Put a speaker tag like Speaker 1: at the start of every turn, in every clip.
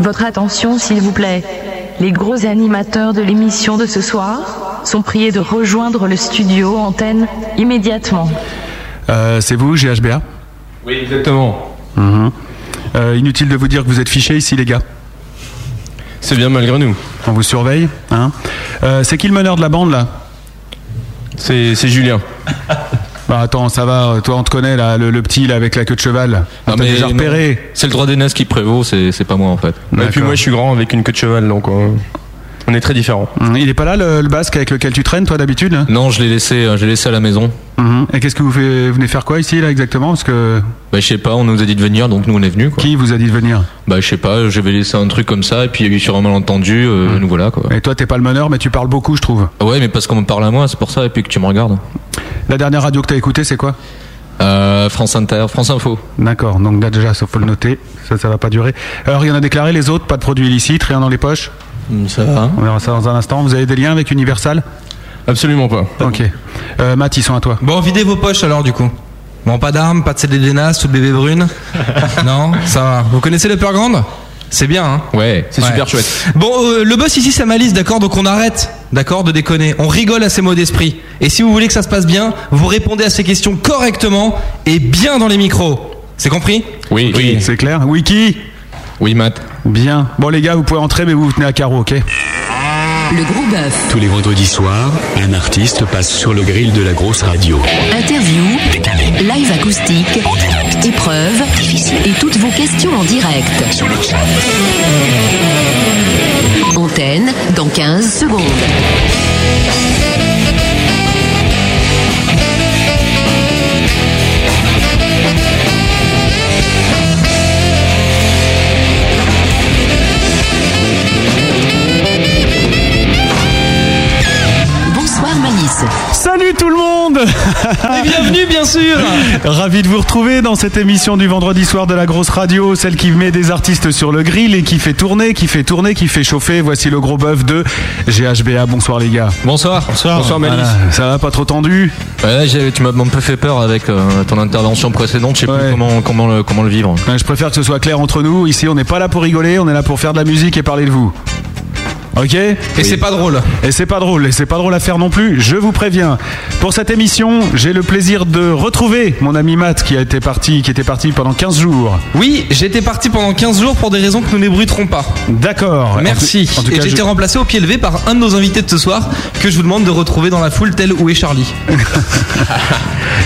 Speaker 1: Votre attention, s'il vous plaît. Les gros animateurs de l'émission de ce soir sont priés de rejoindre le studio antenne immédiatement.
Speaker 2: Euh, c'est vous, GHBA
Speaker 3: Oui, exactement.
Speaker 2: Mhm. Euh, inutile de vous dire que vous êtes fichés ici, les gars.
Speaker 3: C'est bien malgré nous.
Speaker 2: On vous surveille. Hein Euh, c'est qui le meneur de la bande, là
Speaker 3: C'est c'est Julien.
Speaker 2: Bah attends, ça va, euh, toi on te connaît, là, le, le petit là, avec la queue de cheval. Ah, T'as déjà repéré.
Speaker 4: non. C'est le droit des nas qui prévaut, c'est c'est pas moi en fait.
Speaker 3: et puis
Speaker 2: D'accord.
Speaker 3: moi, je suis grand avec une queue de cheval, donc euh, on est très différents.
Speaker 2: Hum, Il est pas là, le, le basque avec lequel tu traînes, toi, d'habitude là
Speaker 4: Non, je l'ai laissé, euh, je l'ai laissé à la maison.
Speaker 2: Mhm. Et qu'est-ce que vous, fait- venez faire quoi ici, là, exactement Parce que
Speaker 4: Bah, je sais pas, on nous a dit de venir, donc nous on est venus quoi.
Speaker 2: qui vous a dit de venir
Speaker 4: Bah, je sais pas, j'avais laissé un truc comme ça, et puis il y a eu sur un malentendu, euh, nous voilà quoi.
Speaker 2: Hmm. Et toi, t'es pas le meneur, mais tu parles beaucoup, je trouve.
Speaker 4: Ouais, mais parce qu'on me parle à moi, c'est pour ça, et puis que tu me regardes.
Speaker 2: La dernière radio que t'as écoutée, c'est quoi
Speaker 4: Euh, France Inter, France Info.
Speaker 2: D'accord, donc là déjà, ça faut le noter, ça, ça va pas durer. Alors, rien à déclarer, les autres, pas de produits illicites, rien dans les poches
Speaker 4: Hmm, Ça va.
Speaker 2: On verra ça dans un instant. Vous avez des liens avec Universal
Speaker 3: Absolument pas.
Speaker 2: Ok. Euh, Matt, ils sont à toi.
Speaker 5: Bon, videz vos poches alors du coup. Bon, pas d'armes, pas de CD nas ou de bébé brune. non, ça va. Vous connaissez le Peur Grande C'est bien, hein
Speaker 4: Ouais, c'est
Speaker 5: Ouais.
Speaker 4: super chouette.
Speaker 5: Bon, euh, le boss ici, c'est Malice, d'accord Donc on arrête, d'accord, de déconner. On rigole à ces mots d'esprit. Et si vous voulez que ça se passe bien, vous répondez à ces questions correctement et bien dans les micros. C'est compris
Speaker 4: Oui, oui,
Speaker 2: C'est clair Wiki
Speaker 4: oui, Matt.
Speaker 2: Bien. Bon, les gars, vous pouvez entrer, mais vous vous tenez à carreau, ok
Speaker 6: Le gros bœuf.
Speaker 7: Tous les vendredis soirs, un artiste passe sur le grill de la grosse radio.
Speaker 6: Interview, live acoustique, épreuve et toutes vos questions en direct. Antenne dans 15 secondes. Bonsoir Malice.
Speaker 2: Salut tout le monde
Speaker 5: Bienvenue, bien sûr
Speaker 2: Ravi de vous retrouver dans cette émission du vendredi soir de la grosse radio, celle qui met des artistes sur le grill et qui fait tourner, qui fait tourner, qui fait chauffer. Voici le gros bœuf de GHBA. Bonsoir les gars.
Speaker 4: Bonsoir. Bonsoir.
Speaker 2: Voilà. Ça va pas trop tendu
Speaker 4: tu m'as un peu fait peur avec euh, ton intervention précédente, je sais
Speaker 2: Ouais.
Speaker 4: plus comment, comment, le, comment le vivre.
Speaker 2: Ouais, Je préfère que ce soit clair entre nous. Ici, on n'est pas là pour rigoler, on est là pour faire de la musique et parler de vous. Ok
Speaker 5: Et c'est pas drôle.
Speaker 2: Et c'est pas drôle, et c'est pas drôle à faire non plus, je vous préviens. Pour cette émission, j'ai le plaisir de retrouver mon ami Matt qui a été parti, qui était parti pendant 15 jours.
Speaker 5: Oui, j'étais parti pendant 15 jours pour des raisons que nous n'ébruiterons pas.
Speaker 2: D'accord.
Speaker 5: Merci.
Speaker 2: En tout- en tout cas,
Speaker 5: et j'étais
Speaker 2: je-
Speaker 5: remplacé au pied levé par un de nos invités de ce soir que je vous demande de retrouver dans la foule tel où est Charlie.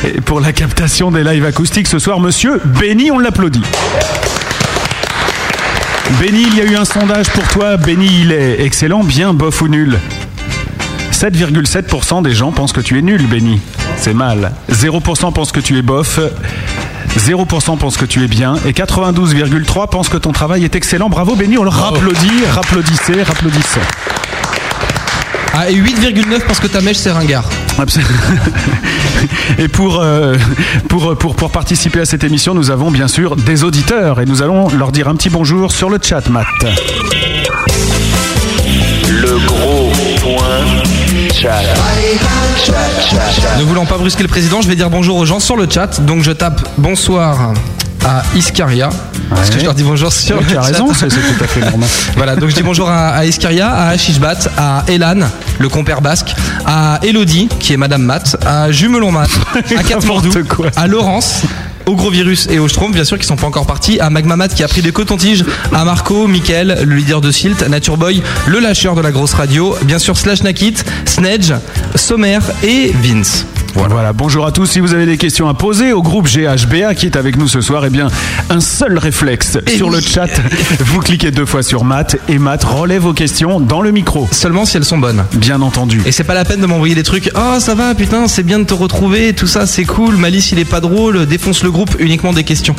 Speaker 2: Et pour la captation des lives acoustiques ce soir, monsieur Benny, on l'applaudit. Benny, il y a eu un sondage pour toi. Benny, il est excellent, bien, bof ou nul. 7,7% des gens pensent que tu es nul, Benny. C'est mal. 0% pensent que tu es bof. 0% pensent que tu es bien et 92,3% pensent que ton travail est excellent. Bravo Benny, on le rapplaudit, rapplaudissez, rapplaudissez.
Speaker 5: Ah, et 8,9 parce que ta mèche c'est ringard.
Speaker 2: Absol- Et pour, euh, pour, pour, pour participer à cette émission, nous avons bien sûr des auditeurs et nous allons leur dire un petit bonjour sur le chat, Matt.
Speaker 8: Le gros point chat.
Speaker 5: Ne voulant pas brusquer le président, je vais dire bonjour aux gens sur le chat. Donc je tape bonsoir à Iscaria. Parce que
Speaker 2: Ouais.
Speaker 5: je leur dis bonjour sur
Speaker 2: Ouais,
Speaker 5: le
Speaker 2: tu as
Speaker 5: chat.
Speaker 2: raison, c'est c'est tout à fait normal.
Speaker 5: Voilà, donc je dis bonjour à, à Iscaria, à Ashishbat, à Elan, le compère basque, à Elodie, qui est Madame Matt, à Jumelon Matt, à Katmandou,
Speaker 2: N'importe quoi.
Speaker 5: à Laurence, au Gros Virus et au Strom, bien sûr, qui sont pas encore partis, à Magma Matt qui a pris des cotons-tiges, à Marco, Mickaël, le leader de Silt, Nature Boy, le lâcheur de la grosse radio, bien sûr Slash Nakit, Snedge, Sommer et Vince.
Speaker 2: Voilà. bonjour à tous. Si vous avez des questions à poser au groupe GHBA qui est avec nous ce soir, eh bien, un seul réflexe
Speaker 5: Et
Speaker 2: sur le
Speaker 5: oui.
Speaker 2: chat. Vous cliquez deux fois sur Matt et Matt relève vos questions dans le micro,
Speaker 5: Seulement si elles sont bonnes.
Speaker 2: bien entendu.
Speaker 5: Et c'est pas la peine de m'envoyer des trucs. Oh, ça va, putain, c'est bien de te retrouver, tout ça, c'est cool. Malice, il est pas drôle. Défonce le groupe, uniquement des questions.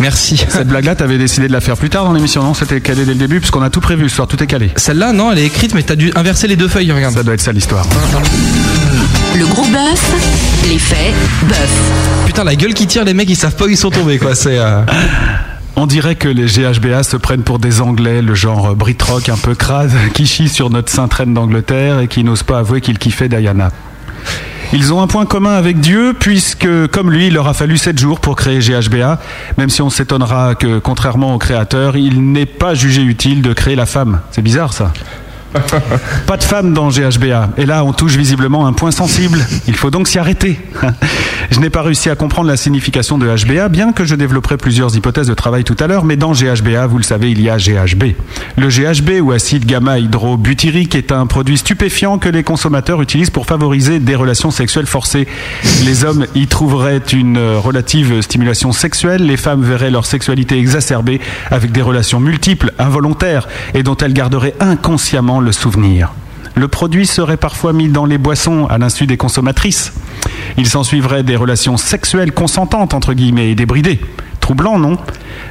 Speaker 5: Merci.
Speaker 2: Cette blague-là, t'avais décidé de la faire plus tard dans l'émission, non C'était calé dès le début, puisqu'on a tout prévu ce soir, tout est calé.
Speaker 5: Celle-là, non, elle est écrite, mais t'as dû inverser les deux feuilles, regarde.
Speaker 2: Ça doit être ça l'histoire.
Speaker 6: Le gros bœuf, l'effet bœuf.
Speaker 5: Putain, la gueule qui tire, les mecs, ils savent pas où ils sont tombés, quoi. C'est. euh,
Speaker 2: On dirait que les GHBA se prennent pour des Anglais, le genre euh, Brit Rock un peu crade, qui chie sur notre sainte reine d'Angleterre et qui n'ose pas avouer qu'il kiffait Diana. Ils ont un point commun avec Dieu, puisque, comme lui, il leur a fallu 7 jours pour créer GHBA, même si on s'étonnera que, contrairement au créateur, il n'est pas jugé utile de créer la femme. C'est bizarre, ça. Pas de femme dans GHBA. Et là, on touche visiblement un point sensible. Il faut donc s'y arrêter. Je n'ai pas réussi à comprendre la signification de HBA, bien que je développerai plusieurs hypothèses de travail tout à l'heure, mais dans GHBA, vous le savez, il y a GHB. Le GHB, ou acide gamma-hydrobutyrique, est un produit stupéfiant que les consommateurs utilisent pour favoriser des relations sexuelles forcées. Les hommes y trouveraient une euh, relative stimulation sexuelle, les femmes verraient leur sexualité exacerbée avec des relations multiples, involontaires, et dont elles garderaient inconsciemment le souvenir. Le produit serait parfois mis dans les boissons à l'insu des consommatrices. Il s'ensuivrait des relations sexuelles consentantes, entre guillemets, et débridées. Troublant, non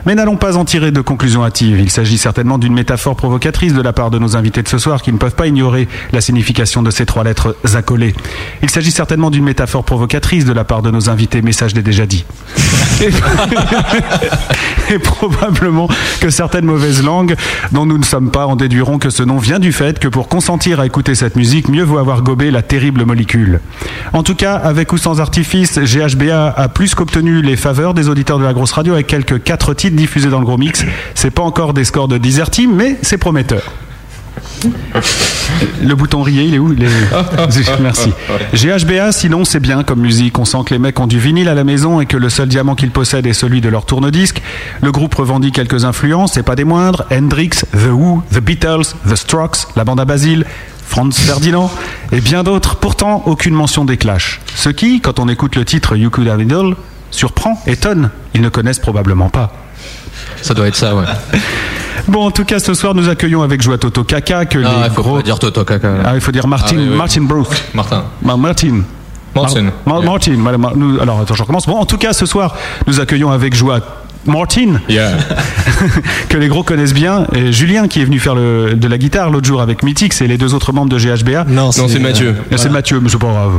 Speaker 2: Mais n'allons pas en tirer de conclusions hâtives. Il s'agit certainement d'une métaphore provocatrice de la part de nos invités de ce soir qui ne peuvent pas ignorer la signification de ces trois lettres accolées. Il s'agit certainement d'une métaphore provocatrice de la part de nos invités, mais ça je l'ai déjà dit. Et probablement que certaines mauvaises langues, dont nous ne sommes pas, en déduiront que ce nom vient du fait que pour consentir à écouter cette musique, mieux vaut avoir gobé la terrible molécule. En tout cas, avec ou sans artifice, GHBA a plus qu'obtenu les faveurs des auditeurs de la grosse radio avec quelques 4 titres diffusés dans le gros mix. C'est pas encore des scores de Deserti, mais c'est prometteur. Le bouton rier, il est où Il est- Merci. GHBA, sinon, c'est bien comme musique. On sent que les mecs ont du vinyle à la maison et que le seul diamant qu'ils possèdent est celui de leur tourne-disque. Le groupe revendique quelques influences, et pas des moindres. Hendrix, The Who, The Beatles, The Strokes, la bande à Basile, Franz Ferdinand et bien d'autres. Pourtant, aucune mention des Clash. Ce qui, quand on écoute le titre You Could Have It All, surprend, étonne. Ils ne connaissent probablement pas.
Speaker 4: Ça doit être ça, ouais.
Speaker 2: Bon, en tout cas, ce soir, nous accueillons avec joie Toto Kaka, que
Speaker 4: Ah,
Speaker 2: les
Speaker 4: faut
Speaker 2: gros...
Speaker 4: pas dire Toto Kaka. là.
Speaker 2: Ah, il faut dire Martin,
Speaker 4: Ah, oui, oui.
Speaker 2: Martin Brooke.
Speaker 4: Martin.
Speaker 2: Ma- Martin.
Speaker 4: Martin.
Speaker 2: Mar- Mar- Martin. madame, Mar- nous- alors, attends, je recommence. Bon, en tout cas, ce soir, nous accueillons avec joie Martin,
Speaker 4: Yeah.
Speaker 2: que les gros connaissent bien, et Julien, qui est venu faire le- de la guitare l'autre jour avec Mythix et les deux autres membres de GHBA.
Speaker 5: Non,
Speaker 3: Non, c'est Mathieu.
Speaker 7: euh,
Speaker 2: Ah, C'est Mathieu, mais c'est pas grave.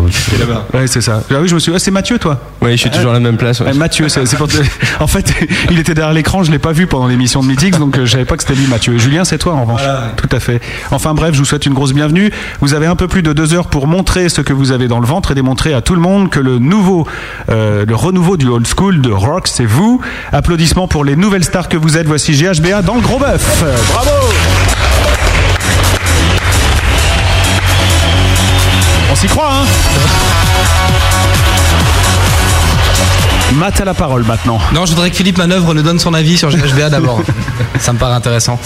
Speaker 2: Ouais, c'est ça. Ah oui, je me suis. ah, c'est Mathieu, toi
Speaker 3: Ouais, je suis toujours à la même place. ouais.
Speaker 2: Ouais, Mathieu, c'est c'est pour. te- En fait, il était derrière l'écran, je l'ai pas vu pendant l'émission de Mythix, donc euh, je savais pas que c'était lui, Mathieu. Julien, c'est toi en revanche. Tout à fait. Enfin bref, je vous souhaite une grosse bienvenue. Vous avez un peu plus de deux heures pour montrer ce que vous avez dans le ventre et démontrer à tout le monde que le nouveau, euh, le renouveau du old school de rock, c'est vous. Applaudissements pour les nouvelles stars que vous êtes. Voici GHBA dans le gros bœuf. Euh, Bravo. On s'y croit, hein Matt à la parole maintenant.
Speaker 5: Non, je voudrais que Philippe Manœuvre nous donne son avis sur GHBA d'abord. Ça me paraît intéressant.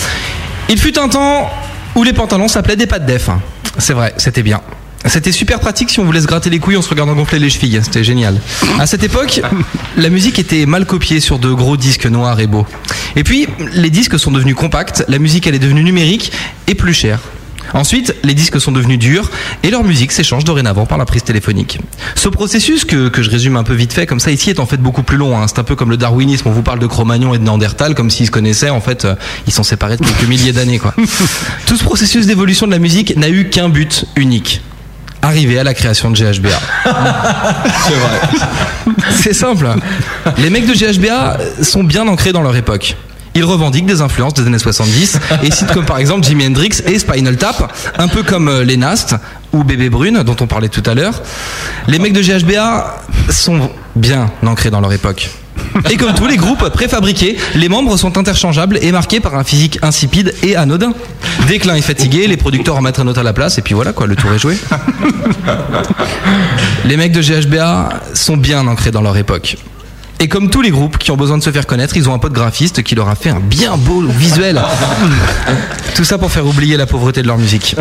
Speaker 5: Il fut un temps où les pantalons s'appelaient des pattes def. C'est vrai, c'était bien. C'était super pratique si on voulait se gratter les couilles en se regardant gonfler les chevilles. C'était génial. À cette époque, la musique était mal copiée sur de gros disques noirs et beaux. Et puis, les disques sont devenus compacts, la musique elle est devenue numérique et plus chère. Ensuite, les disques sont devenus durs et leur musique s'échange dorénavant par la prise téléphonique. Ce processus, que, que je résume un peu vite fait, comme ça ici, est en fait beaucoup plus long. hein. C'est un peu comme le darwinisme, on vous parle de Cro-Magnon et de Néandertal comme s'ils se connaissaient, en fait, euh, ils sont séparés de quelques milliers d'années. quoi. Tout ce processus d'évolution de la musique n'a eu qu'un but unique. Arriver à la création de GHBA. C'est vrai. C'est simple. Les mecs de GHBA sont bien ancrés dans leur époque. Ils revendiquent des influences des années 70 et citent comme par exemple Jimi Hendrix et Spinal Tap, un peu comme euh, les Nast ou Bébé Brune dont on parlait tout à l'heure. Les mecs de GHBA sont bien ancrés dans leur époque. Et comme tous les groupes préfabriqués, les membres sont interchangeables et marqués par un physique insipide et anodin. Dès que l'un est fatigué, les producteurs en mettent un autre à la place et puis voilà quoi, le tour est joué. Les mecs de GHBA sont bien ancrés dans leur époque. Et comme tous les groupes qui ont besoin de se faire connaître, ils ont un pote graphiste qui leur a fait un bien beau visuel. Tout ça pour faire oublier la pauvreté de leur musique.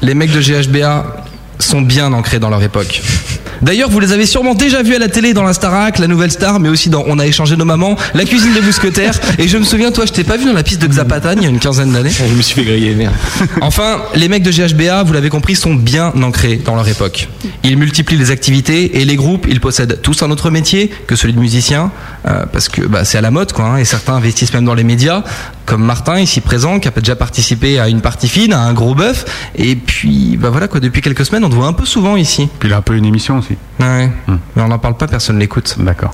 Speaker 5: Les mecs de GHBA sont bien ancrés dans leur époque. D'ailleurs, vous les avez sûrement déjà vus à la télé dans la Starac, la Nouvelle Star, mais aussi dans On a échangé nos mamans, La cuisine des mousquetaires. Et je me souviens, toi, je t'ai pas vu dans la piste de Xapatan il y a une quinzaine d'années.
Speaker 4: Ah,
Speaker 9: Je me suis fait griller, merde.
Speaker 5: Enfin, les mecs de GHBA, vous l'avez compris, sont bien ancrés dans leur époque. Ils multiplient les activités et les groupes, ils possèdent tous un autre métier que celui de musicien, euh, parce que bah, c'est à la mode, quoi, hein, et certains investissent même dans les médias. comme Martin ici présent qui a déjà participé à une partie fine, à un gros bœuf. Et puis bah voilà quoi, depuis quelques semaines on te voit un peu souvent ici.
Speaker 2: Puis il a un peu une émission aussi. Hmm.
Speaker 5: Ouais. Mais on n'en parle pas, personne l'écoute.
Speaker 2: D'accord.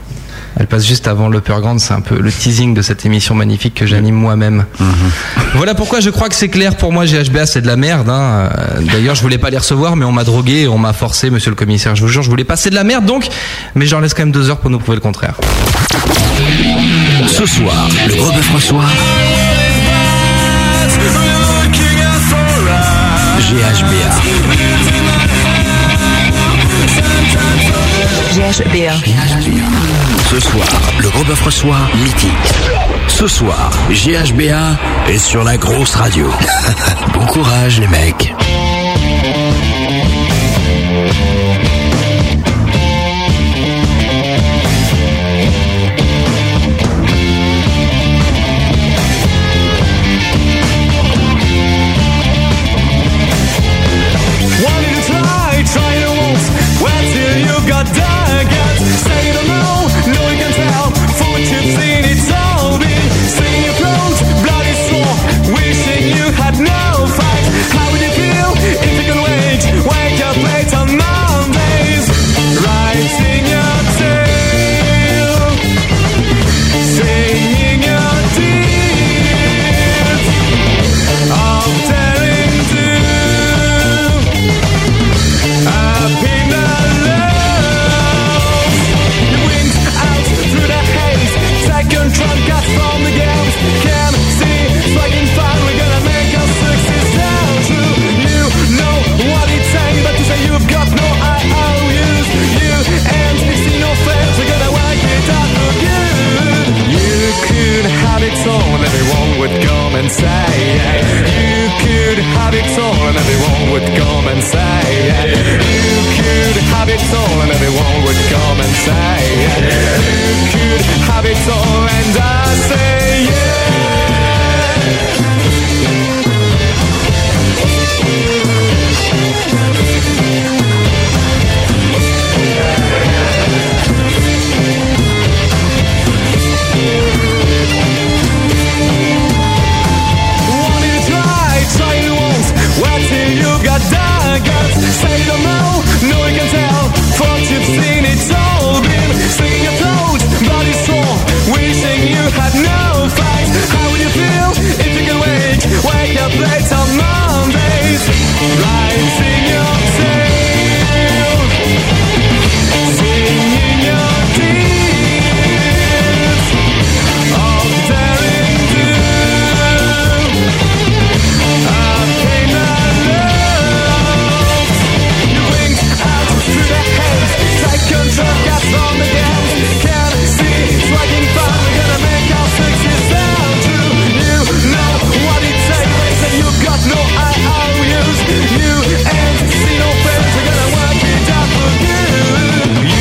Speaker 5: Elle passe juste avant l'Upper Grand, c'est un peu le teasing de cette émission magnifique que j'anime
Speaker 2: Hmm.
Speaker 5: moi-même. Voilà pourquoi je crois que c'est clair pour moi, GHBA c'est de la merde. hein. Euh, D'ailleurs je voulais pas les recevoir mais on m'a drogué, et on m'a forcé monsieur le commissaire, je vous jure je voulais passer de la merde donc, mais j'en laisse quand même deux heures pour nous prouver le contraire.
Speaker 7: Ce soir, le gros bœuf reçoit. GHBA.
Speaker 1: GHBA.
Speaker 7: Ce soir, le gros bœuf reçoit Mythique. Ce soir, GHBA est sur la grosse radio. bon courage, les mecs.
Speaker 9: Why did you try? Try to waltz. Wait till you've got dagger. Say you don't know, no one can tell. Four chips in its all been singing your clothes, bloody sore. Wishing you had no fight. How would you feel if you can wait? Wake up late on Mondays, writing your tale, singing your tears of daring do. Up in the lows, the wind's out through the haze. Second trunk got from the games. Can see it's fucking fine. We're gonna make our success down to you. Know what it's saying, but to say you've got no IOUs. You and me see no friends. We're gonna work it out for good. You could have it all, and everyone would come and say. yeah. You could have it all, and everyone would come and say. yeah. You could have it all, and everyone would come and say. yeah. You could have it all, and I say yeah. Wanted to try, try it once. Wait till you've got daggers. Say you don't know, no one can tell. Front you've seen it's all been singing your throat, bloody sore. Wishing you had no fight. How would you feel if you could wake? Wake up late on Mondays. Rising your tail. Singing your deeds. Of daring do.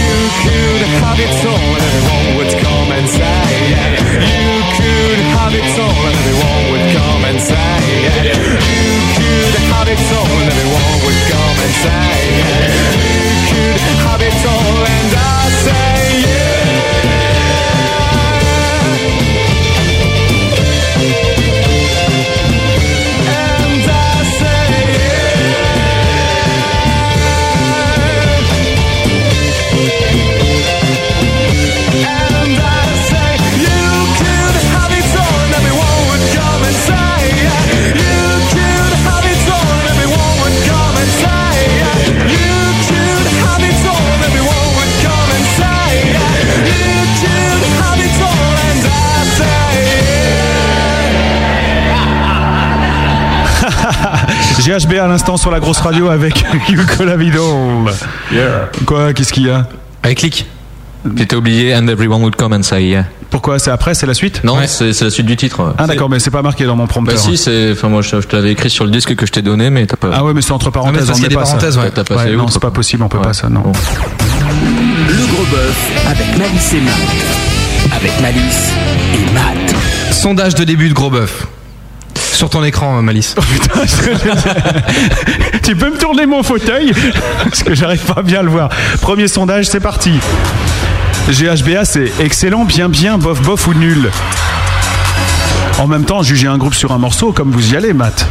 Speaker 9: It's all and everyone would come and say, yeah. You could have it all and everyone would come and say, yeah. You could have it all and everyone would come and say, yeah. You could have it all and I say, yeah. And I say, And I say you could have it all, and everyone would come and say you could have it all, and everyone would come and say you could have it all, and everyone would come and say you could have it all, and I say.
Speaker 2: GHB à l'instant sur la grosse radio avec Yuko Lavidol. Quoi Qu'est-ce qu'il y a Ah,
Speaker 5: Allez clique
Speaker 4: J'étais oublié, and everyone would come and say yeah.
Speaker 2: Pourquoi C'est après C'est la suite
Speaker 4: Non, c'est c'est la suite du titre. ouais.
Speaker 2: Ah d'accord, mais c'est pas marqué dans mon prompteur.
Speaker 4: Bah si, c'est. Enfin, moi, je, je te l'avais écrit sur le disque que je t'ai donné, mais t'as pas.
Speaker 2: Ah ouais, mais c'est entre
Speaker 5: mais
Speaker 2: parenthèses.
Speaker 5: parce
Speaker 2: on
Speaker 5: qu'il y
Speaker 2: met
Speaker 5: a des
Speaker 2: pas ça.
Speaker 5: parenthèses, ouais.
Speaker 4: T'as
Speaker 2: Ouais,
Speaker 4: passé
Speaker 2: non,
Speaker 4: outre,
Speaker 2: c'est pas
Speaker 4: quoi.
Speaker 2: possible, on peut pas ça, non.
Speaker 4: Bon.
Speaker 7: Le gros bœuf avec Malice et Matt. Avec Malice et Matt.
Speaker 5: Sondage de début de gros bœuf. Sur ton écran, euh, Malice.
Speaker 2: Oh Putain, je- tu peux me tourner mon fauteuil Parce que j'arrive pas bien à le voir. Premier sondage, c'est parti. GHBA, c'est excellent, bien, bien, bof, bof ou nul. En même temps, juger un groupe sur un morceau, comme vous y allez, Matt.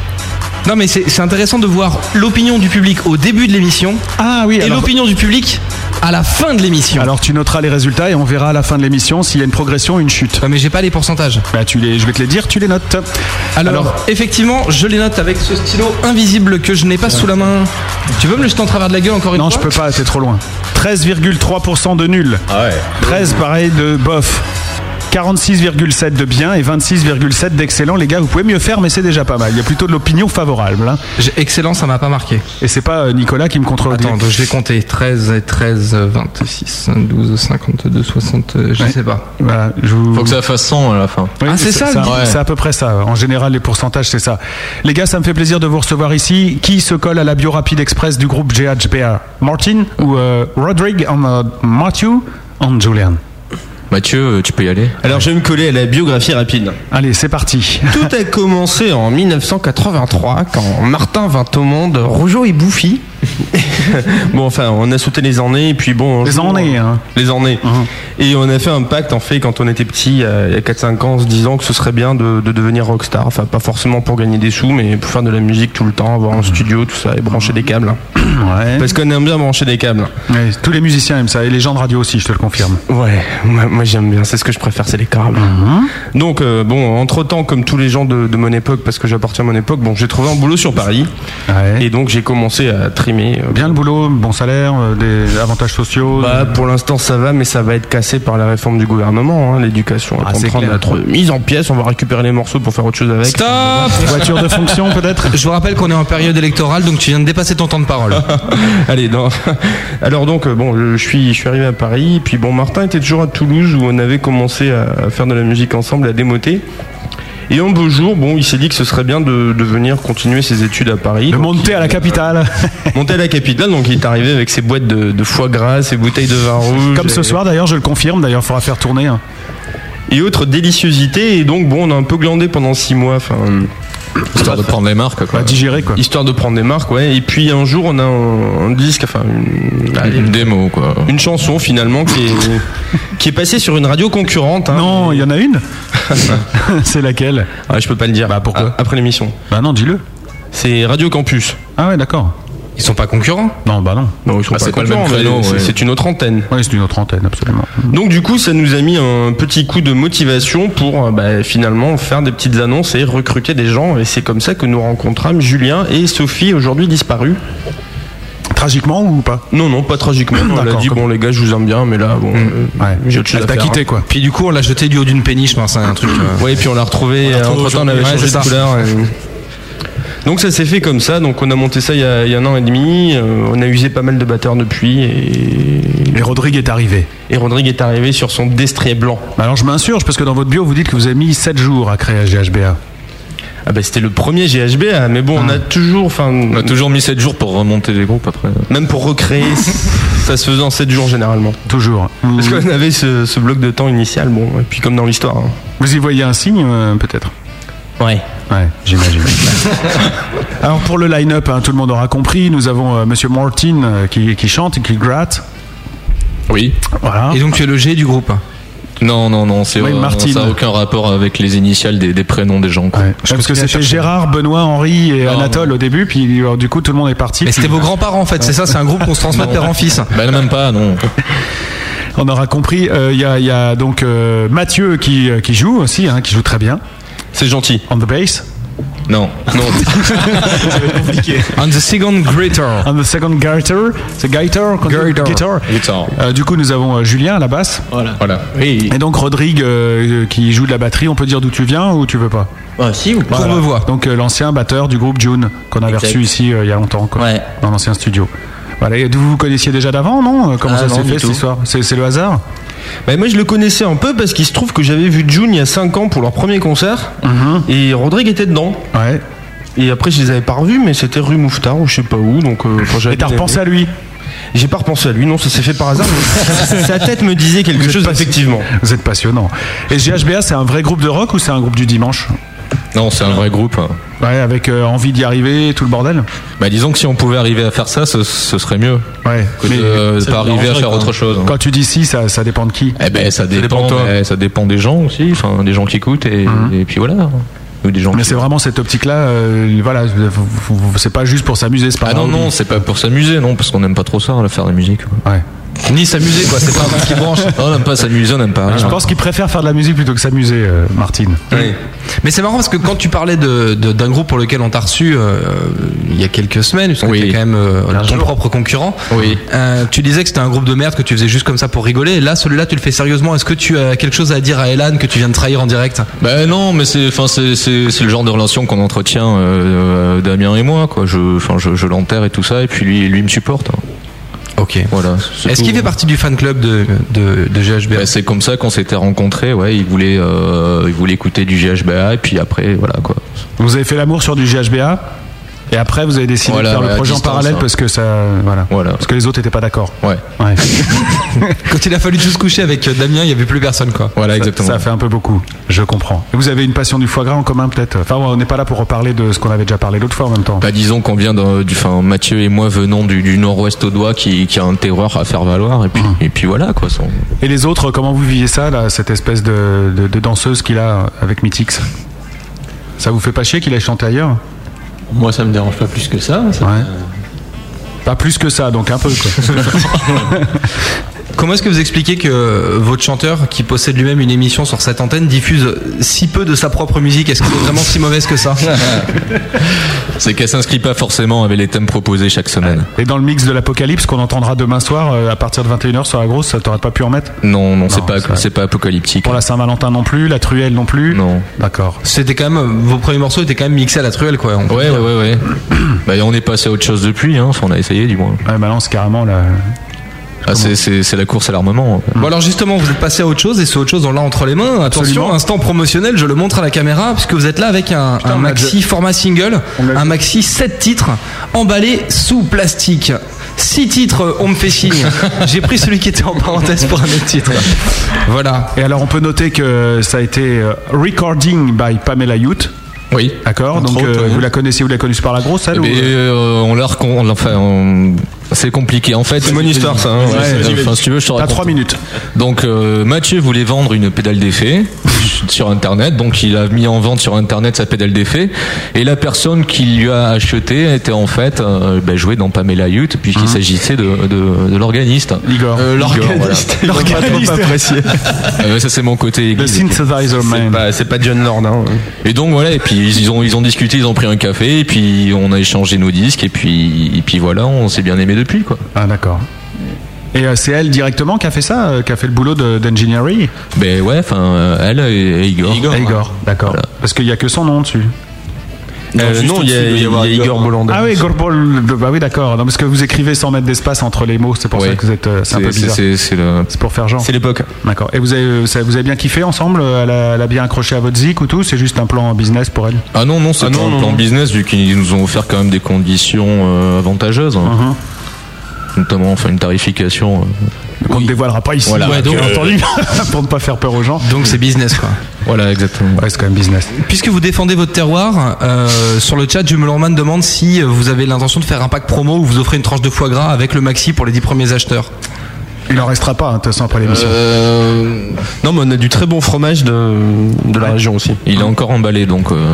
Speaker 5: Non mais c'est c'est intéressant de voir l'opinion du public au début de l'émission
Speaker 2: Ah oui,
Speaker 5: et
Speaker 2: alors,
Speaker 5: l'opinion du public à la fin de l'émission.
Speaker 2: alors tu noteras les résultats et on verra à la fin de l'émission s'il y a une progression ou une chute.
Speaker 5: Ouais, mais j'ai pas les pourcentages.
Speaker 2: Bah, tu les, je vais te les dire, tu les notes.
Speaker 5: Alors, effectivement, je les note avec ce stylo invisible que je n'ai pas sous la main. Tu veux me le jeter en travers de la gueule encore une
Speaker 2: non, je
Speaker 5: fois
Speaker 2: peux pas, c'est trop loin. 13,3% de nul. 13 pareil de bof. 46,7 de bien et 26,7 d'excellent. Les gars, vous pouvez mieux faire, mais c'est déjà pas mal. Il y a plutôt de l'opinion favorable. hein.
Speaker 5: J'ai- Excellent, ça m'a pas marqué.
Speaker 2: Et c'est pas euh, Nicolas qui me contrôle.
Speaker 5: Attends, donc je vais compter 13 et euh, 13, 26, 12, 52, 60, euh, je
Speaker 2: Ouais.
Speaker 5: sais pas.
Speaker 2: Voilà, je vous-
Speaker 4: Faut que ça fasse 100 à la fin.
Speaker 2: Oui,
Speaker 5: Ah, c'est ça, le
Speaker 4: deal.
Speaker 2: C'est à peu près ça. En général, les pourcentages, c'est ça. Les gars, ça me fait plaisir de vous recevoir ici. Qui se colle à la bio rapide express du groupe GHBA Martin ou euh, Rodrigue and euh, Matthew and Julian
Speaker 4: Mathieu, euh, tu peux y aller.
Speaker 3: Alors je vais me coller à la biographie rapide.
Speaker 2: Allez, c'est parti.
Speaker 3: Tout a commencé en 1983 quand Martin vint au monde Rougeau et Bouffi. bon, enfin, on a sauté les années et puis bon. un
Speaker 2: Les
Speaker 3: jour,
Speaker 2: années,
Speaker 3: euh,
Speaker 2: hein. Uh-huh.
Speaker 3: Les années. Et on a fait un pacte, en fait, quand on était petit, euh, il y a 4-5 ans, en se disant que ce serait bien de, de devenir rockstar. Enfin, pas forcément pour gagner des sous, mais pour faire de la musique tout le temps, avoir un studio, tout ça, et brancher des câbles. hein.
Speaker 2: Ouais.
Speaker 3: Parce qu'on aime bien brancher des câbles.
Speaker 2: Ouais, Tous les musiciens aiment ça et les gens de radio aussi, je te le confirme.
Speaker 3: Ouais, moi, moi, j'aime bien, c'est ce que je préfère, c'est les câbles.
Speaker 2: Mhm.
Speaker 3: Donc euh, bon, entre temps, comme tous les gens de, de mon époque, parce que j'appartiens à mon époque, bon, j'ai trouvé un boulot sur Paris,
Speaker 2: Ouais.
Speaker 3: et donc j'ai commencé à trimer. euh,
Speaker 2: Bien le boulot, bon salaire, euh, des avantages sociaux. euh.
Speaker 3: bah, pour l'instant, ça va, mais ça va être cassé par la réforme du gouvernement, hein, l'éducation.
Speaker 2: Ah,
Speaker 3: Elle
Speaker 2: c'est
Speaker 3: comprend
Speaker 2: clair.
Speaker 3: notre mise en pièce, on va récupérer les morceaux pour faire autre chose avec.
Speaker 5: Stop
Speaker 2: Voiture de fonction peut-être
Speaker 5: Je vous rappelle qu'on est en période électorale, donc tu viens de dépasser ton temps de parole.
Speaker 3: Allez, non. Alors donc, euh, bon, je suis, je suis arrivé à Paris, puis bon, Martin était toujours à Toulouse où on avait commencé à faire de la musique ensemble, à démoter. Et un beau jour, bon, il s'est dit que ce serait bien de, de venir continuer ses études à Paris.
Speaker 2: De
Speaker 3: Donc,
Speaker 2: monter
Speaker 3: il-
Speaker 2: à la capitale.
Speaker 3: Monter à la capitale, donc il est arrivé avec ses boîtes de, de foie gras, ses bouteilles de vin rouge.
Speaker 2: Comme ce
Speaker 3: et-
Speaker 2: soir d'ailleurs, je le confirme. D'ailleurs, il faudra faire tourner. hein.
Speaker 3: Et autres déliciosités. Et donc, bon, on a un peu glandé pendant six mois, enfin,
Speaker 4: Histoire de prendre les marques, quoi.
Speaker 2: Bah, digérer quoi.
Speaker 3: histoire de prendre des marques, ouais. Et puis un jour, on a un, un disque, enfin, une, allez,
Speaker 4: Bah, Une démo, quoi.
Speaker 3: une chanson finalement qui est, qui est passée sur une radio concurrente. hein.
Speaker 2: Non, il y en a une. c'est laquelle
Speaker 3: Ouais, je peux pas le dire.
Speaker 2: Bah, pourquoi
Speaker 3: Ah, Après l'émission.
Speaker 2: Bah non, dis-le.
Speaker 3: C'est Radio Campus.
Speaker 2: Ah ouais, d'accord.
Speaker 5: Ils sont pas concurrents
Speaker 2: Non, bah non.
Speaker 3: Non, ils sont
Speaker 4: Ah, c'est pas le
Speaker 3: concurrents,
Speaker 4: même
Speaker 3: mais
Speaker 4: créneau,
Speaker 3: c'est-
Speaker 4: ouais.
Speaker 3: C'est une autre antenne.
Speaker 2: Oui, c'est une autre antenne, absolument.
Speaker 3: Donc du coup, ça nous a mis un petit coup de motivation pour euh, bah, finalement faire des petites annonces et recruter des gens. Et c'est comme ça que nous rencontrâmes Julien et Sophie, aujourd'hui disparus.
Speaker 2: Tragiquement ou pas
Speaker 3: Non, non, pas tragiquement. Elle a
Speaker 2: D'accord,
Speaker 3: dit
Speaker 2: comme-
Speaker 3: bon les gars, je vous aime bien, mais là, bon, euh,
Speaker 2: Ouais.
Speaker 3: j'ai autre chose
Speaker 2: Elle
Speaker 3: à
Speaker 2: t'a
Speaker 3: faire.
Speaker 2: Ah, quitté quoi.
Speaker 5: Puis du coup, on l'a jeté du haut d'une péniche, je pense, c'est un truc. euh,
Speaker 3: Ouais, et puis on l'a retrouvé.
Speaker 5: l'a retrouvé
Speaker 3: Entre temps, on avait
Speaker 5: aujourd'hui.
Speaker 3: changé
Speaker 5: Ouais,
Speaker 3: de
Speaker 5: c'est
Speaker 3: couleur. et- Donc ça s'est fait comme ça. Donc on a monté ça il y a, il y a un an et demi. euh, on a usé pas mal de batteurs depuis. Et,
Speaker 2: Et Rodrigue est arrivé.
Speaker 3: et Rodrigue est arrivé sur son destrier blanc.
Speaker 2: Bah Alors je m'insurge parce que dans votre bio vous dites que vous avez mis 7 jours à créer GHBA.
Speaker 3: Ah bah c'était le premier GHB. Mais bon, on
Speaker 2: Ah.
Speaker 3: a toujours, enfin,
Speaker 4: On a toujours mis 7 jours pour remonter les groupes après.
Speaker 3: même pour recréer, ça se faisait en 7 jours généralement.
Speaker 2: Toujours. Mmh. Vous,
Speaker 3: Parce qu'on avait ce, ce bloc de temps initial. Bon, et puis comme dans l'histoire. hein.
Speaker 2: vous y voyez un signe euh, peut-être
Speaker 3: Ouais.
Speaker 2: Ouais, j'imagine. Alors pour le line-up, hein, tout le monde aura compris, nous avons euh, Monsieur Martin euh, qui, qui chante et qui gratte.
Speaker 4: Oui.
Speaker 2: Voilà.
Speaker 5: Et donc tu es le G du groupe.
Speaker 4: Non, non, non, c'est
Speaker 2: Oui,
Speaker 4: euh,
Speaker 2: Martine.
Speaker 4: ça n'a aucun rapport avec les initiales des, des prénoms des gens. Quoi.
Speaker 2: Ouais. Je pense que c'était Gérard, Benoît, Henri et
Speaker 4: Non,
Speaker 2: Anatole
Speaker 4: non.
Speaker 2: au début, puis alors, du coup tout le monde est parti.
Speaker 5: Ah, Mais
Speaker 2: puis-
Speaker 5: c'était vos grands-parents en fait, c'est ça, c'est un groupe qu'on se transmet de père en fils.
Speaker 4: Bah, même pas, non.
Speaker 2: On aura compris. Euh, Il y, a- il y a donc euh, Mathieu qui, euh, qui joue aussi, hein, qui joue très bien.
Speaker 3: C'est gentil.
Speaker 2: On the bass.
Speaker 4: Non, non.
Speaker 5: On the second greater.
Speaker 2: On the second guitar. C'est guitar. qu'on dit
Speaker 5: Guitar.
Speaker 2: guitar.
Speaker 4: Guitar.
Speaker 2: Euh, du coup, nous avons euh, Julien à la basse.
Speaker 4: Voilà. Oui.
Speaker 2: Et donc Rodrigue euh, qui joue de la batterie. On peut dire d'où tu viens ou tu veux pas
Speaker 4: Ah,
Speaker 5: Courbevoie.
Speaker 2: Donc euh, l'ancien batteur du groupe June qu'on avait reçu ici euh, il y a longtemps, quoi, dans l'ancien studio. Voilà, et vous vous connaissiez déjà d'avant, non Euh, Comment ça s'est fait cette histoire C'est c'est le hasard
Speaker 3: Bah, moi je le connaissais un peu parce qu'il se trouve que j'avais vu June il y a 5 ans pour leur premier concert et Rodrigue était dedans.
Speaker 2: Mhm. Ouais.
Speaker 3: Et après je les avais pas revus mais c'était rue Mouffetard ou je sais pas où donc euh, quand j'avais
Speaker 2: Et t'as
Speaker 3: bien
Speaker 2: repensé
Speaker 3: aimé.
Speaker 2: à lui
Speaker 3: J'ai pas repensé à lui non ça s'est fait par hasard. mais sa tête me disait quelque
Speaker 2: Vous êtes
Speaker 3: chose
Speaker 2: pas-
Speaker 3: effectivement.
Speaker 2: Vous êtes passionnant. Et GHBA, c'est un vrai groupe de rock ou c'est un groupe du dimanche
Speaker 4: Non, c'est un vrai groupe. hein.
Speaker 2: Ouais, avec euh, envie d'y arriver, tout le bordel.
Speaker 4: Bah, disons que si on pouvait arriver à faire ça, ce, ce serait mieux.
Speaker 2: Ouais.
Speaker 4: Que
Speaker 2: Mais
Speaker 4: de euh,
Speaker 10: ça
Speaker 4: pas
Speaker 10: nous
Speaker 4: arriver à
Speaker 10: arrangerait,
Speaker 4: faire
Speaker 10: quoi.
Speaker 4: autre chose. hein.
Speaker 2: quand tu dis si, ça, ça dépend de qui.
Speaker 4: Eh ben, ça
Speaker 3: dépend
Speaker 4: dépend,
Speaker 3: de toi.
Speaker 4: mais ça dépend des gens aussi, enfin, des gens qui écoutent et,
Speaker 2: Mhm.
Speaker 4: et puis voilà. Ou des gens
Speaker 2: Mais
Speaker 4: qui-
Speaker 2: c'est vraiment cette optique-là. euh, voilà, vous- vous- vous- c'est pas juste pour s'amuser, c'est pas.
Speaker 4: Ah non,
Speaker 2: un hobby.
Speaker 4: non, c'est pas pour s'amuser, non, parce qu'on n'aime pas trop ça, là, faire de la musique. quoi.
Speaker 2: Ouais.
Speaker 5: Ni s'amuser, quoi. C'est pas un truc qui branche.
Speaker 4: Non, on n'aime pas s'amuser, on n'aime pas.
Speaker 2: Je
Speaker 4: rien.
Speaker 2: pense qu'il préfère faire de la musique plutôt que s'amuser, euh, Martine.
Speaker 5: Mais c'est marrant parce que quand tu parlais de- de- d'un groupe pour lequel on t'a reçu euh, il y a quelques semaines, parce que
Speaker 4: Oui.
Speaker 5: t'es quand même euh, ton propre concurrent,
Speaker 4: Oui.
Speaker 5: euh, tu disais que c'était un groupe de merde que tu faisais juste comme ça pour rigoler. Et là, celui-là, tu le fais sérieusement. Est-ce que tu as quelque chose à dire à Elan que tu viens de trahir en direct
Speaker 4: Ben non, mais c'est, enfin, c'est, c'est, c'est le genre de relation qu'on entretient euh, euh, Damien et moi, quoi. Je, enfin, je, je l'enterre et tout ça, et puis lui, lui me supporte. hein.
Speaker 5: Ok.
Speaker 4: Voilà. c'est
Speaker 5: Est-ce
Speaker 4: tout.
Speaker 5: qu'il fait partie du fan club de, de, de GHB
Speaker 4: Ben, C'est comme ça qu'on s'était rencontrés. Ouais, il voulait, euh, il voulait écouter du GHBA, et puis après, voilà quoi.
Speaker 2: Vous avez fait l'amour sur du GHBA et après vous avez décidé
Speaker 4: Voilà,
Speaker 2: de faire
Speaker 4: ouais,
Speaker 2: le
Speaker 4: à
Speaker 2: projet en
Speaker 4: distance,
Speaker 2: parallèle
Speaker 4: hein.
Speaker 2: parce que ça voilà,
Speaker 4: Voilà.
Speaker 2: parce que les autres n'étaient pas d'accord.
Speaker 4: Ouais.
Speaker 2: Ouais.
Speaker 5: Quand il a fallu tous coucher avec euh, Damien, il n'y avait plus personne, quoi.
Speaker 4: Voilà, exactement.
Speaker 2: Ça fait un peu beaucoup. Je comprends. Et vous avez une passion du foie gras en commun peut-être. Enfin on n'est pas là pour reparler de ce qu'on avait déjà parlé l'autre fois en même temps.
Speaker 4: Bah, disons qu'on vient d'un- du, enfin, Mathieu et moi venons du, du nord-ouest audois qui, qui a un terroir à faire valoir, et puis,
Speaker 2: Mmh.
Speaker 4: et puis voilà quoi. son-
Speaker 2: Et les autres, comment vous viviez ça là, cette espèce de, de- de danseuse qu'il a avec Mythix Ça vous fait pas chier qu'il ait chanté ailleurs
Speaker 10: Moi, ça me dérange pas plus que ça. ça-
Speaker 2: Ouais. Pas plus que ça, donc un peu. Quoi.
Speaker 5: Comment est-ce que vous expliquez que votre chanteur, qui possède lui-même une émission sur cette antenne, diffuse si peu de sa propre musique Est-ce que c'est vraiment si mauvaise que ça
Speaker 4: C'est qu'elle s'inscrit pas forcément avec les thèmes proposés chaque semaine.
Speaker 2: Et dans le mix de l'apocalypse qu'on entendra demain soir euh, à partir de 21h sur la grosse, ça t'aurais pas pu en mettre
Speaker 4: Non, non, c'est
Speaker 2: Non,
Speaker 4: pas,
Speaker 2: c'est vrai.
Speaker 4: c'est pas apocalyptique.
Speaker 2: Pour la Saint-Valentin non plus, la truelle non plus
Speaker 4: Non.
Speaker 2: D'accord.
Speaker 5: C'était quand même vos premiers morceaux étaient quand même mixés à la truelle, quoi. On-
Speaker 4: Ouais, ouais, ouais, ouais. bah, on est passé à autre chose depuis, hein. Enfin, on a essayé du moins.
Speaker 2: Ouais, bah non, c'est carrément la.
Speaker 4: Ah, c'est, c'est, c'est la course à l'armement.
Speaker 5: Bon alors justement, vous êtes passé à autre chose et ce autre chose on l'a entre les mains. Attention,
Speaker 2: Absolument.
Speaker 5: instant promotionnel, je le montre à la caméra puisque vous êtes là avec un, un
Speaker 2: on l'a
Speaker 5: maxi format single, un maxi 7 titres emballé sous plastique. 6 titres, on me fait signe. J'ai pris celui qui était en parenthèse pour un autre titre. Voilà.
Speaker 2: Et alors, on peut noter que ça a été euh, recording by Pamela Youth.
Speaker 4: Oui.
Speaker 2: D'accord Donc, euh, vous la connaissez, vous la connaissez par la grosse, elle
Speaker 4: Mais
Speaker 2: ou-
Speaker 4: euh, on l'a recon... on- Enfin, on- c'est compliqué. En fait, c'est euh,
Speaker 3: mon histoire, ça, hein.
Speaker 2: Ouais, j'imagine.
Speaker 4: enfin, si tu veux, je te
Speaker 2: T'as
Speaker 4: raconte.
Speaker 2: 3 minutes.
Speaker 4: Donc euh, Mathieu voulait vendre une pédale d'effet sur internet, donc il a mis en vente sur internet sa pédale d'effet et la personne qui lui a acheté était en fait euh, ben, jouée dans Pamela Youth puisqu'il s'agissait de, de, de l'organiste.
Speaker 2: Igor.
Speaker 4: Euh,
Speaker 3: L'organiste.
Speaker 4: Igor, voilà.
Speaker 3: L'organiste. Pas apprécié.
Speaker 4: Euh, ça c'est mon côté
Speaker 2: Le
Speaker 4: église.
Speaker 2: synthesizer
Speaker 3: C'est
Speaker 2: man.
Speaker 3: pas- C'est pas John Lord. Hein.
Speaker 4: Et donc voilà, et puis ils ont ils ont discuté, ils ont pris un café, et puis on a échangé nos disques, et puis et puis voilà, on s'est bien aimé depuis quoi.
Speaker 2: Ah, d'accord. Et euh, c'est elle directement qui a fait ça, euh, qui a fait le boulot de- d'engineering
Speaker 4: Ben ouais, enfin euh, elle et, et Igor.
Speaker 2: Ah, Igor, d'accord.
Speaker 4: Voilà.
Speaker 2: Parce qu'il n'y a que son nom dessus.
Speaker 3: Euh,
Speaker 10: juste
Speaker 3: non, il y a,
Speaker 10: au-dessus, doit
Speaker 3: il y a
Speaker 10: avoir
Speaker 3: Igor
Speaker 10: Igor.
Speaker 3: Bolanda.
Speaker 2: Ah oui, Gorbol. Bah oui, d'accord. Non, parce que vous écrivez sans mettre d'espace entre les mots, c'est pour ça
Speaker 4: Ouais.
Speaker 2: que vous êtes. euh, C'est un peu
Speaker 4: C'est c'est
Speaker 2: bizarre.
Speaker 4: c'est- c'est le
Speaker 2: C'est pour faire genre.
Speaker 3: C'est l'époque.
Speaker 2: D'accord. Et vous avez, euh, ça- vous avez bien kiffé ensemble euh, elle a, elle a bien accroché à votre zik ou tout C'est juste un plan business pour elle
Speaker 4: Ah non, non, c'est
Speaker 3: Ah
Speaker 4: pas
Speaker 3: non,
Speaker 4: un
Speaker 3: non,
Speaker 4: plan
Speaker 3: non.
Speaker 4: business vu qu'ils nous ont offert quand même des conditions euh, avantageuses, hein.
Speaker 2: Mhm.
Speaker 4: notamment enfin une tarification. euh.
Speaker 2: Qu'on ne dévoilera pas ici. hein,
Speaker 4: Voilà. Ouais, donc,
Speaker 2: bien entendu. pour ne pas faire peur aux gens.
Speaker 5: Donc c'est business quoi.
Speaker 4: Voilà, exactement.
Speaker 2: Ouais, c'est quand même business.
Speaker 5: Puisque vous défendez votre terroir, euh, sur le chat, Jumelorman demande si vous avez l'intention de faire un pack promo où vous offrez une tranche de foie gras avec le maxi pour les 10 premiers acheteurs.
Speaker 2: Il en restera pas, hein, de toute façon, après l'émission.
Speaker 3: Euh, non, mais on a du très bon fromage de, de la région aussi.
Speaker 4: Il est
Speaker 2: Ah.
Speaker 4: encore emballé donc. euh,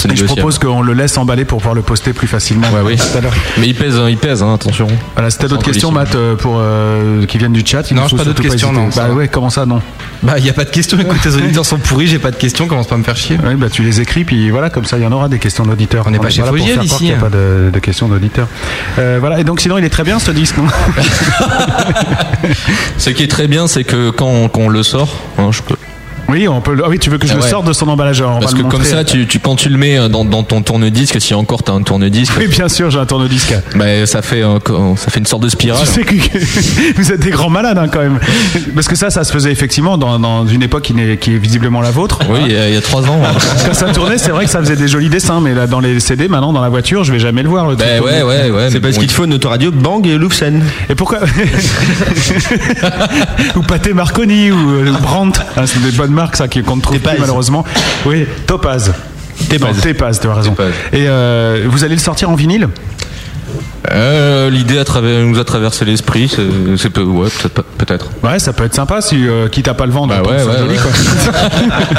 Speaker 4: c'est
Speaker 2: Et je
Speaker 4: négociable.
Speaker 2: propose qu'on le laisse emballer pour pouvoir le poster plus facilement.
Speaker 4: Ouais, oui.
Speaker 2: Tout à l'heure.
Speaker 4: Mais il pèse, hein, il pèse, hein, attention.
Speaker 2: Voilà, si t'as d'autres
Speaker 4: Sans
Speaker 2: questions, Matt, euh, pour, euh, qui viennent du chat, il
Speaker 5: Non,
Speaker 2: ne
Speaker 5: j'ai
Speaker 2: faut
Speaker 5: pas d'autres
Speaker 2: surtout
Speaker 5: questions,
Speaker 2: hésiter.
Speaker 5: non, ça
Speaker 2: Bah
Speaker 5: va.
Speaker 2: ouais, comment ça, non
Speaker 5: Bah, il n'y a pas de question, écoute, tes auditeurs sont pourris, j'ai pas de question, commence pas à me faire chier.
Speaker 2: Oui, bah tu les écris, puis voilà, comme ça, il y en aura des questions d'auditeurs.
Speaker 5: On n'est pas chez
Speaker 2: là pour
Speaker 5: Fogiel
Speaker 2: faire croire
Speaker 5: ici,
Speaker 2: qu'il n'y a
Speaker 5: hein.
Speaker 2: pas de, de questions d'auditeurs. Euh, voilà, et donc sinon, il est très bien ce disque, non
Speaker 4: Ce qui est très bien, c'est que quand on, qu'on le sort, hein, je peux.
Speaker 2: Oui, on peut. le- Ah oui, tu veux que je
Speaker 4: Ah
Speaker 2: le
Speaker 4: ouais.
Speaker 2: sorte de son emballage alors on
Speaker 4: Parce
Speaker 2: va
Speaker 4: que
Speaker 2: le
Speaker 4: comme
Speaker 2: montrer.
Speaker 4: ça, tu, tu- quand tu le mets euh, dans, dans ton tourne-disque, si encore t'as un tourne-disque,
Speaker 2: Oui, bien sûr, j'ai un tourne-disque.
Speaker 4: bah, ça fait un co- ça fait une sorte de
Speaker 2: Tu
Speaker 4: spirale.
Speaker 2: sais que que vous êtes des grands malades hein, quand même. Parce que ça, ça se faisait effectivement dans, dans une époque qui, n'est- qui est visiblement la vôtre.
Speaker 4: Oui, il y, a- il y a trois ans. hein.
Speaker 2: Quand ça tournait, c'est vrai que ça faisait des jolis dessins, mais là, dans les CD, maintenant, dans la voiture, je vais jamais le voir. Le truc
Speaker 4: Ben ouais, ouais, ouais.
Speaker 3: C'est
Speaker 4: mais
Speaker 3: parce
Speaker 4: bon,
Speaker 3: qu'il te faut une autoradio Bang et Lufsen.
Speaker 2: Et pourquoi Ou Pathé Marconi ou euh, Brandt, hein, c'est des bonnes marque, ça, qui- qu'on ne trouve plus, malheureusement. Oui, Topaz.
Speaker 4: Topaz.
Speaker 2: Non, Topaz, tu as raison.
Speaker 4: Topaz.
Speaker 2: Et euh, vous allez le sortir en vinyle
Speaker 4: Euh, L'idée à travers- nous a traversé l'esprit, c'est- c'est peu- ouais, peut-être pas- peut-être.
Speaker 2: Ouais, ça peut être sympa si euh, quitte à pas le vendre.
Speaker 4: Bah
Speaker 2: autant
Speaker 4: ouais,
Speaker 2: que ce soit
Speaker 4: ouais,
Speaker 2: joli,
Speaker 4: ouais.
Speaker 2: quoi.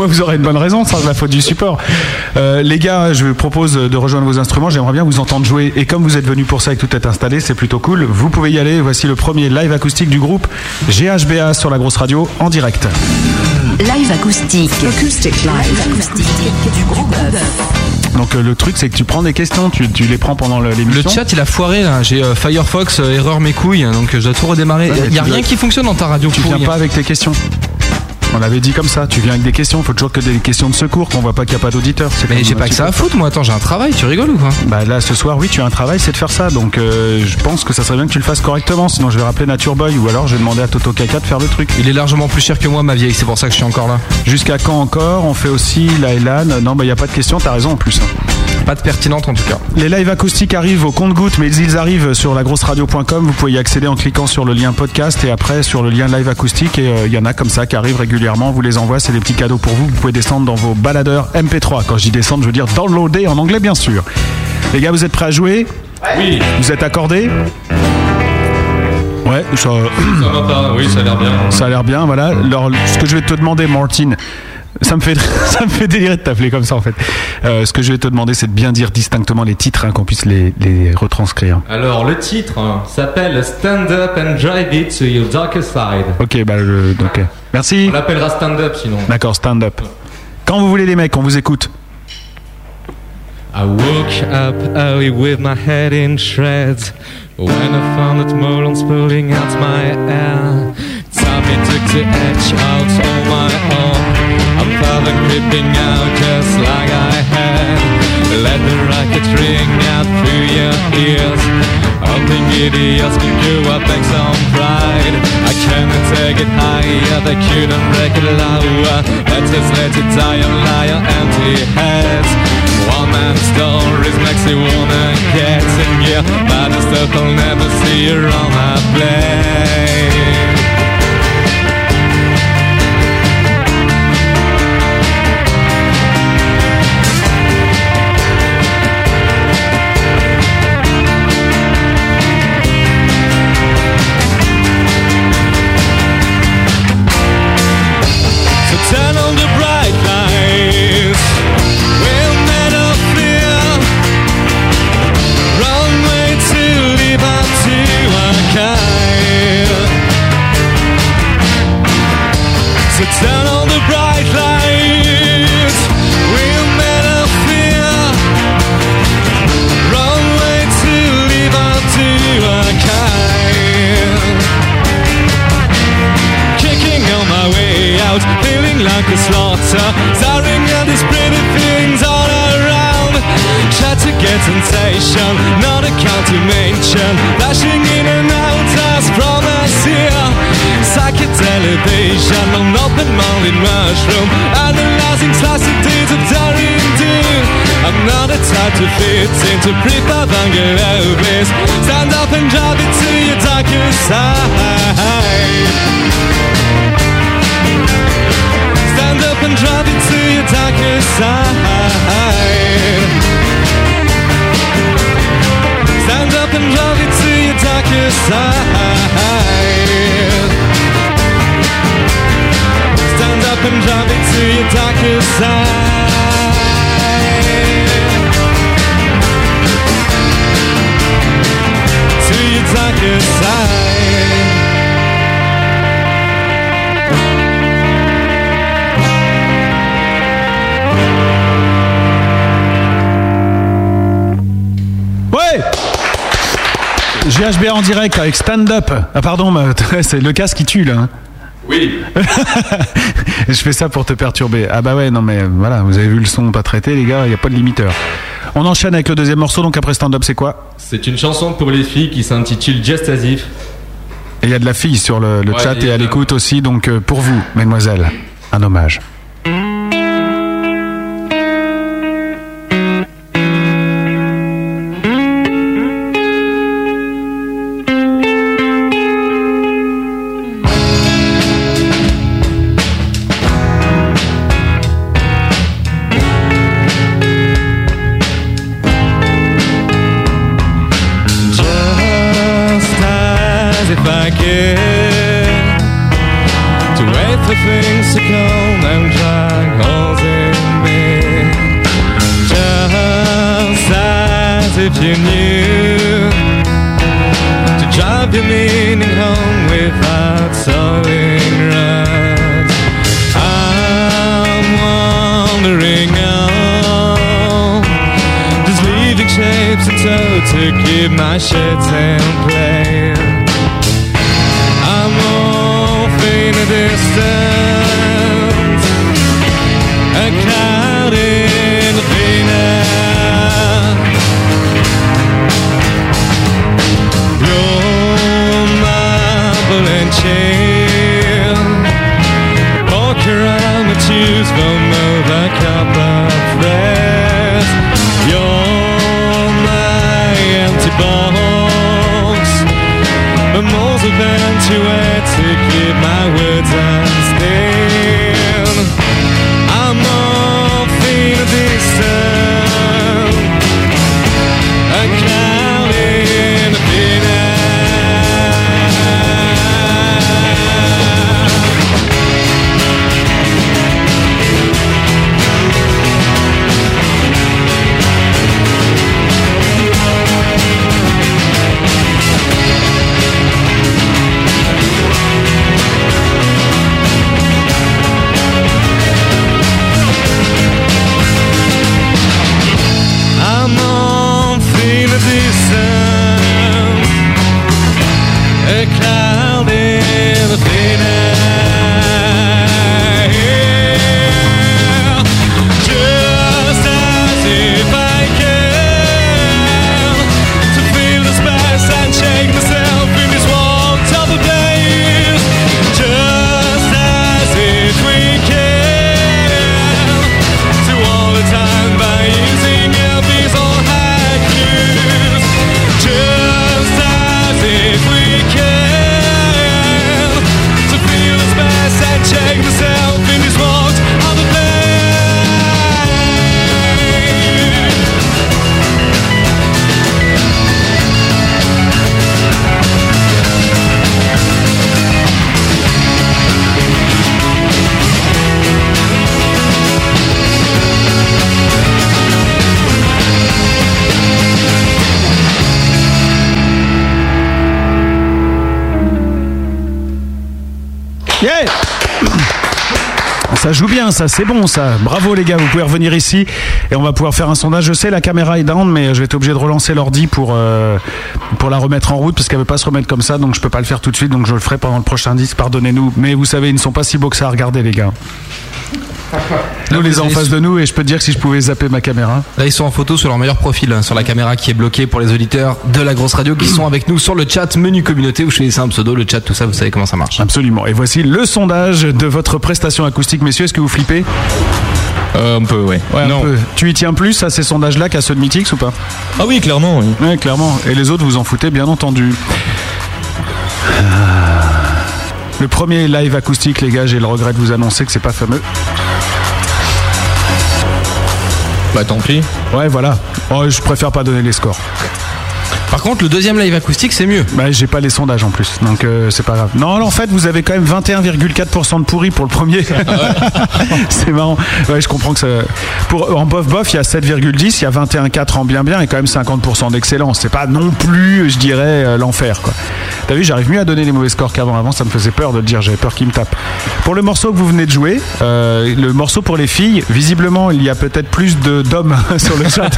Speaker 2: Ouais, vous aurez une bonne raison, ça, la faute du support. Euh, les gars, je vous propose de rejoindre vos instruments. J'aimerais bien vous entendre jouer. Et comme vous êtes venus pour ça et que tout est installé, c'est plutôt cool. Vous pouvez y aller. Voici le premier live acoustique du groupe GHBA sur la grosse radio en direct.
Speaker 6: Live acoustique. Acoustic live. Acoustique du groupe
Speaker 2: Donc euh, le truc, c'est que tu prends des questions, tu, tu les prends pendant le-
Speaker 5: Le
Speaker 2: l'émission.
Speaker 5: chat il a foiré là, j'ai euh, Firefox, euh, erreur mes couilles, donc euh, je dois tout redémarrer.
Speaker 2: Ouais, mais
Speaker 5: Il y a
Speaker 2: tu
Speaker 5: rien
Speaker 2: dois-
Speaker 5: qui fonctionne dans ta radio
Speaker 2: Tu viens
Speaker 5: pourrie.
Speaker 2: pas avec tes questions. On avait dit comme ça, tu viens avec des questions, faut toujours que des questions de secours, qu'on voit pas qu'il n'y a pas d'auditeur.
Speaker 5: Mais j'ai pas que ça à foutre moi, attends, j'ai un travail, tu rigoles ou quoi
Speaker 2: Bah là ce soir oui tu as un travail c'est de faire ça donc euh, je pense que ça serait bien que tu le fasses correctement sinon je vais rappeler Nature Boy ou alors je vais demander à Toto Kaka de faire le truc.
Speaker 5: Il est largement plus cher que moi ma vieille, c'est pour ça que je suis encore là.
Speaker 2: Jusqu'à quand encore On fait aussi la Elan. Non bah y a pas de question, t'as raison en plus.
Speaker 5: Pas de pertinente en tout cas.
Speaker 2: Les lives acoustiques arrivent au compte-gouttes, mais ils arrivent sur lagrosseradio.com. Vous pouvez y accéder en cliquant sur le lien podcast et après sur le lien live acoustique. Et euh, il y en a comme ça qui arrivent régulièrement. On Vous les envoie, c'est des petits cadeaux pour vous. Vous pouvez descendre dans vos baladeurs MP3. Quand je dis descendre, je veux dire downloader en anglais, bien sûr. Les gars, vous êtes prêts à jouer Oui. Vous êtes accordés Ouais, ça,
Speaker 4: Ça va pas, oui, ça a l'air bien.
Speaker 2: ça a l'air bien, voilà. Alors, ce que je vais te demander, Martin, ça me fait, ça me fait délirer de t'appeler comme ça, en fait. Euh, ce que je vais te demander, c'est de bien dire distinctement les titres, hein, qu'on puisse les, les retranscrire.
Speaker 10: Alors, le titre hein, s'appelle Stand Up and Drive It to Your Darker Side.
Speaker 2: Ok, bah, je- ok. Merci.
Speaker 10: On l'appellera Stand Up sinon.
Speaker 2: D'accord, stand up. Quand vous voulez, les mecs, on vous écoute.
Speaker 10: I woke up early with my head in shreds. When I found that Merlin's pulling out my hair, Tommy took the edge out on my own. I'm further creeping out just like I had. Let the rocket ring out through your ears. Only idiots can do what makes on pride. I cannot take it higher, they couldn't break it lower. Let's just let it die on liar empty heads. One man stories makes you wanna get in gear But the stuff I'll never see you on my plane So turn on the bright lights We're men of fear Wrong way to live and to archive So turn on the bright lights We're men of fear Wrong way to live and to archive Kicking on my way out, feeling like a slaughter. Staring at these pretty things all around. Try to get sensation, not a count to mention. Dashing in and out as from us here. Psychic television, an open minded mushroom. Analyzing slicing deeds of daring do. I'm not a type to fit into prefab and globes. Stand up and drive it to your darker side. Stand up and drive it to your darker side. Stand up and drive it to your darker side. Stand up and drive it to your darker side. To your darker side.
Speaker 2: Ouais GHB en direct avec stand up. Ah, pardon, mais- c'est le casque qui tue, là. hein.
Speaker 4: Oui.
Speaker 2: Je fais ça pour te perturber. Ah bah ouais, non mais voilà, vous avez vu le son pas traité, les gars, il n'y a pas de limiteur. On enchaîne avec le deuxième morceau, donc après stand-up, c'est quoi
Speaker 10: C'est une chanson pour les filles qui s'intitule Just As If.
Speaker 2: Et il y a de la fille sur le, le
Speaker 10: Ouais,
Speaker 2: chat
Speaker 10: il y
Speaker 2: et
Speaker 10: a
Speaker 2: à
Speaker 10: de-
Speaker 2: l'écoute aussi, donc euh, pour vous, mesdemoiselles, un hommage.
Speaker 10: bicycle and drag holding me Just as if you knew To drive your meaning home without sawing rust I'm wandering on Just leaving shapes and so to keep my shit in place I'm off in the distance, a cloud in the peanut. Your marble and chain, walk around the tubes from over cup of press. You're my empty box. But more's a venture to keep my words unstained. I'm off in a distance, a cloud in a I'm on thin distance, a cloud in the thin air. Just as if I can to feel the space and shake myself in these walls of the days. Just as if we can to all the time by using LBs or haikus. Just as if we can to feel as best and check myself in these walls on the plane.
Speaker 2: Ça joue bien, ça, c'est bon, ça. Bravo les gars, vous pouvez revenir ici et on va pouvoir faire un sondage. Je sais, la caméra est down, mais je vais être obligé de relancer l'ordi pour, euh, pour la remettre en route parce qu'elle ne veut pas se remettre comme ça, donc je peux pas le faire tout de suite, donc je le ferai pendant le prochain disque, pardonnez-nous. Mais vous savez, ils ne sont pas si beaux que ça à regarder, les gars. Nous, les gens en face de nous, et je peux te dire que si je pouvais zapper ma caméra.
Speaker 5: Là, ils sont en photo sur leur meilleur profil, hein, sur la caméra qui est bloquée pour les auditeurs de la grosse radio qui sont avec nous sur le chat menu communauté. Vous choisissez un pseudo, le chat, tout ça, vous savez comment ça marche.
Speaker 2: Absolument. Et voici le sondage de votre prestation acoustique, messieurs. Est-ce que vous flippez
Speaker 4: Un peu, Euh, ouais.
Speaker 2: un
Speaker 4: Non.
Speaker 2: peu. Tu y tiens plus à ces sondages-là qu'à ceux de Mythix ou pas
Speaker 4: Ah oui, clairement, oui.
Speaker 2: Ouais, clairement. Et les autres, vous en foutez, bien entendu. Euh, Le premier live acoustique, les gars, j'ai le regret de vous annoncer que c'est pas fameux.
Speaker 4: Bah tant pis.
Speaker 2: Ouais, voilà. Oh, je préfère pas donner les scores.
Speaker 5: Par contre, le deuxième live acoustique, c'est mieux.
Speaker 2: Bah, j'ai pas les sondages en plus, donc euh, c'est pas grave. Non, alors, en fait, vous avez quand même 21,4% de pourri pour le premier. c'est marrant. Ouais, je comprends que ça. Pour, en bof-bof, il y a 7,10, il y a 21,4 en bien-bien et quand même 50% d'excellence. C'est pas non plus, je dirais, euh, l'enfer, quoi. T'as vu, j'arrive mieux à donner les mauvais scores qu'avant. Avant, ça me faisait peur de le dire, j'avais peur qu'il me tape. Pour le morceau que vous venez de jouer, euh, le morceau pour les filles, visiblement, il y a peut-être plus de d'hommes sur le chat.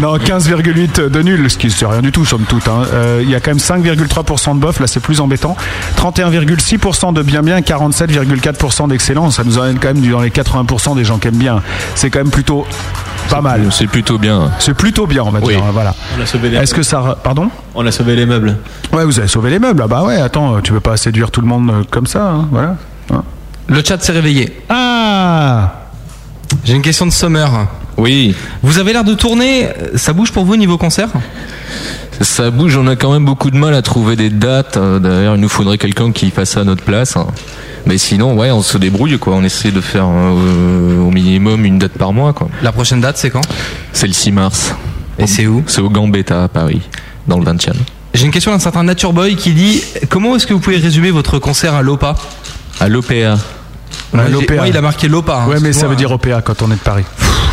Speaker 2: Non, 15,8 de nul, ce qui c'est rien du tout, somme toute. hein. Euh, Il y a quand même 5,3% de bof, là c'est plus embêtant. 31,6% de bien bien, 47,4% d'excellence. Ça nous emmène quand même dans les 80% des gens qui aiment bien. C'est quand même plutôt pas mal.
Speaker 4: C'est plutôt bien.
Speaker 2: C'est plutôt bien, on va dire.
Speaker 4: Oui.
Speaker 2: hein, Voilà.
Speaker 11: On a sauvé les,
Speaker 2: Est-ce que ça. Pardon
Speaker 11: on a sauvé les meubles.
Speaker 2: Ouais, vous avez sauvé les meubles. Ah bah ouais, attends, tu peux pas séduire tout le monde euh, comme ça, hein, voilà. Hein.
Speaker 5: Le chat s'est réveillé.
Speaker 2: Ah
Speaker 5: J'ai une question de Summer.
Speaker 4: Oui.
Speaker 5: Vous avez l'air de tourner, euh, ça bouge pour vous niveau concert
Speaker 4: Ça bouge, on a quand même beaucoup de mal à trouver des dates. euh, D'ailleurs, il nous faudrait quelqu'un qui fasse ça à notre place. hein. Mais sinon, ouais, on se débrouille, quoi. On essaie de faire euh, au minimum une date par mois, quoi.
Speaker 5: La prochaine date, c'est quand
Speaker 4: C'est le 6 mars.
Speaker 5: Et c'est où
Speaker 4: C'est au Gambetta à Paris, dans le 20 e
Speaker 5: J'ai une question d'un certain Nature Boy qui dit Comment est-ce que vous pouvez résumer votre concert à l'OPA
Speaker 4: À l'OPA.
Speaker 2: Ouais, Ouais, l'OPA.
Speaker 5: ouais, il a marqué l'OPA. hein,
Speaker 2: ouais, mais ça
Speaker 5: c'est toi,
Speaker 2: veut
Speaker 5: hein.
Speaker 2: dire OPA quand on est de Paris.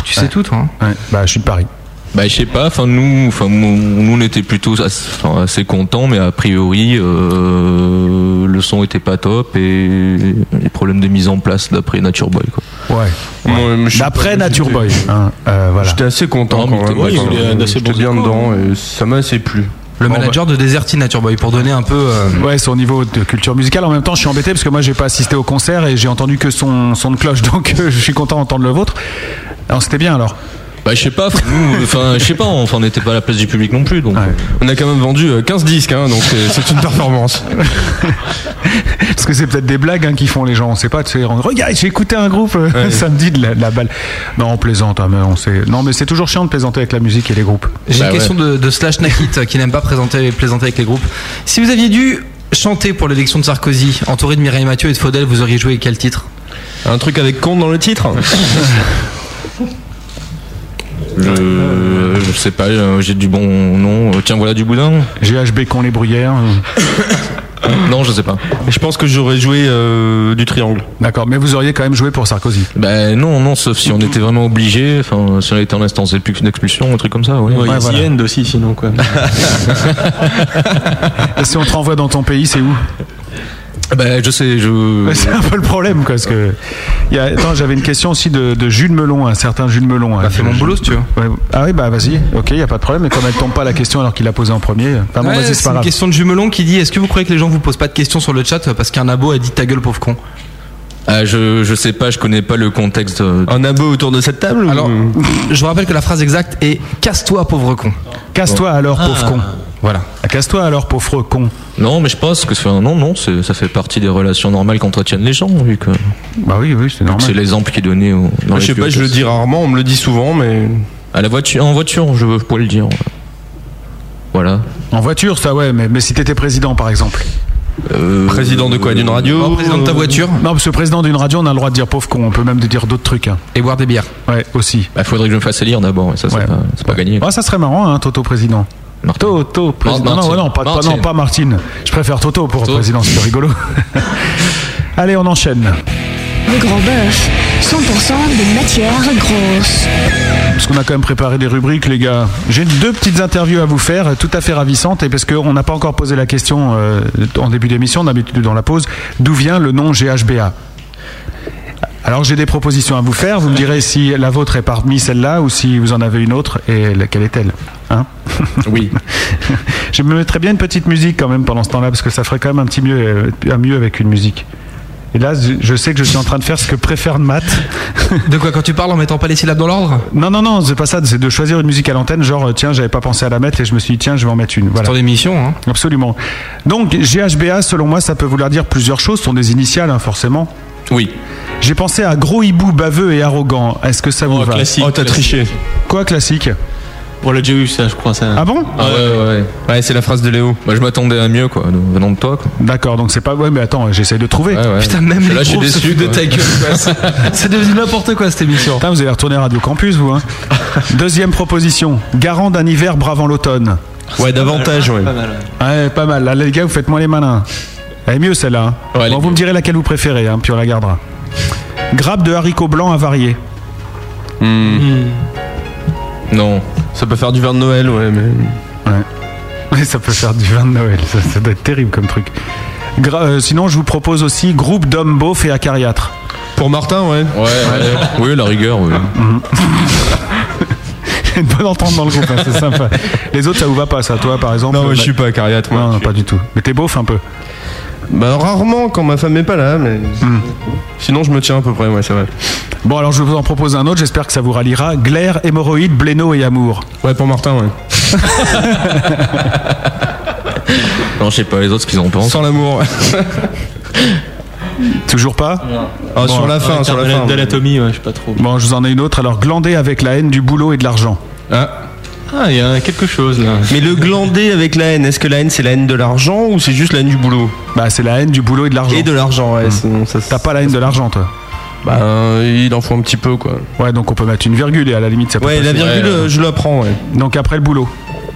Speaker 5: Tu sais tout, toi. hein.
Speaker 2: Ouais, bah, je suis de Paris.
Speaker 4: Bah, je sais pas, enfin, nous, enfin, nous, nous, on était plutôt assez, enfin, assez contents, mais a priori, euh, le son était pas top et les problèmes de mise en place d'après Nature Boy, quoi.
Speaker 2: Ouais.
Speaker 3: Moi, je suis
Speaker 2: D'après
Speaker 3: pas-
Speaker 2: Nature
Speaker 3: j'étais-
Speaker 2: Boy. hein, euh, voilà.
Speaker 3: J'étais assez content
Speaker 4: Bah. Non, mais
Speaker 3: quand même.
Speaker 4: t'es- ouais,
Speaker 3: Enfin,
Speaker 4: il est un assez hein.
Speaker 3: J'étais
Speaker 4: bon
Speaker 3: bien dedans et ça m'a assez plu.
Speaker 5: Le manager de Deserti Nature Boy, pour donner un peu. euh,
Speaker 2: bah. Ouais, son niveau de culture musicale. En même temps, je suis embêté parce que moi, j'ai pas assisté au concert et j'ai entendu que son son de cloche. Donc, euh, je suis content d'entendre le vôtre. Alors, c'était bien alors.
Speaker 4: Bah, je sais pas, enfin, nous, enfin, je sais pas, enfin, on n'était pas à la place du public non plus, donc.
Speaker 3: On a quand même vendu euh, 15 disques, hein, donc c'est- c'est une performance.
Speaker 2: Parce que c'est peut-être des blagues hein, qui font les gens. On sait pas. Tu sais, on- regarde, j'ai écouté un groupe euh, samedi de la, de la balle. Non, on plaisante. hein, mais on sait. Non, mais c'est toujours chiant de plaisanter avec la musique et les groupes.
Speaker 5: J'ai
Speaker 4: Bah
Speaker 5: une
Speaker 4: ouais.
Speaker 5: question de, de Slash Nakit euh, qui n'aime pas présenter, plaisanter avec les groupes. Si vous aviez dû chanter pour l'élection de Sarkozy, entouré de Mireille Mathieu et de Faudel, vous auriez joué quel titre
Speaker 3: Un truc avec con dans le titre
Speaker 4: Je, je sais pas, euh, j'ai du bon nom. Euh, Tiens, voilà du boudin
Speaker 2: GHB con les bruyères. euh.
Speaker 4: Non, je sais pas.
Speaker 3: Je pense que j'aurais joué euh, du triangle.
Speaker 2: D'accord. Mais vous auriez quand même joué pour Sarkozy.
Speaker 4: Ben non, non, sauf si on était vraiment obligé, enfin, si on était en instance d'expulsion, un truc comme ça, oui.
Speaker 2: Ouais,
Speaker 4: Ouais,
Speaker 2: voilà.
Speaker 3: aussi, sinon quoi.
Speaker 2: Et si on te renvoie dans ton pays, c'est où
Speaker 4: Ben je sais, je.
Speaker 2: Ouais, C'est un peu le problème, quoi, parce que. il y a- Attends, j'avais une question aussi de, de Jules Melon, un certain Jules Melon. hein.
Speaker 5: Bah, Fais mon boulot si tu veux.
Speaker 2: Ouais. Ah oui, bah vas-y, ok, il n'y a pas de problème, mais comme elle tombe pas la question alors qu'il l'a posée en premier, enfin bon,
Speaker 5: Ouais,
Speaker 2: vas-y, c'est
Speaker 5: c'est
Speaker 2: pas
Speaker 5: une
Speaker 2: grave.
Speaker 5: question de Jumelon qui dit Est-ce que vous croyez que les gens vous posent pas de questions sur le chat euh, parce qu'un abo a dit ta gueule pauvre con
Speaker 4: Ah, je, je sais pas, je connais pas le contexte. euh,
Speaker 3: Un abo autour de cette table
Speaker 5: Alors, je vous rappelle que la phrase exacte est Casse-toi pauvre con. Ah.
Speaker 2: Casse-toi alors, pauvre con.
Speaker 5: Voilà.
Speaker 2: Ah, Casse-toi alors, pauvre con.
Speaker 4: Non, mais je pense que c'est un- non, non, c'est- ça fait partie des relations normales qu'entretiennent les gens, vu que
Speaker 2: Bah oui, oui, c'est
Speaker 4: c'est
Speaker 2: normal.
Speaker 4: l'exemple qui est donné. Au, dans
Speaker 3: Je
Speaker 4: les
Speaker 3: sais pas, je le
Speaker 4: publications.
Speaker 3: dis rarement, on me le dit souvent, mais.
Speaker 4: À la voiture, en voiture, je veux pas le dire. Voilà.
Speaker 2: En voiture, ça, ouais, mais, mais si t'étais président, par exemple.
Speaker 4: Euh,
Speaker 3: Président de quoi D'une radio
Speaker 5: Bon, Oh, président de ta voiture
Speaker 2: Non, parce que président d'une radio, on a le droit de dire pauvre con, on peut même dire d'autres trucs. hein.
Speaker 5: et boire des bières.
Speaker 2: Ouais, aussi.
Speaker 4: Bah, faudrait que je me fasse élire d'abord, et ça, c'est
Speaker 2: Ouais.
Speaker 4: pas, c'est pas gagné.
Speaker 2: Ouais, ça serait marrant, hein, Toto président.
Speaker 4: Martin.
Speaker 2: Toto président.
Speaker 4: Martine.
Speaker 2: Non, ouais, non, pas, pas-
Speaker 4: Martine.
Speaker 2: non, pas Martine. Je préfère Toto pour
Speaker 4: Toto.
Speaker 2: président, c'est plus rigolo. Allez, on enchaîne.
Speaker 6: Le grand bœuf, 100% de matière grosse.
Speaker 2: Parce qu'on a quand même préparé des rubriques, les gars. J'ai deux petites interviews à vous faire, euh, tout à fait ravissantes, et parce qu'on n'a pas encore posé la question euh, en début d'émission, d'habitude dans la pause, d'où vient le nom GHBA alors j'ai des propositions à vous faire, vous me direz si la vôtre est parmi celles-là ou si vous en avez une autre et laquelle est-elle hein
Speaker 4: Oui.
Speaker 2: Je me mettrais bien une petite musique quand même pendant ce temps-là parce que ça ferait quand même un petit mieux, euh, un mieux avec une musique. Et là je je sais que je suis en train de faire ce que préfère Matt.
Speaker 5: De quoi Quand tu parles en mettant pas les syllabes dans l'ordre
Speaker 2: Non, non, non, c'est pas ça, c'est de choisir une musique à l'antenne, genre, euh, tiens, j'avais pas pensé à la mettre et je me suis dit, tiens, je vais en mettre une. Voilà.
Speaker 5: Ton émission, hein.
Speaker 2: Absolument. Donc, GHBA, selon moi, ça peut vouloir dire plusieurs choses, ce sont des initiales, hein, forcément.
Speaker 4: Oui.
Speaker 2: J'ai pensé à gros hibou baveux et arrogant. Est-ce que ça vous va
Speaker 3: Oh, t'as triché.
Speaker 2: Quoi, classique
Speaker 11: On l'a déjà eu ça, je crois. Ça.
Speaker 2: Ah bon
Speaker 4: Ah, ouais, ouais, ouais.
Speaker 3: Ouais, c'est la phrase de Léo.
Speaker 4: Bah, je m'attendais à mieux, quoi, de- venant de toi, quoi.
Speaker 2: D'accord, donc c'est pas. Ouais, mais attends, j'essaie de trouver.
Speaker 4: Ouais, ouais.
Speaker 5: Putain, même les
Speaker 4: Là, je suis
Speaker 5: gros se
Speaker 4: déçu,
Speaker 5: foutent de
Speaker 4: quoi.
Speaker 5: ta gueule. quoi. C'est- C'est devenu n'importe quoi cette émission.
Speaker 2: Putain, vous allez retourner à Radio Campus, vous. Hein. Deuxième proposition garant d'un hiver bravant l'automne.
Speaker 3: Ouais, davantage, ouais.
Speaker 2: Ouais, pas mal. Là, les gars, vous faites moins les malins. Elle est mieux celle-là. hein.
Speaker 4: Ouais, elle est
Speaker 2: Bon, vous me direz laquelle vous préférez, hein, puis on la gardera. Grappe de haricots blancs avariés.
Speaker 4: Hmm. Non.
Speaker 3: Ça peut faire du vin de Noël, ouais, mais.
Speaker 2: Ouais, ça peut faire du vin de Noël, ça, ça doit être terrible comme truc. Gra- euh, sinon, je vous propose aussi groupe d'hommes beaufs et acariâtres.
Speaker 3: Pour Martin, ouais.
Speaker 4: Ouais, ouais. oui, la rigueur, oui.
Speaker 2: Mhm. Une bonne entente dans le groupe, hein, c'est sympa. Les autres, ça vous va pas, ça Toi, par exemple
Speaker 3: Non,
Speaker 2: euh,
Speaker 3: ouais, je suis pas acariate, moi.
Speaker 2: Non, non, pas du tout. Mais t'es beauf un peu.
Speaker 3: Bah, rarement quand ma femme est pas là, mais. Sinon, je me tiens à peu près, ouais, ça va.
Speaker 2: Hmm. Bon, alors je vous en propose un autre, j'espère que ça vous ralliera. Glaire, hémorroïde, bléno et amour.
Speaker 3: Ouais, pour Martin, ouais.
Speaker 4: Non, je sais pas les autres ce qu'ils en pensent.
Speaker 3: Sans l'amour.
Speaker 2: Toujours pas
Speaker 3: Ah, sur la fin, sur la fin.
Speaker 11: D'anatomie, ouais, je sais pas trop.
Speaker 2: Bon, je vous en ai une autre. Alors, glander avec la haine du boulot et de l'argent.
Speaker 3: Ah.
Speaker 11: Ah, il y a quelque chose là.
Speaker 3: Mais le glander avec la haine, est-ce que la haine c'est la haine de l'argent ou c'est juste la haine du boulot
Speaker 2: Bah, c'est la haine du boulot et de l'argent. Hmm.
Speaker 3: Et de l'argent, ouais. sinon ça-
Speaker 2: T'as pas la haine de l'argent, toi
Speaker 3: Bah, il en faut un petit peu, quoi.
Speaker 2: Ouais, donc on peut mettre une virgule et à la limite, ça peut
Speaker 3: Ouais, la
Speaker 2: passer.
Speaker 3: virgule, euh, je la prends, ouais.
Speaker 2: Donc après le boulot.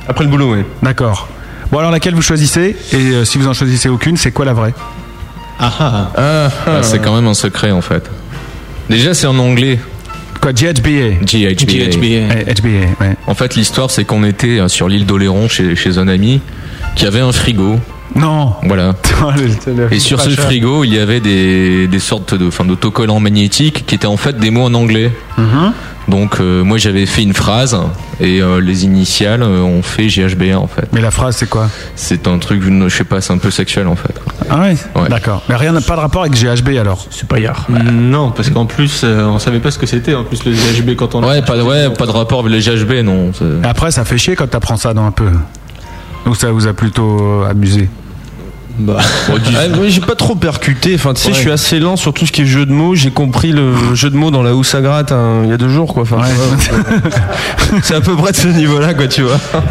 Speaker 3: Après le boulot, ouais.
Speaker 2: D'accord. Bon alors laquelle vous choisissez et euh, si vous en choisissez aucune, c'est quoi la vraie
Speaker 4: Ah, c'est quand même un secret en fait. Déjà, c'est en anglais.
Speaker 2: Quoi, GHBA
Speaker 4: GHBA. En fait, l'histoire, c'est qu'on était euh, sur l'île d'Oléron chez, chez un ami qui avait un frigo.
Speaker 2: Non
Speaker 4: Voilà.
Speaker 2: le
Speaker 4: Et sur ce
Speaker 2: pas cher.
Speaker 4: frigo, il y avait des, des sortes de, enfin, d'autocollants magnétiques qui étaient en fait des mots en anglais.
Speaker 2: Mhm.
Speaker 4: Donc, euh, moi, j'avais fait une phrase et euh, les initiales euh, ont fait GHBA en fait.
Speaker 2: Mais la phrase, c'est quoi
Speaker 4: C'est un truc, je sais pas, c'est un peu sexuel en fait.
Speaker 2: Ah ouais, D'accord. Mais rien n'a pas de rapport avec GHB alors C'est pas hier.
Speaker 11: Non, parce qu'en plus, euh, on savait pas ce que c'était. En plus, le GHB quand on.
Speaker 4: Ouais, pas, de- ouais, pas de rapport avec les GHB, non. c'est-
Speaker 2: Après, ça fait chier quand t'apprends ça dans un peu. Ou ça vous a plutôt euh, amusé
Speaker 3: Bah, j'ai pas trop percuté. Enfin, tu sais,
Speaker 2: Ouais.
Speaker 3: je suis assez lent sur tout ce qui est jeu de mots. J'ai compris le jeu de mots dans la housse à gratte hein, il y a deux jours, quoi. Enfin, tu vois, c'est à peu près de ce niveau-là, quoi, tu vois.
Speaker 11: Ah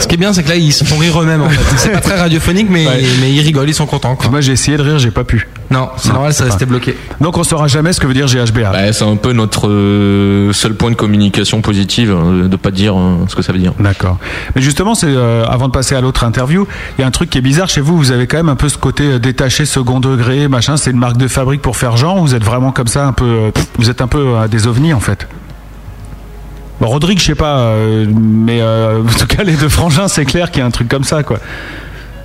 Speaker 5: Ce qui est bien, c'est que là, ils se font rire eux-mêmes. En fait. C'est pas très radiophonique, mais, mais ils rigolent, ils sont contents. Quoi.
Speaker 2: Moi, j'ai essayé de rire, j'ai pas pu.
Speaker 5: Non, c'est
Speaker 2: Non,
Speaker 5: normal,
Speaker 2: c'est
Speaker 5: ça
Speaker 2: pas.
Speaker 5: restait bloqué.
Speaker 2: Donc, on saura jamais ce que veut dire GHBA.
Speaker 4: Bah, c'est un peu notre euh, seul point de communication positive, euh, de pas dire euh, ce que ça veut dire.
Speaker 2: D'accord. Mais justement, c'est euh, avant de passer à l'autre interview, il y a un truc qui est bizarre chez vous. Vous avez quand même un peu ce côté euh, détaché, second degré, machin. C'est une marque de fabrique pour faire genre. ou Vous êtes vraiment comme ça, un peu. euh, pff, vous êtes un peu euh, des ovnis en fait. Bon, Rodrigue, je sais pas, euh, mais euh, en tout cas, les deux frangins, c'est clair qu'il y a un truc comme ça, quoi.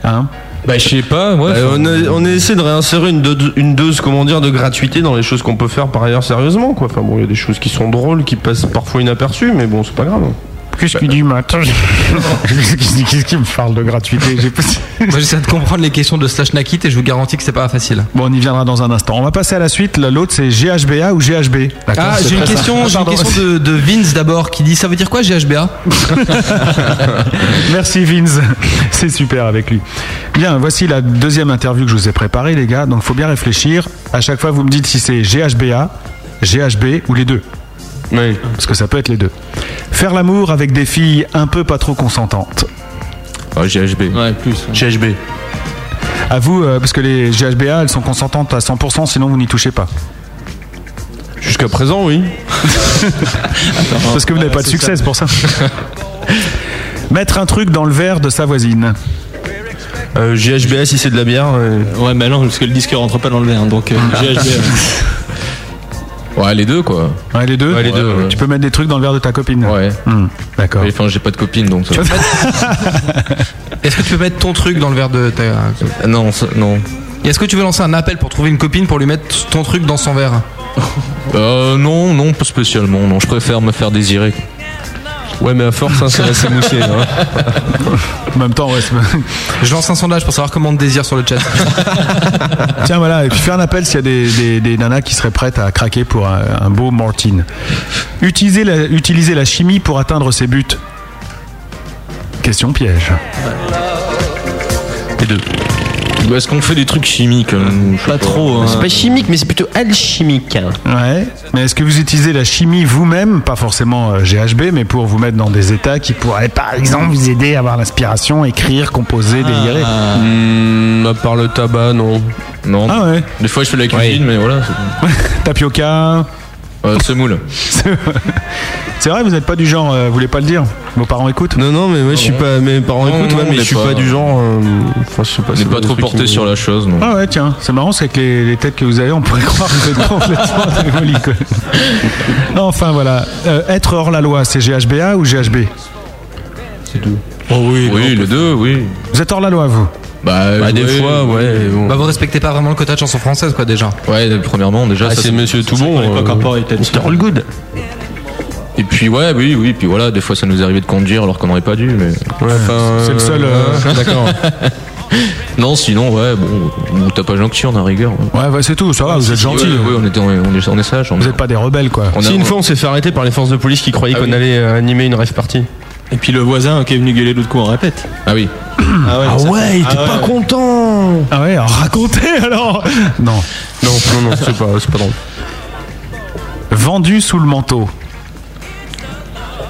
Speaker 2: Hein
Speaker 4: Bah, je sais pas, ouais.
Speaker 3: Bah, on, a, on a essayé de réinsérer une, do- une dose, comment dire, de gratuité dans les choses qu'on peut faire par ailleurs sérieusement, quoi. Enfin bon, il y a des choses qui sont drôles, qui passent parfois inaperçues, mais bon, c'est pas grave.
Speaker 2: Qu'est-ce qu'il dit maintenant Qu'est-ce qu'il me parle de gratuité J'ai pas-
Speaker 5: Moi, j'essaie de comprendre les questions de Slash Nakit et je vous garantis que c'est pas facile.
Speaker 2: Bon, on y viendra dans un instant. On va passer à la suite. Là, L'autre, c'est GHBA ou GHB D'accord,
Speaker 5: Ah,
Speaker 2: c'est
Speaker 5: j'ai une
Speaker 2: très simple.
Speaker 5: question,
Speaker 2: Ah,
Speaker 5: j'ai une
Speaker 2: pardon.
Speaker 5: question de, de Vince d'abord qui dit ça veut dire quoi GHBA
Speaker 2: Merci Vince, c'est super avec lui. Bien, voici la deuxième interview que je vous ai préparée, les gars. Donc, faut bien réfléchir. À chaque fois, vous me dites si c'est GHBA, GHB ou les deux.
Speaker 3: Oui.
Speaker 2: Parce que ça peut être les deux. Faire l'amour avec des filles un peu pas trop consentantes.
Speaker 4: Ah, GHB.
Speaker 11: Ouais, plus. ouais.
Speaker 3: GHB.
Speaker 2: À vous, euh, parce que les GHBA, elles sont consentantes à 100%, sinon vous n'y touchez pas.
Speaker 3: Jusqu'à présent, oui.
Speaker 2: Parce que vous n'avez pas de succès, c'est pour ça. Mettre un truc dans le verre de sa voisine.
Speaker 3: Euh, GHBA si c'est de la bière. euh,
Speaker 11: Ouais, mais non, parce que le disque rentre pas dans le verre, donc euh, GHB. ouais.
Speaker 4: Ouais, les deux, quoi.
Speaker 2: Ouais, les deux
Speaker 3: Ouais, les deux, ouais.
Speaker 2: Tu peux mettre des trucs dans le verre de ta copine.
Speaker 4: Ouais.
Speaker 2: Hmm, D'accord.
Speaker 4: Mais, Enfin, j'ai pas de copine, donc. ça-
Speaker 5: Est-ce que tu peux mettre ton truc dans le verre
Speaker 2: euh,
Speaker 5: de ta.
Speaker 4: Non, ça- non.
Speaker 5: Et Est-ce que tu veux lancer un appel pour trouver une copine pour lui mettre ton truc dans son verre
Speaker 4: Euh, non, non, pas spécialement. Non, je préfère me faire désirer.
Speaker 3: Ouais, mais à force, hein, ça va s'émousser. hein.
Speaker 2: En même temps, ouais, c'est pas-
Speaker 5: Je lance un sondage pour savoir comment on te désire sur le chat.
Speaker 2: Tiens, voilà, et puis fais un appel s'il y a des, des- des nanas qui seraient prêtes à craquer pour un, un beau Martin. Utiliser la, utiliser la chimie pour atteindre ses buts. Question piège.
Speaker 4: Les deux. Est-ce qu'on fait des trucs chimiques euh, je sais
Speaker 11: Pas trop. hein.
Speaker 12: C'est pas chimique, mais c'est plutôt alchimique.
Speaker 2: Ouais. Mais est-ce que vous utilisez la chimie vous-même, pas forcément euh, GHB, mais pour vous mettre dans des états qui pourraient, par exemple, vous aider à avoir l'inspiration, écrire, composer, délirer
Speaker 11: Ah,
Speaker 3: Hmm, à part le tabac, non.
Speaker 4: Non.
Speaker 2: Ah ouais.
Speaker 4: Des fois, je fais la cuisine, mais voilà. c'est-
Speaker 2: Tapioca.
Speaker 4: Euh, semoule.
Speaker 2: C'est vrai, vous n'êtes pas du genre, euh, vous voulez pas le dire Vos parents écoutent
Speaker 3: Non, non, mais moi, je suis pas. Mes parents
Speaker 4: Ah Non,
Speaker 3: écoutent, ouais, mais
Speaker 4: non, on
Speaker 3: je
Speaker 4: est
Speaker 3: suis
Speaker 4: pas-
Speaker 3: pas, du genre. euh, Enfin, je sais pas.
Speaker 4: On
Speaker 3: c'est
Speaker 4: n'est pas
Speaker 3: le
Speaker 4: trop
Speaker 3: truc qui
Speaker 4: porté
Speaker 3: me-
Speaker 4: sur la chose, non.
Speaker 2: Ah ouais, tiens, c'est marrant, c'est que les, les têtes que vous avez, on pourrait croire que vous êtes complètement démolis, quoi. Non, Enfin voilà, Euh, être hors la loi, c'est GHBA ou GHB
Speaker 3: Oh
Speaker 4: oui, les deux, oui.
Speaker 2: Vous êtes hors la loi, vous
Speaker 4: Bah,
Speaker 3: Bah, des
Speaker 4: ouais.
Speaker 3: fois, ouais. bon.
Speaker 5: Bah vous respectez pas vraiment le quota de chanson française quoi déjà.
Speaker 4: Ouais, premièrement, déjà,
Speaker 3: Ah,
Speaker 4: ça,
Speaker 3: c'est
Speaker 4: c'est-
Speaker 3: monsieur tout
Speaker 11: à l'époque,
Speaker 3: bon.
Speaker 11: encore, il était-
Speaker 3: Mr. Allgood.
Speaker 4: Et puis, ouais, oui, oui. Puis voilà, des fois, ça nous arrivait de conduire alors qu'on n'aurait pas dû, mais.
Speaker 2: C'est le seul. euh,
Speaker 3: D'accord.
Speaker 4: Non, sinon, ouais, bon, on tape à nocturne, à rigueur. ouais.
Speaker 2: Ouais, ouais, c'est tout, ça va, vous êtes gentil.
Speaker 4: Oui, oui, on, était, on, est, on est- on est sage. on-
Speaker 2: Vous n'êtes pas des rebelles, quoi.
Speaker 4: on a-
Speaker 3: Si une fois on s'est fait arrêter par les forces de police qui croyaient
Speaker 4: Ah
Speaker 3: qu'on
Speaker 4: oui.
Speaker 3: allait euh, animer une rave party.
Speaker 11: Et puis le voisin qui est venu gueuler l'autre coup, on répète.
Speaker 4: Ah oui.
Speaker 11: Ah ouais, ça-
Speaker 3: il était
Speaker 11: pas
Speaker 3: content
Speaker 2: Ah ouais, alors racontez alors Non.
Speaker 3: Non, non, non, c'est pas, c'est pas drôle.
Speaker 2: Vendu sous le manteau.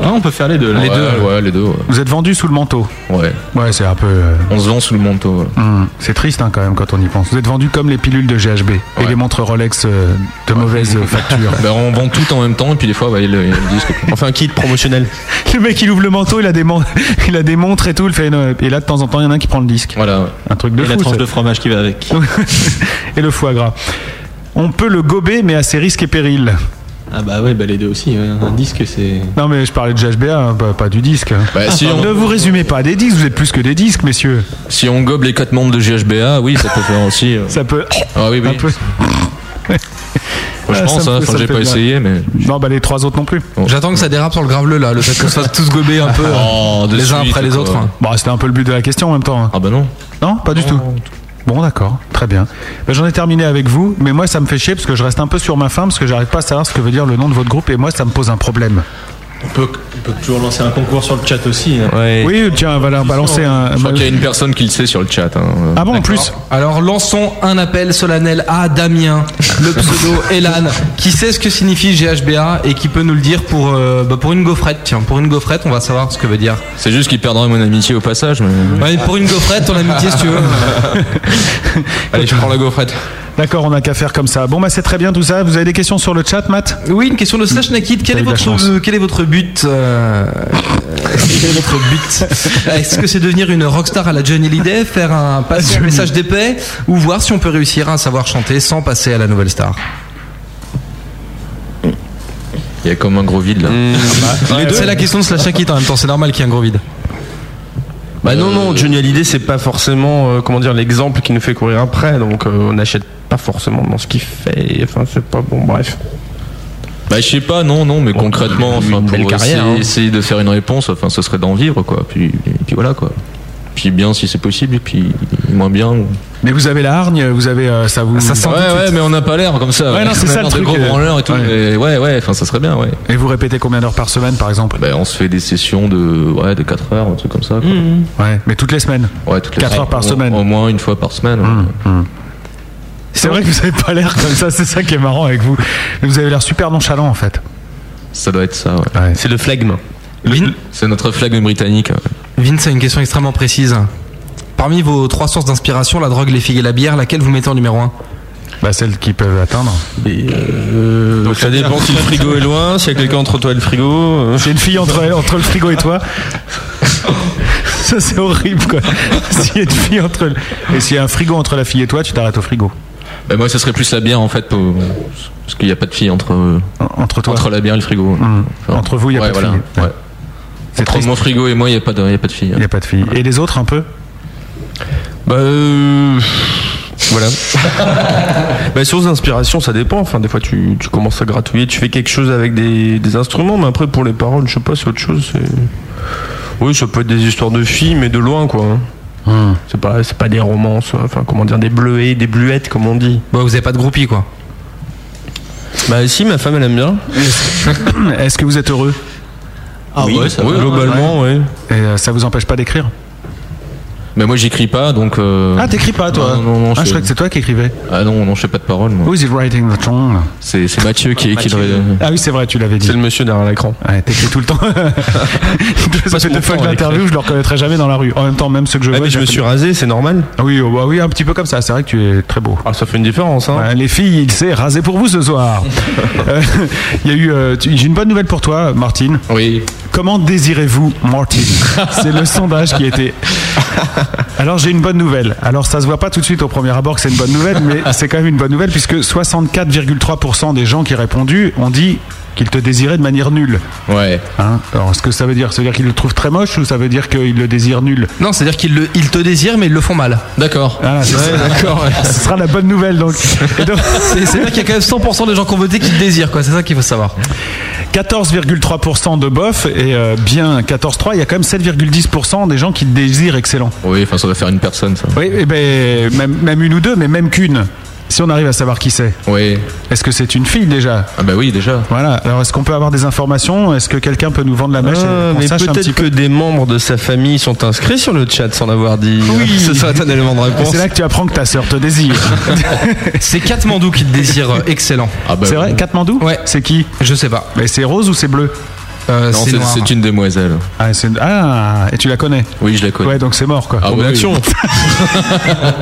Speaker 4: Ah, on peut faire les deux. Là.
Speaker 2: Les
Speaker 4: Ouais,
Speaker 2: deux.
Speaker 4: Ouais, les deux. ouais.
Speaker 2: Vous êtes vendu sous le manteau
Speaker 4: Ouais.
Speaker 2: Ouais, c'est un peu.
Speaker 4: On se vend sous le manteau.
Speaker 2: Hum, c'est triste hein, quand même quand on y pense. Vous êtes vendu comme les pilules de GHB et les montres Rolex euh, de mauvaise facture.
Speaker 4: Ben, on vend tout en même temps et puis des fois ouais, ils, le- ils le disent que-
Speaker 2: Enfin, un kit promotionnel. Le mec, il ouvre le manteau, il a des, man- il a des montres et tout. Il fait une- Et là, de temps en temps, il y en a un qui prend le disque.
Speaker 4: Voilà.
Speaker 2: Un truc de
Speaker 4: Et la
Speaker 2: fou,
Speaker 4: tranche
Speaker 2: ça.
Speaker 4: de fromage qui va avec.
Speaker 2: et le foie gras. On peut le gober, mais à ses risques et périls.
Speaker 4: Ah bah ouais, bah les deux aussi. ouais. Un disque c'est.
Speaker 2: Non, mais je parlais de GHBA, hein, pas, pas du disque. hein.
Speaker 4: Bah, si,
Speaker 2: pardon.
Speaker 4: on-
Speaker 2: Ne vous résumez pas à des disques, vous êtes plus que des disques, messieurs.
Speaker 4: Si on gobe les quatre membres de GHBA, oui, ça peut faire aussi. euh.
Speaker 2: Ça peut.
Speaker 4: Ah oui, oui.
Speaker 2: Un peu.
Speaker 4: je
Speaker 2: Ah,
Speaker 4: pense,
Speaker 2: ça me
Speaker 4: hein,
Speaker 2: fait-
Speaker 4: enfin,
Speaker 2: ça me
Speaker 4: j'ai
Speaker 2: fait
Speaker 4: pas
Speaker 2: bien.
Speaker 4: essayé, mais.
Speaker 2: Non, bah les trois autres non plus.
Speaker 5: J'attends que ça dérape sur le graveleux là, le fait qu'on se fasse tous gober un peu hein.
Speaker 4: Oh, de
Speaker 5: les uns
Speaker 4: suite,
Speaker 5: après les
Speaker 4: quoi.
Speaker 5: autres. hein.
Speaker 2: Bon, Bah, c'était un peu le but de la question en même temps. hein.
Speaker 4: Ah bah non.
Speaker 2: Non, pas du tout. Bon, d'accord, très bien. Ben, J'en ai terminé avec vous, mais moi ça me fait chier parce que je reste un peu sur ma fin parce que j'arrive pas à savoir ce que veut dire le nom de votre groupe et moi ça me pose un problème.
Speaker 4: On peut, on peut toujours lancer un concours sur le chat aussi. hein.
Speaker 2: Oui, tiens, on va leur balancer hein. un. bah
Speaker 4: Je crois qu'il y a une personne qui le sait sur le chat. hein.
Speaker 2: Ah bon, en
Speaker 4: D'accord.
Speaker 2: plus
Speaker 5: Alors lançons un appel solennel à Damien, le pseudo Elan, qui sait ce que signifie GHBA et qui peut nous le dire pour, euh, bah, pour une gaufrette. Tiens, pour une gaufrette, on va savoir ce que veut dire.
Speaker 4: C'est juste qu'il perdra mon amitié au passage. Mais...
Speaker 5: Ouais, pour une gaufrette, ton amitié si tu veux.
Speaker 4: Allez, je prends la gaufrette.
Speaker 2: D'accord, on n'a qu'à faire comme ça. Bon, bah c'est très bien tout ça. Vous avez des questions sur le chat, Matt
Speaker 5: Oui, une question de Slash Nakid. Quel,
Speaker 2: T'as
Speaker 5: est
Speaker 2: eu de la
Speaker 5: votre,
Speaker 2: chance.
Speaker 5: euh, quel est votre but euh, Quel est votre but Est-ce que c'est devenir une rockstar à la Johnny Hallyday, faire un, passer un message d'épais ou voir si on peut réussir à savoir chanter sans passer à la nouvelle star
Speaker 4: Il y a comme un gros vide là.
Speaker 2: Ah bah,
Speaker 5: Les deux, Mm. Mmh. C'est la question de Slash Nakid en même temps, c'est normal qu'il y ait un gros vide.
Speaker 3: Bah non, non, Johnny Hallyday, c'est pas forcément euh, comment dire l'exemple qui nous fait courir après, donc euh, on n'achète pas forcément dans ce qu'il fait. Enfin, c'est pas bon, bref.
Speaker 4: Bah je sais pas, non, non, mais concrètement, enfin, pour
Speaker 3: belle carrière,
Speaker 4: essayer,
Speaker 3: hein.
Speaker 4: essayer de faire une réponse, enfin, ce serait d'en vivre, quoi. Puis, et puis voilà, quoi. Puis bien si c'est possible, et puis moins bien. ou-
Speaker 2: Mais vous avez la hargne, vous avez. euh, ça vous.
Speaker 4: ouais, ouais, mais on n'a pas l'air comme ça.
Speaker 2: Ouais, non, c'est
Speaker 4: On a
Speaker 2: ça
Speaker 4: l'air
Speaker 2: le
Speaker 4: de
Speaker 2: truc,
Speaker 4: gros
Speaker 2: euh,
Speaker 4: branleurs et tout.
Speaker 2: ouais.
Speaker 4: mais ouais, ouais, enfin, ça serait bien, ouais.
Speaker 2: Et vous répétez combien d'heures par semaine, par exemple
Speaker 4: Bah, on se fait des sessions de, ouais, de 4 heures, un truc comme ça, quoi.
Speaker 2: Ouais, mais toutes les semaines.
Speaker 4: Ouais, toutes les
Speaker 2: Quatre
Speaker 4: semaines.
Speaker 2: heures par
Speaker 4: Au-
Speaker 2: semaine. Mm,
Speaker 4: Au moins une fois par semaine. ouais.
Speaker 2: C'est vrai que vous avez pas l'air comme ça, c'est ça qui est marrant avec vous. Mais vous avez l'air super nonchalant en fait.
Speaker 4: Ça doit être ça, ouais.
Speaker 2: Ouais.
Speaker 3: C'est le flegme.
Speaker 5: Vin-
Speaker 4: C'est notre flag britannique. ouais.
Speaker 5: Vince a une question extrêmement précise. Parmi vos trois sources d'inspiration, la drogue, les filles et la bière, laquelle vous mettez en numéro 1
Speaker 2: Bah, celles qui peuvent atteindre.
Speaker 3: Donc euh, ça dépend si le frigo est loin, s'il y a quelqu'un entre toi et le frigo. euh.
Speaker 2: J'ai une fille entre, elle- entre le frigo et toi. Ça, c'est horrible, quoi. S'il y a une fille entre. le- Et s'il y a un frigo entre la fille et toi, tu t'arrêtes au frigo.
Speaker 4: Bah, moi, ce serait plus la bière, en fait, pour- parce qu'il n'y a pas de fille entre, euh,
Speaker 2: En- Entre toi.
Speaker 4: entre la bière et le frigo.
Speaker 2: Hum.
Speaker 4: Enfin,
Speaker 2: Entre vous, il n'y a
Speaker 4: ouais,
Speaker 2: pas de
Speaker 4: voilà.
Speaker 2: fille.
Speaker 4: Ouais.
Speaker 2: C'est
Speaker 4: Entre
Speaker 2: triste.
Speaker 4: mon frigo et moi, il n'y a, pas de- y a pas de fille. hein.
Speaker 2: Il n'y a pas de fille. Et les autres, un peu
Speaker 3: Bah euh, voilà. bah source d'inspiration, ça dépend. Enfin, des fois tu, tu commences à gratouiller, tu fais quelque chose avec des, des instruments, mais après pour les paroles, je sais pas, c'est autre chose. c'est- Oui, ça peut être des histoires de filles, mais de loin quoi. hein.
Speaker 2: Hmm.
Speaker 3: C'est pas c'est pas des romances. Enfin, comment dire, des bleuets, des bluettes, comme on dit.
Speaker 5: Bon, Vous n'avez pas de groupie quoi.
Speaker 3: Bah si, ma femme elle aime bien.
Speaker 2: Est-ce que vous êtes heureux
Speaker 4: Ah
Speaker 3: oui,
Speaker 4: ouais, ça va.
Speaker 3: globalement, ouais.
Speaker 2: Et euh, ça vous empêche pas d'écrire
Speaker 4: Mais moi, j'écris pas, donc. euh,
Speaker 2: Ah, t'écris pas, toi
Speaker 4: Non, non, non,
Speaker 2: Ah,
Speaker 4: je-
Speaker 2: je crois que c'est toi qui écrivais.
Speaker 4: Ah non, non, je fais pas de parole, moi.
Speaker 2: Who is writing the song
Speaker 4: C'est c'est Mathieu qui, qui le.
Speaker 2: Ah oui, c'est vrai, tu l'avais dit.
Speaker 3: C'est le monsieur derrière l'écran.
Speaker 2: Ouais, t'écris tout le temps.
Speaker 3: passe
Speaker 2: Ça fait
Speaker 3: mon
Speaker 2: deux fois
Speaker 3: temps
Speaker 2: que
Speaker 3: à l'écrire.
Speaker 2: l'interview, je le reconnaîtrai jamais dans la rue. En même temps, même ceux que je
Speaker 3: Ah,
Speaker 2: vois.
Speaker 3: mais je me suis rasé, c'est normal.
Speaker 2: Ah oui, oh, bah oui, un petit peu comme ça. C'est vrai que tu es très beau.
Speaker 3: Ah, ça fait une différence, hein.
Speaker 2: Ouais, les filles, il s'est rasé pour vous ce soir. Euh, Il y a eu. euh, tu- J'ai une bonne nouvelle pour toi, Martine.
Speaker 4: Oui.
Speaker 2: Comment désirez-vous, Martine C'est le sondage qui était. Alors j'ai une bonne nouvelle. Alors ça se voit pas tout de suite au premier abord que c'est une bonne nouvelle, mais c'est quand même une bonne nouvelle puisque 64,3% des gens qui ont répondu ont dit qu'ils te désiraient de manière nulle.
Speaker 4: Ouais.
Speaker 2: Hein Alors ce que ça veut dire, ça veut dire qu'ils le trouvent très moche ou ça veut dire qu'ils le désirent nul
Speaker 5: Non, c'est-à-dire qu'ils le- ils te désirent mais ils le font mal.
Speaker 4: D'accord.
Speaker 2: Voilà, Ah, c'est ça.
Speaker 4: D'accord.
Speaker 2: Ce sera la bonne nouvelle donc. Et donc,
Speaker 5: C'est c'est vrai qu'il y a quand même 100% des gens qui ont voté qui le désirent, quoi. C'est ça qu'il faut savoir.
Speaker 2: 14,3% de bof et euh, bien 14,3, il y a quand même 7,10% des gens qui désirent excellent.
Speaker 4: Oui, enfin, ça doit faire une personne, ça.
Speaker 2: Oui, et ben, même, même une ou deux, mais même qu'une. Si on arrive à savoir qui c'est.
Speaker 4: Oui.
Speaker 2: Est-ce que c'est une fille déjà
Speaker 4: Ah
Speaker 5: ben.
Speaker 4: bah oui, déjà.
Speaker 2: Voilà. Alors est-ce qu'on peut avoir des informations Est-ce que quelqu'un peut nous vendre la mèche
Speaker 3: Ah,
Speaker 5: Euh,
Speaker 2: et Bah, qu'on
Speaker 3: mais
Speaker 2: sache un petit
Speaker 3: peut-être que
Speaker 2: peu
Speaker 3: des membres de sa famille sont inscrits sur le chat sans l'avoir dit.
Speaker 2: Oui. Ah,
Speaker 3: Ce serait un élément de réponse.
Speaker 2: C'est là que tu apprends que ta sœur te désire.
Speaker 5: C'est Katmandou qui te désire euh, excellent.
Speaker 4: Ah bah
Speaker 2: c'est vrai
Speaker 4: oui.
Speaker 2: Katmandou
Speaker 5: Ouais.
Speaker 2: C'est qui
Speaker 5: Je sais pas.
Speaker 2: Mais c'est rose ou c'est bleu
Speaker 5: Euh,
Speaker 4: Non,
Speaker 5: c'est
Speaker 4: c'est
Speaker 5: noir.
Speaker 4: c'est une demoiselle.
Speaker 2: Ah, c'est- ah, et tu la connais
Speaker 4: Oui, je la connais.
Speaker 2: Ouais, donc c'est mort quoi.
Speaker 4: Ah, bah, oui.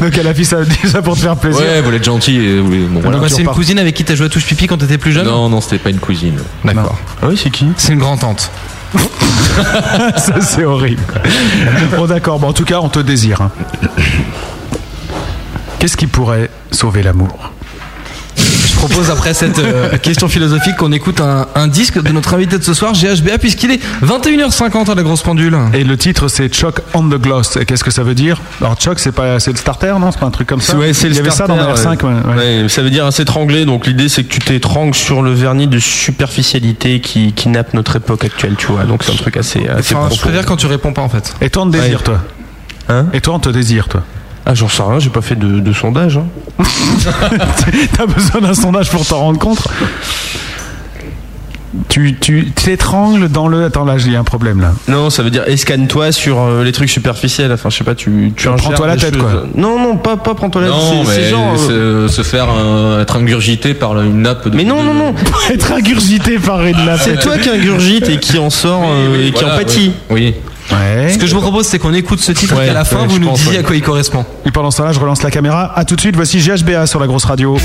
Speaker 2: donc elle a fait ça, ça pour te faire plaisir.
Speaker 4: Ouais, vous l'êtes gentil. Et vous voulez- bon, voilà.
Speaker 5: Donc, c'est une cousine avec qui t'as joué à touche pipi quand t'étais plus jeune
Speaker 4: Non, non, c'était pas une cousine.
Speaker 5: D'accord.
Speaker 2: Ah
Speaker 3: oui, c'est qui
Speaker 5: C'est une grand-tante.
Speaker 2: ça c'est horrible. quoi. Bon d'accord, bon, en tout cas on te désire. hein. Qu'est-ce qui pourrait sauver l'amour
Speaker 5: Je propose après cette euh, question philosophique qu'on écoute un, un disque de notre invité de ce soir, GHBA, puisqu'il est 21h50 à la grosse pendule.
Speaker 2: Et le titre c'est Choc on the Gloss. Et Qu'est-ce que ça veut dire Alors Choc c'est pas c'est le starter non C'est pas un truc comme ça
Speaker 3: Ouais, c'est
Speaker 2: Il
Speaker 3: le
Speaker 2: y avait ça
Speaker 3: starter,
Speaker 2: dans la R5. ouais.
Speaker 3: ouais. Ouais, ça veut dire à s'étrangler. Donc l'idée, c'est que tu t'étrangles sur le vernis de superficialité qui, qui nappe notre époque actuelle, tu vois. Donc c'est un truc assez. assez
Speaker 5: Enfin, je
Speaker 3: profond.
Speaker 5: préfère quand tu réponds pas en fait.
Speaker 2: Et toi on te désire
Speaker 3: Ouais.
Speaker 2: toi
Speaker 3: Hein
Speaker 2: Et toi on te désire toi
Speaker 3: Ah, j'en sais rien, j'ai pas fait de, de sondage. hein.
Speaker 2: T'as besoin d'un sondage pour t'en rendre compte Tu tu t'étrangles dans le attends là j'ai un problème là.
Speaker 3: Non, ça veut dire escanne-toi sur euh, les trucs superficiels. Enfin, je sais pas, tu, tu ingères
Speaker 2: Prends-toi la
Speaker 3: des
Speaker 2: tête
Speaker 3: choses.
Speaker 2: quoi.
Speaker 3: Non, non, pas, pas prends-toi la tête.
Speaker 4: Non,
Speaker 3: c'est-
Speaker 4: mais
Speaker 3: c'est genre.
Speaker 4: se,
Speaker 3: euh,
Speaker 4: se faire euh, être ingurgité par la- une nappe de.
Speaker 3: Mais non, non, non.
Speaker 2: Être ingurgité par Ridlap.
Speaker 3: C'est toi qui ingurgite et qui en sort euh, et qui
Speaker 4: Voilà,
Speaker 3: en pâtit.
Speaker 4: Oui.
Speaker 2: Ouais.
Speaker 5: Ce que je vous propose, c'est qu'on écoute ce titre et
Speaker 3: Ouais,
Speaker 5: qu'à la fin,
Speaker 3: ouais,
Speaker 5: vous
Speaker 3: je
Speaker 5: nous
Speaker 3: pense,
Speaker 5: disiez
Speaker 3: ouais.
Speaker 5: à quoi il correspond.
Speaker 2: Et pendant ce temps-là, je relance la caméra. À tout de suite, voici GHBA sur la grosse radio.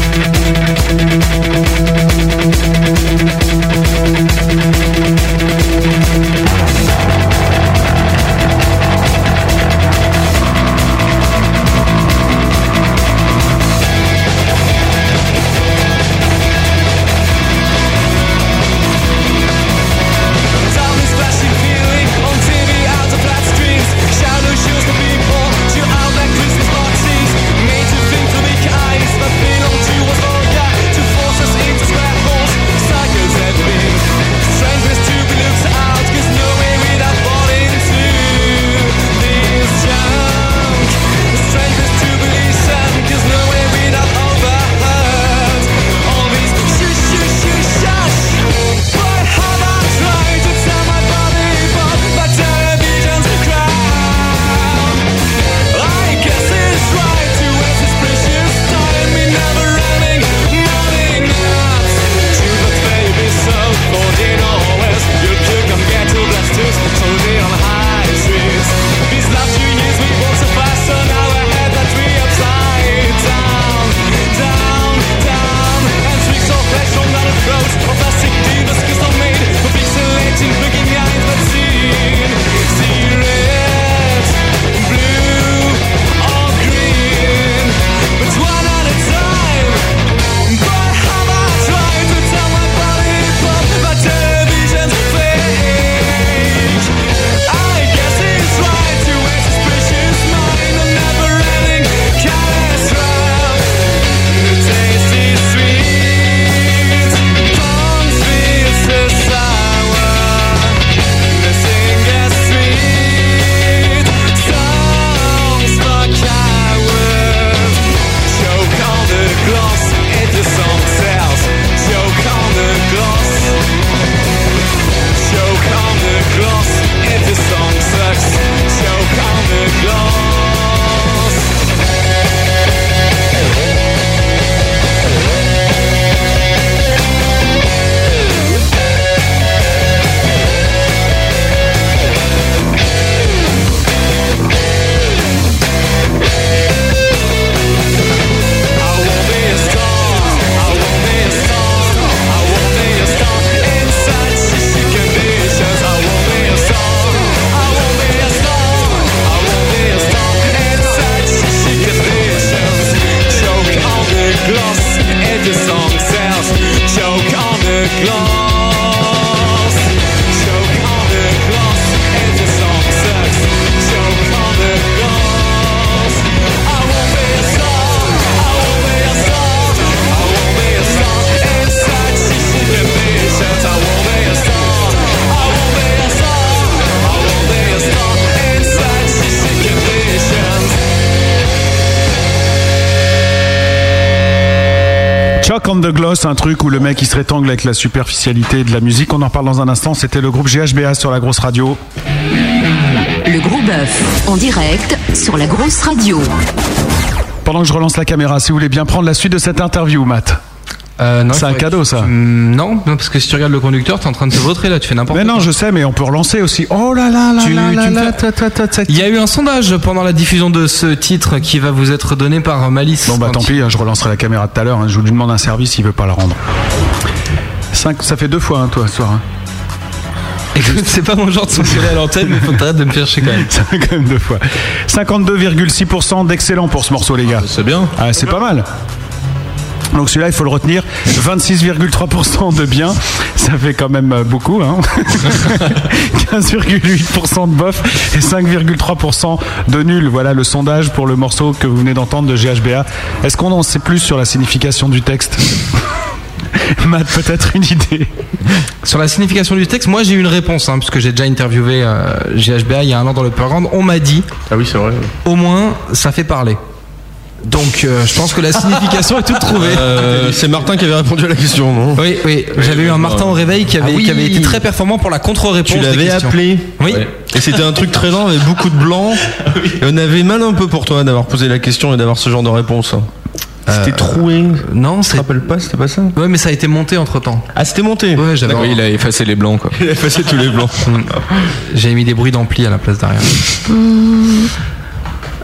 Speaker 2: Choc on the Gloss, un truc où le mec il se rétangle avec la superficialité de la musique. On en parle dans un instant. C'était le groupe GHBA sur la grosse radio.
Speaker 6: Le gros bœuf, en direct sur la grosse radio.
Speaker 2: Pendant que je relance la caméra, si vous voulez bien prendre la suite de cette interview, Matt.
Speaker 5: Euh, non,
Speaker 2: C'est un
Speaker 5: faudrait-
Speaker 2: cadeau, ça.
Speaker 5: Non, non, parce que si tu regardes le conducteur, t'es en train de te vautrer là, tu fais n'importe
Speaker 2: Mais
Speaker 5: quoi.
Speaker 2: non, je sais, mais on peut relancer aussi. Oh là là là
Speaker 5: Tu-
Speaker 2: là
Speaker 5: tu
Speaker 2: là
Speaker 5: me
Speaker 2: là, ta,
Speaker 5: fais-
Speaker 2: ta, ta, ta.
Speaker 5: Il y a eu un sondage pendant la diffusion de ce titre qui va vous être donné par euh, Malice.
Speaker 2: Bon bah tant pis, hein, je relancerai la caméra tout à l'heure. hein, je vous lui demande un service, il veut pas la rendre. Cinq, ça fait deux fois, hein, toi, ce soir. hein.
Speaker 5: Écoute, c'est pas mon genre de censurer à l'antenne, mais faut que t'arrêtes de me faire chier quand même.
Speaker 2: Ça fait quand même deux fois. 52,6% d'excellent pour ce morceau, les gars.
Speaker 11: C'est bien.
Speaker 2: Ah, c'est pas mal. Donc celui-là, il faut le retenir. 26,3% de bien, ça fait quand même euh, beaucoup. Hein 15,8% de bof et 5,3% de nul. Voilà le sondage pour le morceau que vous venez d'entendre de GHBA. Est-ce qu'on en sait plus sur la signification du texte Matt, peut-être une idée.
Speaker 5: Sur la signification du texte, moi j'ai eu une réponse, hein, parce que j'ai déjà interviewé euh, GHBA il y a un an dans le Grande. On m'a dit.
Speaker 3: Ah oui, c'est vrai.
Speaker 5: Au moins, ça fait parler. Donc euh, je pense que la signification est toute trouvée.
Speaker 3: Euh, c'est Martin qui avait répondu à la question, non
Speaker 5: Oui, oui. J'avais eu un Martin au réveil qui avait,
Speaker 3: Ah oui.
Speaker 5: qui avait été très performant pour la contre-réponse.
Speaker 3: Tu
Speaker 5: des
Speaker 3: l'avais
Speaker 5: questions.
Speaker 3: appelé.
Speaker 5: Oui.
Speaker 3: Et c'était un truc très lent avec beaucoup de blanc. Et on avait mal un peu pour toi d'avoir posé la question et d'avoir ce genre de réponse. C'était
Speaker 2: Euh,
Speaker 3: troué.
Speaker 5: Non,
Speaker 3: ça rappelle pas, c'était pas ça.
Speaker 5: Ouais, mais ça a été monté entre temps.
Speaker 3: Ah, c'était monté.
Speaker 5: Ouais, j'avais.
Speaker 11: Oui, il a effacé les blancs, quoi.
Speaker 3: Il a effacé tous les blancs.
Speaker 5: J'avais mis des bruits d'ampli à la place d'arrière.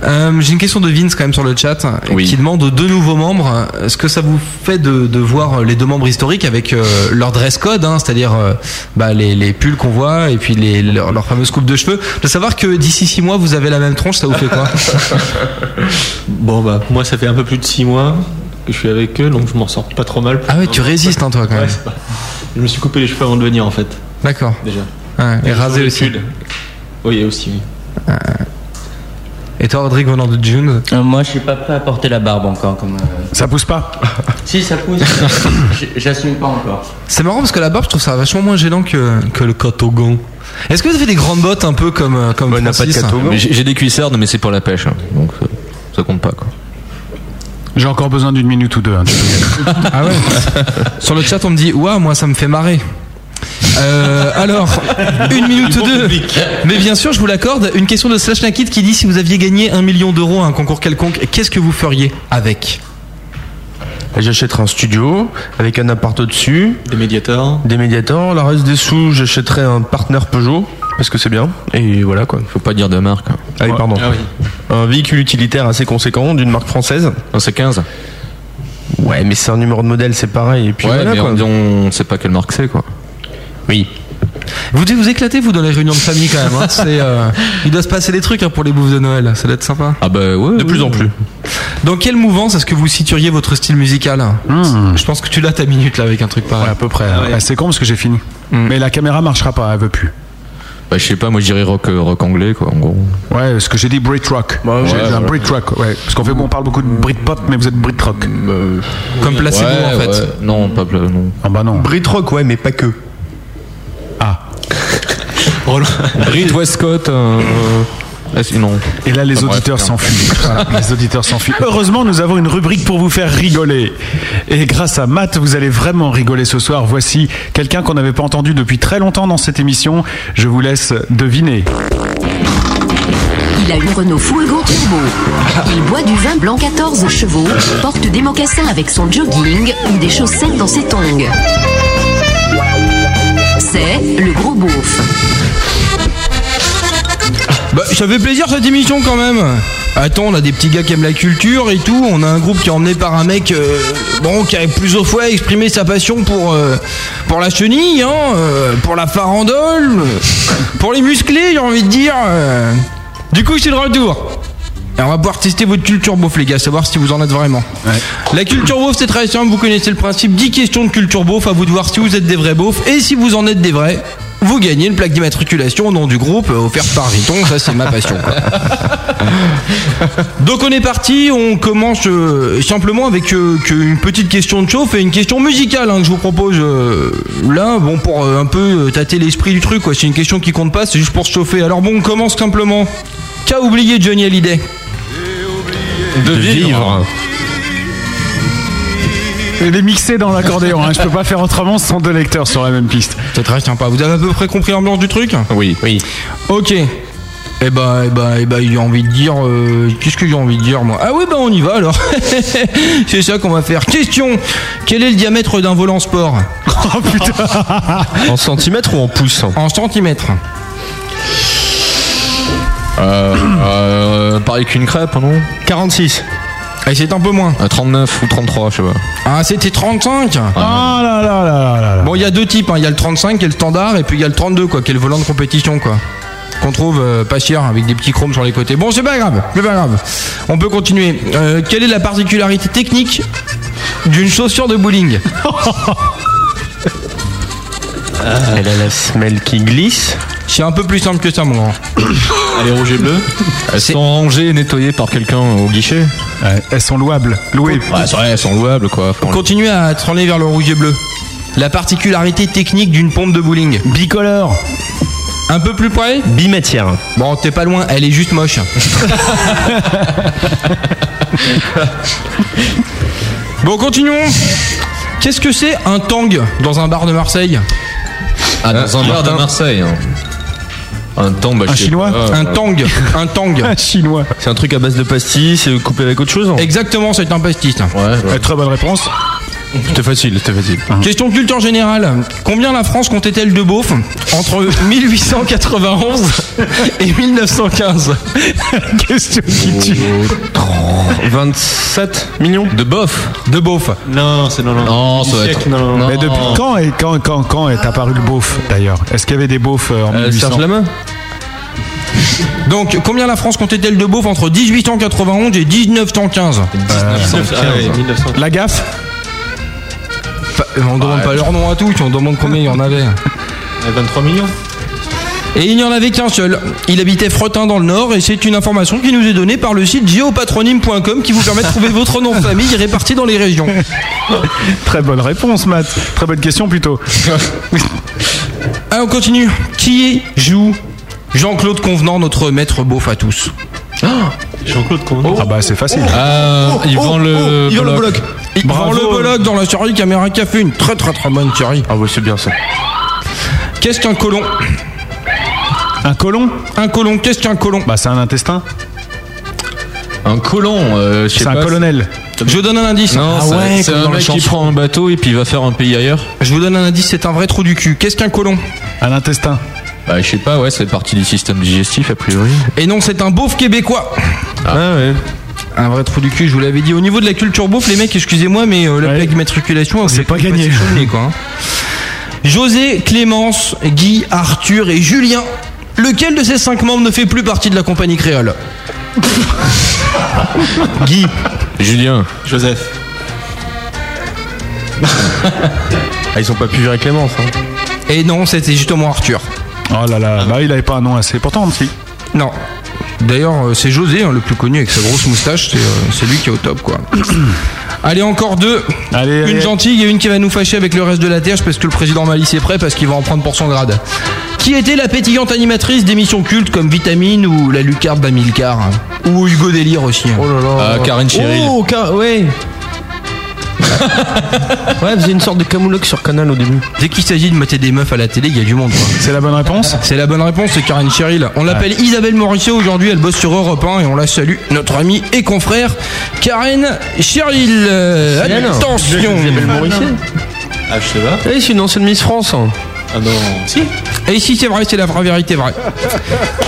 Speaker 5: Euh, J'ai une question de Vince quand même sur le chat euh, qui demande aux deux nouveaux membres euh, ce que ça vous fait de, de voir euh, les deux membres historiques avec euh, leur dress code, hein, c'est-à-dire euh, bah, les, les pulls qu'on voit et puis les, leur, leur fameuse coupe de cheveux. De savoir que d'ici six mois vous avez la même tronche, ça vous fait quoi
Speaker 13: Bon bah moi ça fait un peu plus de 6 mois que je suis avec eux donc je m'en sors pas trop mal.
Speaker 5: Ah ouais, tu résistes hein, toi quand même.
Speaker 13: Ouais, c'est pas- Je me suis coupé les cheveux avant de venir en fait.
Speaker 5: D'accord.
Speaker 13: Déjà.
Speaker 5: Ouais, et
Speaker 13: J'ai
Speaker 5: rasé
Speaker 13: changé
Speaker 5: aussi.
Speaker 13: de pull. Oui aussi oui.
Speaker 5: Et toi, Rodrigue, venant de June
Speaker 14: Euh, Moi, je suis pas prêt à porter la barbe encore. Comme, euh,
Speaker 2: Ça pousse pas
Speaker 14: Si, ça pousse. J- J'assume pas encore.
Speaker 5: C'est marrant parce que la barbe, je trouve ça vachement moins gênant que, que le cotogan. Est-ce que vous avez des grandes bottes un peu comme euh,
Speaker 4: Bah,
Speaker 5: comme Francis
Speaker 3: hein.
Speaker 11: Mais J'ai j'ai des cuissardes, mais c'est pour la pêche. hein. Donc euh, ça compte pas, quoi.
Speaker 2: J'ai encore besoin d'une minute ou deux. hein, tu peux y aller.
Speaker 5: Ah ouais Sur le chat, on me dit Ouah, moi ça me fait marrer. Euh, alors, une minute deux. Mais bien sûr, je vous l'accorde. Une question de Slash Nakid qui dit si vous aviez gagné un million d'euros à un concours quelconque, qu'est-ce que vous feriez avec
Speaker 3: J'achèterai un studio avec un appart au-dessus.
Speaker 13: Des médiateurs.
Speaker 3: Des médiateurs. La reste des sous, j'achèterai un partenaire Peugeot parce que c'est bien. Et voilà quoi.
Speaker 11: Faut pas dire de marque. hein.
Speaker 3: Ah oui, pardon.
Speaker 11: Ah oui.
Speaker 3: Un véhicule utilitaire assez conséquent d'une marque française.
Speaker 11: c'est 15.
Speaker 3: Ouais, mais c'est un numéro de modèle, c'est pareil. Et puis
Speaker 11: ouais,
Speaker 3: voilà,
Speaker 11: mais
Speaker 3: quoi.
Speaker 11: on, on sait pas quelle marque c'est, quoi.
Speaker 3: Oui.
Speaker 5: Vous devez vous éclater, vous, dans les réunions de famille quand même. hein. C'est, euh, il doit se passer des trucs hein, pour les bouffes de Noël. Ça doit être sympa.
Speaker 11: Ah bah ouais.
Speaker 3: De plus en plus.
Speaker 5: Dans quelle mouvance est-ce que vous situeriez votre style musical Je pense que tu l'as ta minute là avec un truc pareil.
Speaker 2: Hmm. à peu près. Ah, c'est con parce que j'ai fini. Mais la caméra marchera pas, elle veut plus.
Speaker 11: Bah, je sais pas, moi je dirais rock, euh, rock anglais, quoi, en gros.
Speaker 2: Ouais, ce que j'ai dit Brit Rock. j'ai
Speaker 11: Bah ouais,
Speaker 2: dit un
Speaker 11: ouais.
Speaker 2: Brit Rock, ouais. Parce qu'en fait, bon, on parle beaucoup de Brit Pop, mais vous êtes Brit Rock.
Speaker 5: Comme placebo,
Speaker 11: Mm, bah, Ouais,
Speaker 5: en fait.
Speaker 11: ouais. Non, pas pla- Euh, non.
Speaker 2: Ah bah non. Ah.
Speaker 3: Brit Rock, ouais, mais pas que.
Speaker 11: Reed Westcott. euh, ah, si, non.
Speaker 2: Et là, les auditeurs s'enfuient. Voilà, les auditeurs s'enfuient. Heureusement, nous avons une rubrique pour vous faire rigoler. Et grâce à Matt, vous allez vraiment rigoler ce soir. Voici quelqu'un qu'on n'avait pas entendu depuis très longtemps dans cette émission. Je vous laisse deviner.
Speaker 6: Il a une Renault Fuego Turbo. Il boit du vin blanc 14 chevaux, porte des mocassins avec son jogging ou des chaussettes dans ses tongs. C'est le gros beauf.
Speaker 5: Bah, ça fait plaisir cette émission quand même. Attends, on a des petits gars qui aiment la culture et tout. On a un groupe qui est emmené par un mec euh, bon qui a plus au fouet exprimé sa passion pour euh, pour la chenille, hein, euh, pour la farandole, euh, pour les musclés, j'ai envie de dire. euh. Du coup, c'est le retour. Et on va pouvoir tester votre culture beauf, les gars, savoir si vous en êtes vraiment. La culture beauf, c'est très simple, vous connaissez le principe. 10 questions de culture beauf, à vous de voir si vous êtes des vrais beaufs. Et si vous en êtes des vrais, vous gagnez une plaque d'immatriculation au nom du groupe, euh, offerte par Viton, ça c'est ma passion. quoi. Donc on est parti, on commence euh, simplement avec euh, que- une petite question de chauffe et une question musicale hein, que je vous propose euh, là, bon pour euh, un peu euh, tâter l'esprit du truc, quoi. c'est une question qui compte pas, c'est juste pour se chauffer. Alors bon, on commence simplement. Qu'a oublié Johnny Hallyday
Speaker 11: De vivre.
Speaker 2: Il est mixé dans l'accordéon. hein. Je peux pas faire autrement sans deux lecteurs sur la même piste.
Speaker 5: C'est très sympa. Vous avez à peu près compris l'ambiance du truc
Speaker 11: Oui.
Speaker 5: Oui. Ok. Eh bah, eh bah, eh bah, j'ai envie de dire. euh, Qu'est-ce que j'ai envie de dire, moi Ah oui, bah, on y va alors. C'est ça qu'on va faire. Question Quel est le diamètre d'un volant sport Oh putain
Speaker 3: En centimètres ou en pouces
Speaker 5: En centimètres.
Speaker 4: Euh, euh, pareil qu'une crêpe, non
Speaker 5: 46.
Speaker 2: Ah,
Speaker 5: Et c'est un peu moins.
Speaker 4: 39 ou 33, je sais pas.
Speaker 5: Ah, c'était 35 Ah là là là là Bon, il y a deux types, hein. il y a le 35 qui est le standard, et puis il y a le 32, quoi, qui est le volant de compétition, quoi. Qu'on trouve euh, pas cher, avec des petits chromes sur les côtés. Bon, c'est pas grave, c'est pas grave. On peut continuer. Euh, quelle est la particularité technique d'une chaussure de bowling
Speaker 3: Elle a la semelle qui glisse.
Speaker 5: C'est un peu plus simple que ça, hein. mon grand.
Speaker 4: Elle est rouge et bleue. Elles sont rangées et nettoyées par quelqu'un au guichet.
Speaker 2: elles sont louables. Louées.
Speaker 4: elles sont louables, quoi. Faut-
Speaker 5: Continuez à tourner vers le rouge et bleu. La particularité technique d'une pompe de bowling. Bicolore. Un peu plus près Bimatière. Bon, t'es pas loin, elle est juste moche. bon, continuons. Qu'est-ce que c'est un tang dans un bar de Marseille
Speaker 4: Ah, dans un bar de Marseille. hein. Un tang, bah, je sais pas.
Speaker 5: Un tang. Un tang. un chinois.
Speaker 3: C'est un truc à base de pastilles, c'est coupé avec autre chose hein
Speaker 5: Exactement, c'est un pastis.
Speaker 3: Ouais, Très bonne réponse. C'était facile, c'était facile.
Speaker 5: Question culture générale. Combien la France comptait-elle de beaufs entre 1891 et 1915 Question culture.
Speaker 3: 27 millions
Speaker 4: De bof
Speaker 5: De bof
Speaker 13: Non, c'est non, non.
Speaker 4: Non,
Speaker 13: ça va être-
Speaker 2: Mais depuis quand est, quand, quand, quand est apparu le beauf d'ailleurs Est-ce qu'il y avait des beaufs euh, en 1800
Speaker 5: Donc, combien la France comptait-elle de beaufs entre 1891 et 1915
Speaker 2: Euh,
Speaker 5: Euh, ah
Speaker 2: Ah La gaffe
Speaker 5: Pas- On demande pas leur nom à tous, on demande combien il y en avait.
Speaker 13: 23 millions.
Speaker 5: Et il n'y en avait qu'un seul. Il habitait Fretin dans le Nord et c'est une information qui nous est donnée par le site geopatronime.com qui vous permet de trouver votre nom de famille réparti dans les régions.
Speaker 2: Très bonne réponse, Matt. Très bonne question plutôt.
Speaker 5: Allez, Ah, on continue. Qui joue Jean-Claude Convenant, notre maître beauf à tous
Speaker 3: Ah
Speaker 13: Jean-Claude Convenant.
Speaker 2: Ah bah c'est
Speaker 3: Oh,
Speaker 2: facile.
Speaker 4: Euh,
Speaker 5: Ah, il
Speaker 4: Yvan Le Bolloc.
Speaker 5: Yvan Le Bolloc dans la série Caméra Café, une très très très bonne série.
Speaker 3: Ah ouais, c'est bien ça.
Speaker 5: Qu'est-ce qu'un colon
Speaker 2: Un colon
Speaker 5: Un colon, qu'est-ce qu'un colon
Speaker 2: Bah c'est un intestin.
Speaker 4: Un colon, euh, je sais
Speaker 2: C'est un
Speaker 4: pas,
Speaker 2: colonel.
Speaker 5: Je vous donne un indice.
Speaker 4: Non,
Speaker 5: Ah
Speaker 4: ça-
Speaker 5: ouais,
Speaker 4: c'est
Speaker 5: comme
Speaker 4: un
Speaker 5: dans la
Speaker 4: mec qui
Speaker 5: chanson.
Speaker 4: prend un bateau et puis il va faire un pays ailleurs.
Speaker 5: Je vous donne un indice, c'est un vrai trou du cul. Qu'est-ce qu'un colon
Speaker 2: Un intestin.
Speaker 4: Bah, je sais pas, ouais, c'est partie du système digestif a priori.
Speaker 5: Et non, c'est un beauf québécois.
Speaker 3: Ah, ouais.
Speaker 5: Un vrai trou du cul, je vous l'avais dit. Au niveau de la culture beauf, les mecs, excusez-moi, mais euh, la plaque d'immatriculation, c'est pas gagné. quoi, hein. José, Clémence, Guy, Arthur et Julien. Lequel de ces cinq membres ne fait plus partie de la compagnie créole Guy.
Speaker 4: Julien.
Speaker 13: Joseph.
Speaker 3: Ah, ils ont pas pu virer Clémence. Hein.
Speaker 5: Et non, c'était justement Arthur.
Speaker 2: Oh là là, bah, il avait pas un nom assez. Pourtant, si.
Speaker 5: Ah. Non. D'ailleurs, euh, c'est José, hein, le plus connu avec sa grosse moustache. C'est, euh, C'est lui qui est au top, quoi. Allez, encore deux.
Speaker 2: Allez,
Speaker 5: une
Speaker 2: allez.
Speaker 5: gentille et une qui va nous fâcher avec le reste de la TH parce que le président Malice est prêt parce qu'il va en prendre pour son grade. Qui était la pétillante animatrice d'émissions cultes comme Vitamine ou La Lucarne d'Amilcar hein Ou Hugo Délire aussi. hein.
Speaker 3: Euh,
Speaker 4: Ah, Karen Cheryl.
Speaker 12: Oh, car... ouais. ouais, faisait une sorte de camoulox sur Canal au début.
Speaker 5: Dès qu'il s'agit de mater des meufs à la télé, il y a du monde. quoi.
Speaker 2: C'est la bonne réponse
Speaker 5: C'est la bonne réponse, c'est Karen Cheryl. On l'appelle Isabelle Mauricio aujourd'hui, elle bosse sur Europe 1 et on la salue, notre amie et confrère Karen Cheryl. Euh,
Speaker 12: Karen
Speaker 5: Attention
Speaker 12: hein. Isabelle Mauricier
Speaker 13: Ah, je sais pas.
Speaker 12: Eh, c'est une ancienne Miss France. hein.
Speaker 13: Ah non. Si.
Speaker 5: Et Eh, si c'est vrai, c'est la vraie vérité vraie.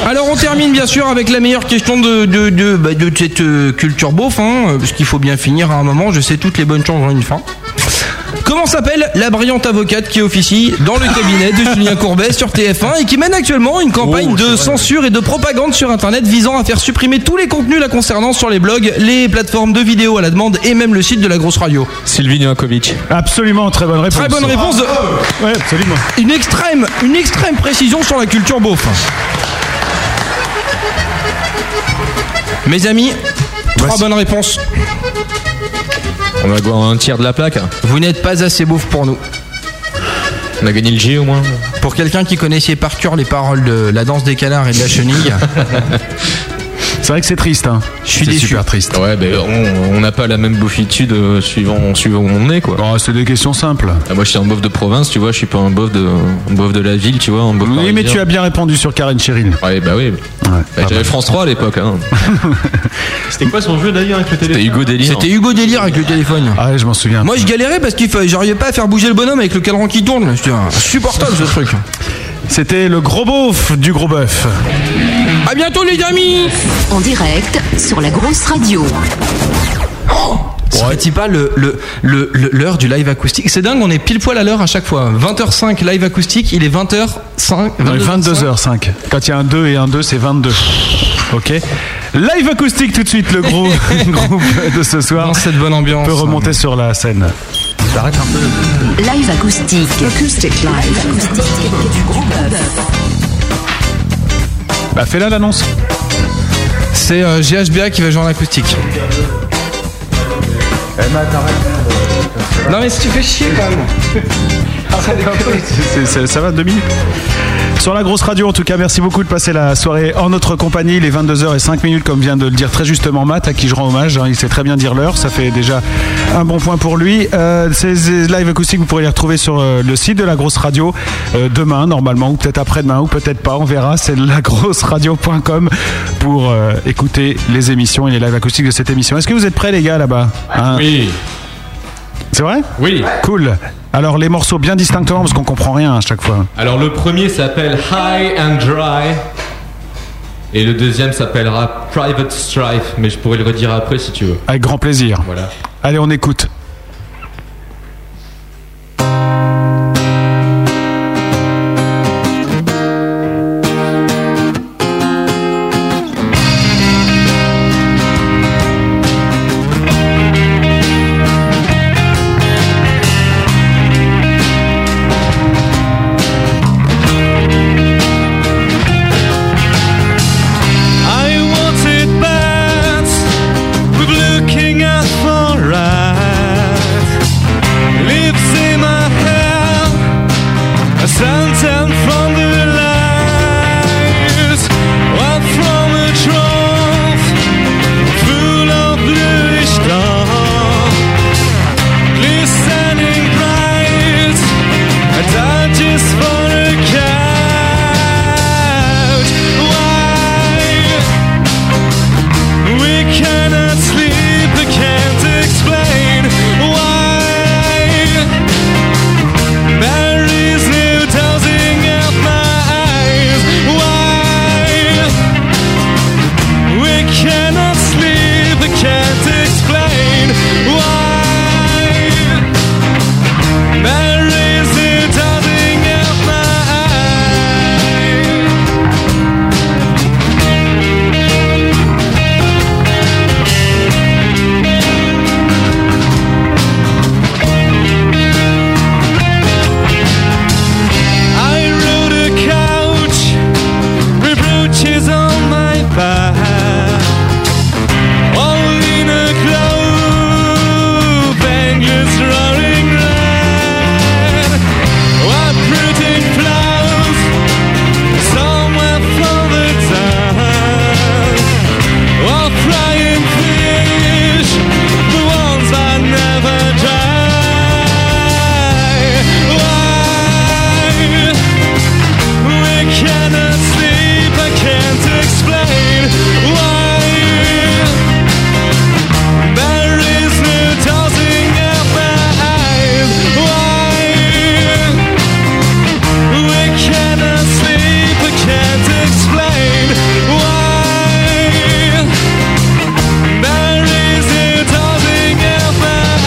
Speaker 5: Alors on termine bien sûr avec la meilleure question de, de, de, bah, de cette euh, culture beauf, hein, euh, parce qu'il faut bien finir à un moment, je sais toutes les bonnes chances ont une fin. Comment s'appelle la brillante avocate qui officie dans le cabinet de Julien Courbet sur TF1 et qui mène actuellement une campagne
Speaker 4: Oh,
Speaker 5: de censure et de propagande sur Internet visant à faire supprimer tous les contenus la concernant sur les blogs, les plateformes de vidéos à la demande et même le site de la grosse radio
Speaker 4: Sylvie Novakovic.
Speaker 2: Absolument, très bonne réponse.
Speaker 5: Très bonne réponse de-
Speaker 2: Ouais, absolument.
Speaker 5: une extrême, une extrême précision sur la culture beauf. Mes amis, trois bonnes réponses.
Speaker 4: On va avoir un tiers de la plaque.
Speaker 5: Vous n'êtes pas assez beauf pour nous.
Speaker 4: On a gagné le G au moins.
Speaker 5: Pour quelqu'un qui connaissait par cœur les paroles de la danse des canards et de la chenille,
Speaker 2: C'est vrai que c'est triste. Hein.
Speaker 4: Je suis déçu. super
Speaker 2: triste.
Speaker 4: Ouais, ben on on n'a pas la même bouffitude euh, suivant, suivant où on est, quoi.
Speaker 2: Oh,
Speaker 4: Ah,
Speaker 2: c'est des questions simples.
Speaker 4: moi, je suis un bof de province, tu vois, je suis pas un bof de, un bof de la ville, tu vois, un bof
Speaker 2: Oui, mais tu as bien répondu sur Karen Cheryl.
Speaker 4: Ouais, bah oui. Bah, J'avais France 3 à l'époque. Hein.
Speaker 15: C'était quoi son jeu d'ailleurs avec le téléphone
Speaker 4: C'était Hugo Délire.
Speaker 5: C'était Hugo Délire avec le téléphone.
Speaker 2: Ah ouais, je m'en souviens.
Speaker 5: Moi, je galérais parce qu'il fallait- j'arrivais pas à faire bouger le bonhomme avec le cadran qui tourne. là. C'était insupportable ce truc.
Speaker 2: C'était le gros beauf du gros bœuf.
Speaker 5: À bientôt les amis
Speaker 6: En direct sur la grosse radio.
Speaker 5: Serait-il pas le- le- le- le- l'heure du live acoustique C'est dingue, on est pile poil à l'heure à chaque fois. 20h05 live acoustique, il est 20h05.
Speaker 2: Non, mais 22h05. Quand il y a un 2 et un 2, c'est 22. Ok Live acoustique tout de suite, le gros groupe de ce soir.
Speaker 5: cette bonne ambiance.
Speaker 2: Peut remonter sur la scène.
Speaker 5: J'arrête hein. un peu.
Speaker 6: Live acoustique. Acoustic live. acoustique du gros bœuf.
Speaker 2: Bah fais-la l'annonce.
Speaker 5: C'est euh, GHBA qui va jouer en acoustique. Non mais si tu fais chier quand même.
Speaker 2: C'est- c'est- Euh, ça va, deux minutes sur la grosse radio, en tout cas, merci beaucoup de passer la soirée en notre compagnie. Les 22h05 minutes, comme vient de le dire très justement Matt, à qui je rends hommage. hein, il sait très bien dire l'heure, ça fait déjà un bon point pour lui. Euh, ces ces lives acoustiques, vous pourrez les retrouver sur euh, le site de la grosse radio euh, demain, normalement, ou peut-être après-demain, ou peut-être pas. On verra. C'est lagrosseradio.com pour euh, écouter les émissions et les lives acoustiques de cette émission. Est-ce que vous êtes prêts, les gars, là-bas Hein
Speaker 15: Oui.
Speaker 2: C'est vrai
Speaker 15: Oui.
Speaker 2: Cool. Alors les morceaux bien distinctement parce qu'on comprend rien à chaque fois.
Speaker 15: Alors le premier s'appelle High and Dry. Et le deuxième s'appellera Private Strife, mais je pourrais le redire après si tu veux.
Speaker 2: Avec grand plaisir.
Speaker 15: Voilà.
Speaker 2: Allez, on écoute.
Speaker 10: I wanted bats with looking at for rat lives in my head a suntan from the light What from a trough full of bluish dawn glistening bright a touches for a cat why we cannot sleep, I can't explain why. There is no dozing at my eyes. Why we cannot sleep, I can't explain why. There is no dozing at my eyes. I rode a couch with brooches on my back, all in a globe, anglers roaring red. What pretty flowers somewhere from the town, or flying fish, the ones that never die. We cannot sleep, I can't explain why There is no dozing of my eyes Why We cannot sleep, I can't explain why There is no dozing of my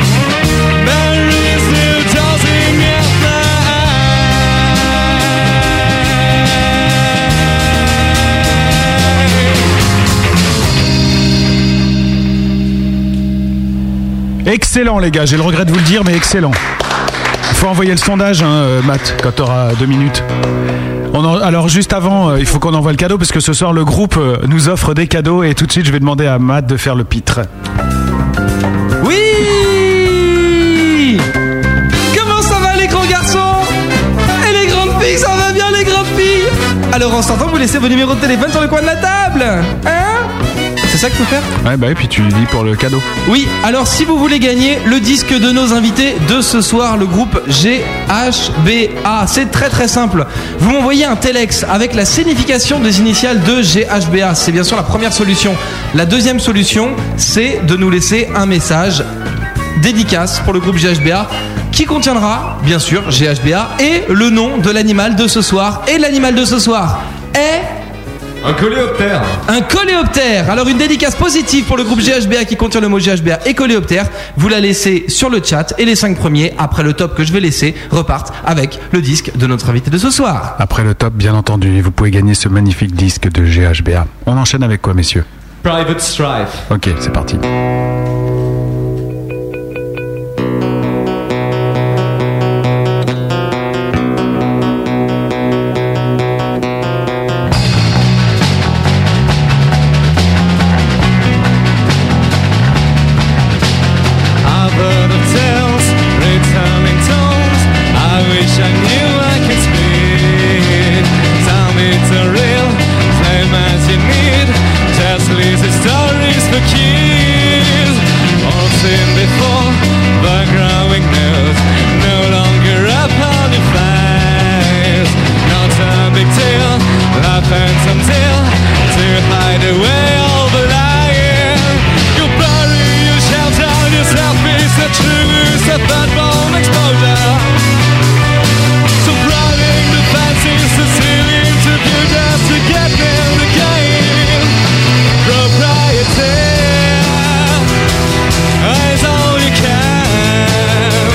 Speaker 10: There is no dozing of my
Speaker 2: Excellent les gars, j'ai le regret de vous le dire mais excellent. Faut envoyer le sondage hein, euh, Matt quand t'auras deux minutes. On en- alors juste avant, euh, il faut qu'on envoie le cadeau parce que ce soir le groupe euh, nous offre des cadeaux et tout de suite je vais demander à Matt de faire le pitre.
Speaker 5: Oui Comment ça va les grands garçons Et les grandes filles, ça va bien les grandes filles Alors en sortant, vous laissez vos numéros de téléphone sur le coin de la table Hein C'est ça qu'il faut faire
Speaker 2: Ouais bah et puis tu dis pour le cadeau.
Speaker 5: Oui, alors si vous voulez gagner le disque de nos invités de ce soir, le groupe GHBA, c'est très très simple. Vous m'envoyez un telex avec la signification des initiales de GHBA. C'est bien sûr la première solution. La deuxième solution, c'est de nous laisser un message dédicace pour le groupe GHBA qui contiendra bien sûr GHBA et le nom de l'animal de ce soir. Et l'animal de ce soir est...
Speaker 16: Un coléoptère
Speaker 5: Un coléoptère Alors une dédicace positive pour le groupe GHBA qui contient le mot GHBA et coléoptère. Vous la laissez sur le chat et les 5 premiers, après le top que je vais laisser, repartent avec le disque de notre invité de ce soir.
Speaker 2: Après le top bien entendu, et vous pouvez gagner ce magnifique disque de GHBA. On enchaîne avec quoi messieurs
Speaker 16: Private Strife.
Speaker 2: Ok c'est parti.
Speaker 10: I've heard of tales, returning tones. I wish I knew I could speak. Tell me the real, same as you need. Just lazy stories for kids. All seen before, but growing news. No longer upon your face. Not a big deal, life ends until to hide away all the lying. You bury yourself down yourself is the truth that that bomb explosion. So running the fences to stealing to do just to get in the game. Propriety is all you can.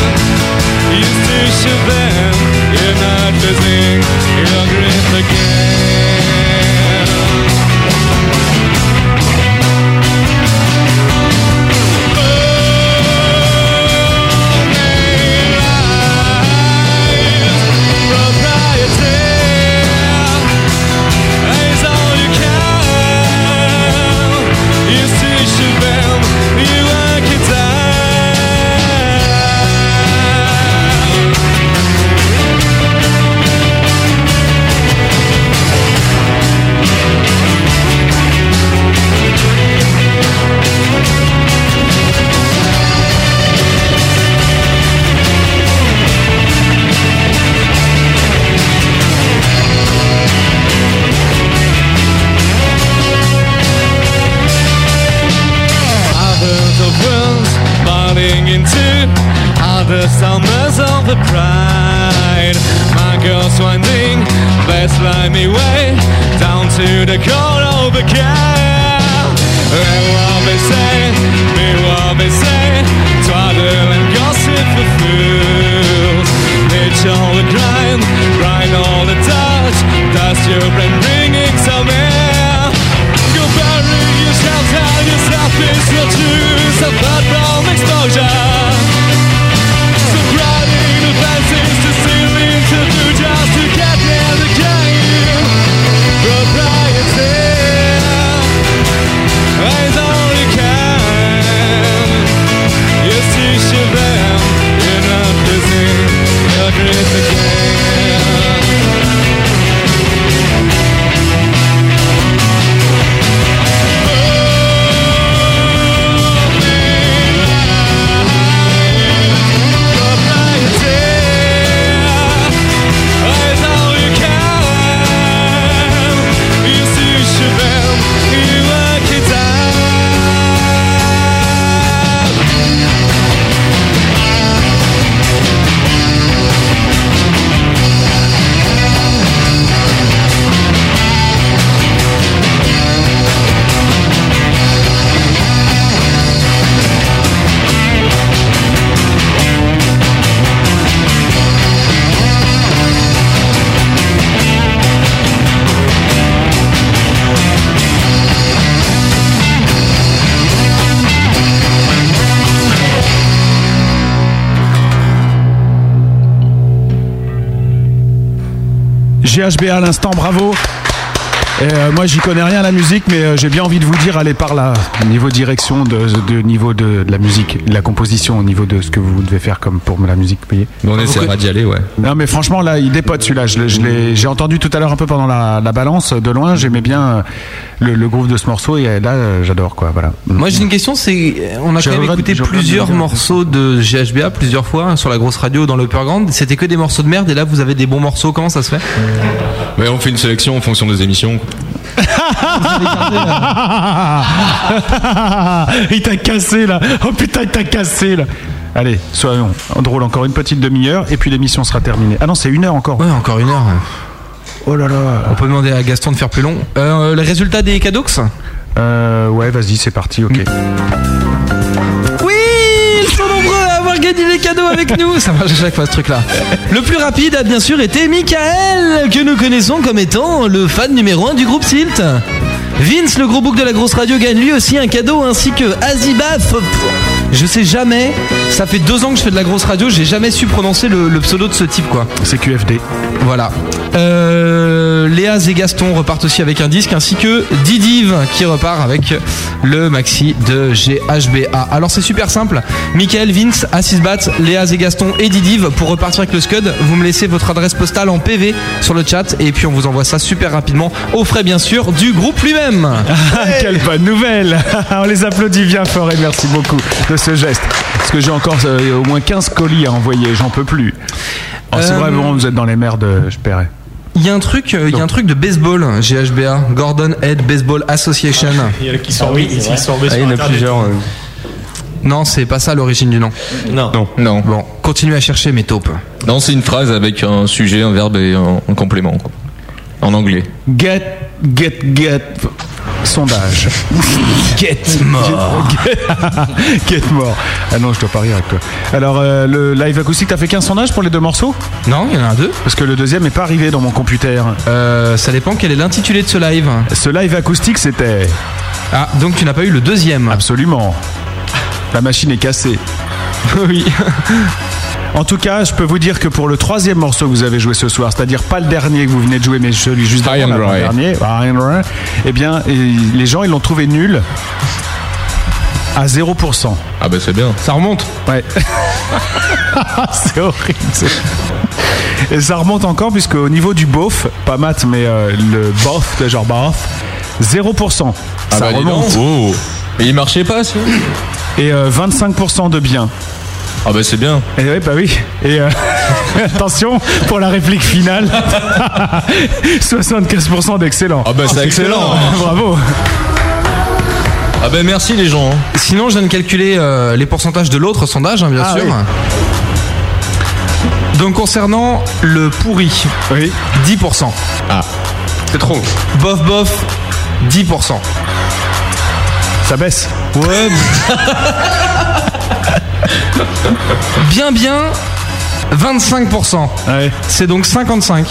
Speaker 10: Used to shoot them, you're not losing your grip again. Oh, Others of worlds parting into other summers of the pride. My girls winding their slimy way down to the core of the cave. And what they say, me what they say, twaddle and gossip for fools. Bitch all the grind, grind all the touch, dust your brain bringing some air. You bury yourself down yourself is your truth apart from exposure. So grinding the fences to ceiling to do just to get near the game. Propriety is all you can.
Speaker 2: GHBA à l'instant, bravo. Et, euh, moi, j'y connais rien à la musique, mais euh, j'ai bien envie de vous dire, allez par là, niveau direction, de, de- niveau de, de la musique, de la composition, au niveau de ce que vous devez faire comme pour la musique payée.
Speaker 10: on essaiera d'y aller, ouais.
Speaker 2: Non mais franchement là il dépote celui-là. Je l'ai- je l'ai- J'ai entendu tout à l'heure un peu pendant la, la balance de loin. J'aimais bien euh, le, le groove de ce morceau et euh, là euh, j'adore quoi. Voilà.
Speaker 11: Mhm.
Speaker 5: Moi j'ai une question, c'est euh, on a
Speaker 2: Je
Speaker 5: quand même
Speaker 2: regrette-
Speaker 5: écouté
Speaker 2: je regrette
Speaker 5: plusieurs
Speaker 2: de le dire.
Speaker 5: morceaux de GHBA plusieurs fois hein, sur la grosse radio dans l'Upper Grand. C'était que des morceaux de merde et là vous avez des bons morceaux. Comment ça se fait
Speaker 11: Mais on fait une sélection en fonction des émissions.
Speaker 2: il t'a cassé là. Oh putain il t'a cassé là. Allez soyons drôles encore une petite demi-heure et puis l'émission sera terminée. Ah non c'est une heure encore.
Speaker 5: Ouais encore une heure.
Speaker 2: Oh là là.
Speaker 5: On peut demander à Gaston de faire plus long. Euh, les résultats des Cadox
Speaker 2: Euh, ouais vas-y c'est parti ok.
Speaker 5: Oui, ils sont nombreux à avoir gagné les cadeaux avec nous. Ça marche à chaque fois ce truc-là. Le plus rapide a bien sûr été Michael, que nous connaissons comme étant le fan numéro 1 du groupe Silt. Vince, le gros bouc de la grosse radio, gagne lui aussi un cadeau ainsi que Azibaf. Je sais jamais, ça fait deux ans que je fais de la grosse radio, j'ai jamais su prononcer le, le pseudo de ce type quoi.
Speaker 2: C'est QFD.
Speaker 5: Voilà. Euh, Léa et Gaston repartent aussi avec un disque ainsi que Didive qui repart avec le maxi de GHBA. Alors c'est super simple. Michael, Vince, Assisbat, Léa et Gaston et Didive pour repartir avec le Scud. Vous me laissez votre adresse postale en PV sur le chat et puis on vous envoie ça super rapidement au frais bien sûr du groupe lui-même.
Speaker 2: Ah, Quelle bonne nouvelle Ah, On les applaudit bien fort et merci beaucoup de ce geste. Parce que j'ai encore euh, au moins 15 colis à envoyer, j'en peux plus. Oh, c'est
Speaker 5: Euh,
Speaker 2: vrai, bon, vous êtes dans les merdes, euh, je paierai.
Speaker 5: Il y a un truc, euh, il y a un truc de baseball GHBA, Gordon Head Baseball Association.
Speaker 17: Ah, Il y en a qui sont remis- qui sont remis
Speaker 2: Ah,
Speaker 17: sur Internet.
Speaker 2: euh.
Speaker 5: Non, c'est pas ça l'origine du nom.
Speaker 17: Non.
Speaker 11: Non. non.
Speaker 5: Bon, continuez à chercher mes taupes.
Speaker 11: Non, c'est une phrase avec un sujet, un verbe et un, un complément. quoi. En anglais.
Speaker 2: Get, get, get. Sondage.
Speaker 5: get
Speaker 2: mort. Get, mort. Ah non, je dois pas rire avec toi. Alors, euh, le live acoustique, t'as fait qu'un sondage pour les deux morceaux
Speaker 5: Non, il y en a un deux.
Speaker 2: Parce que le deuxième n'est pas arrivé dans mon computer.
Speaker 5: Euh, ça dépend quel est l'intitulé de ce live.
Speaker 2: Ce live acoustique, c'était.
Speaker 5: Ah, donc tu n'as pas eu le deuxième
Speaker 2: Absolument. La machine est cassée.
Speaker 5: oui.
Speaker 2: En tout cas, je peux vous dire que pour le troisième morceau que vous avez joué ce soir, c'est-à-dire pas le dernier que vous venez de jouer, mais celui juste
Speaker 11: High and
Speaker 2: avant
Speaker 11: Dry.
Speaker 2: le dernier, High and Dry, eh bien, et les gens, ils l'ont trouvé nul à 0%.
Speaker 11: Ah bah c'est bien.
Speaker 5: Ça remonte
Speaker 2: Ouais. c'est horrible. Et ça remonte encore, puisque au niveau du bof, pas mat, mais euh, le bof, de genre bof, 0%.
Speaker 11: Ah
Speaker 2: ça
Speaker 11: bah, dis
Speaker 2: remonte.
Speaker 11: donc. Oh. Mais il marchait pas, ça
Speaker 2: Et euh, 25% de bien.
Speaker 11: Ah bah c'est bien.
Speaker 2: Et oui, bah oui. Et euh, attention pour la réplique finale. 75% d'excellent.
Speaker 11: Ah bah c'est excellent.
Speaker 2: Bravo.
Speaker 11: Ah
Speaker 5: ben,
Speaker 11: bah merci les gens.
Speaker 5: hein. Sinon, je viens de calculer euh, les pourcentages de l'autre sondage, hein, bien
Speaker 11: Ah
Speaker 5: sûr. Donc concernant le pourri, 10%.
Speaker 11: Ah,
Speaker 5: c'est trop. Bof bof, 10%.
Speaker 2: Ça baisse.
Speaker 5: Ouais. bien bien, 25%. C'est donc 55%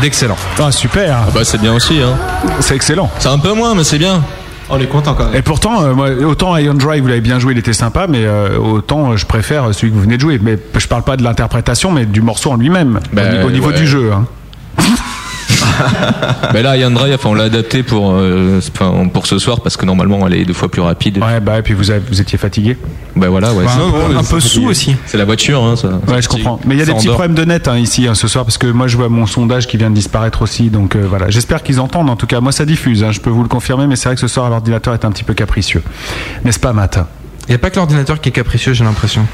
Speaker 5: d'excellent.
Speaker 2: Ah super.
Speaker 11: Ah bah c'est bien aussi. Hein.
Speaker 2: C'est excellent.
Speaker 11: C'est un peu moins, mais c'est bien.
Speaker 17: On est content quand même.
Speaker 2: Et pourtant, euh, moi, autant Ion Drive, vous l'avez bien joué, il était sympa, mais euh, autant euh, je préfère celui que vous venez de jouer. Mais je parle pas de l'interprétation, mais du morceau en lui-même,
Speaker 11: Bah,
Speaker 2: au ni- au, niveau
Speaker 11: ouais.
Speaker 2: du jeu. hein.
Speaker 11: Mais là, Yandra, enfin, on l'a adapté pour, euh, enfin, pour ce soir parce que normalement elle est deux fois plus rapide.
Speaker 2: Ouais, bah, et puis vous, avez- vous étiez fatigué
Speaker 11: Bah voilà, ouais.
Speaker 2: Bah,
Speaker 11: c'est-
Speaker 2: un peu-
Speaker 11: c'est-
Speaker 2: un peu
Speaker 11: c'est-
Speaker 2: sous aussi.
Speaker 11: C'est la voiture, hein, ça.
Speaker 2: Ouais, je comprends. Mais il y a
Speaker 11: Ça
Speaker 2: des petits
Speaker 11: endort.
Speaker 2: problèmes de net hein, ici hein, ce soir parce que moi je vois mon sondage qui vient de disparaître aussi. Donc euh, voilà, j'espère qu'ils entendent. En tout cas, moi ça diffuse. hein, je peux vous le confirmer, mais c'est vrai que ce soir l'ordinateur est un petit peu capricieux, n'est-ce pas, Matt
Speaker 5: Il n'y a pas que l'ordinateur qui est capricieux, j'ai l'impression.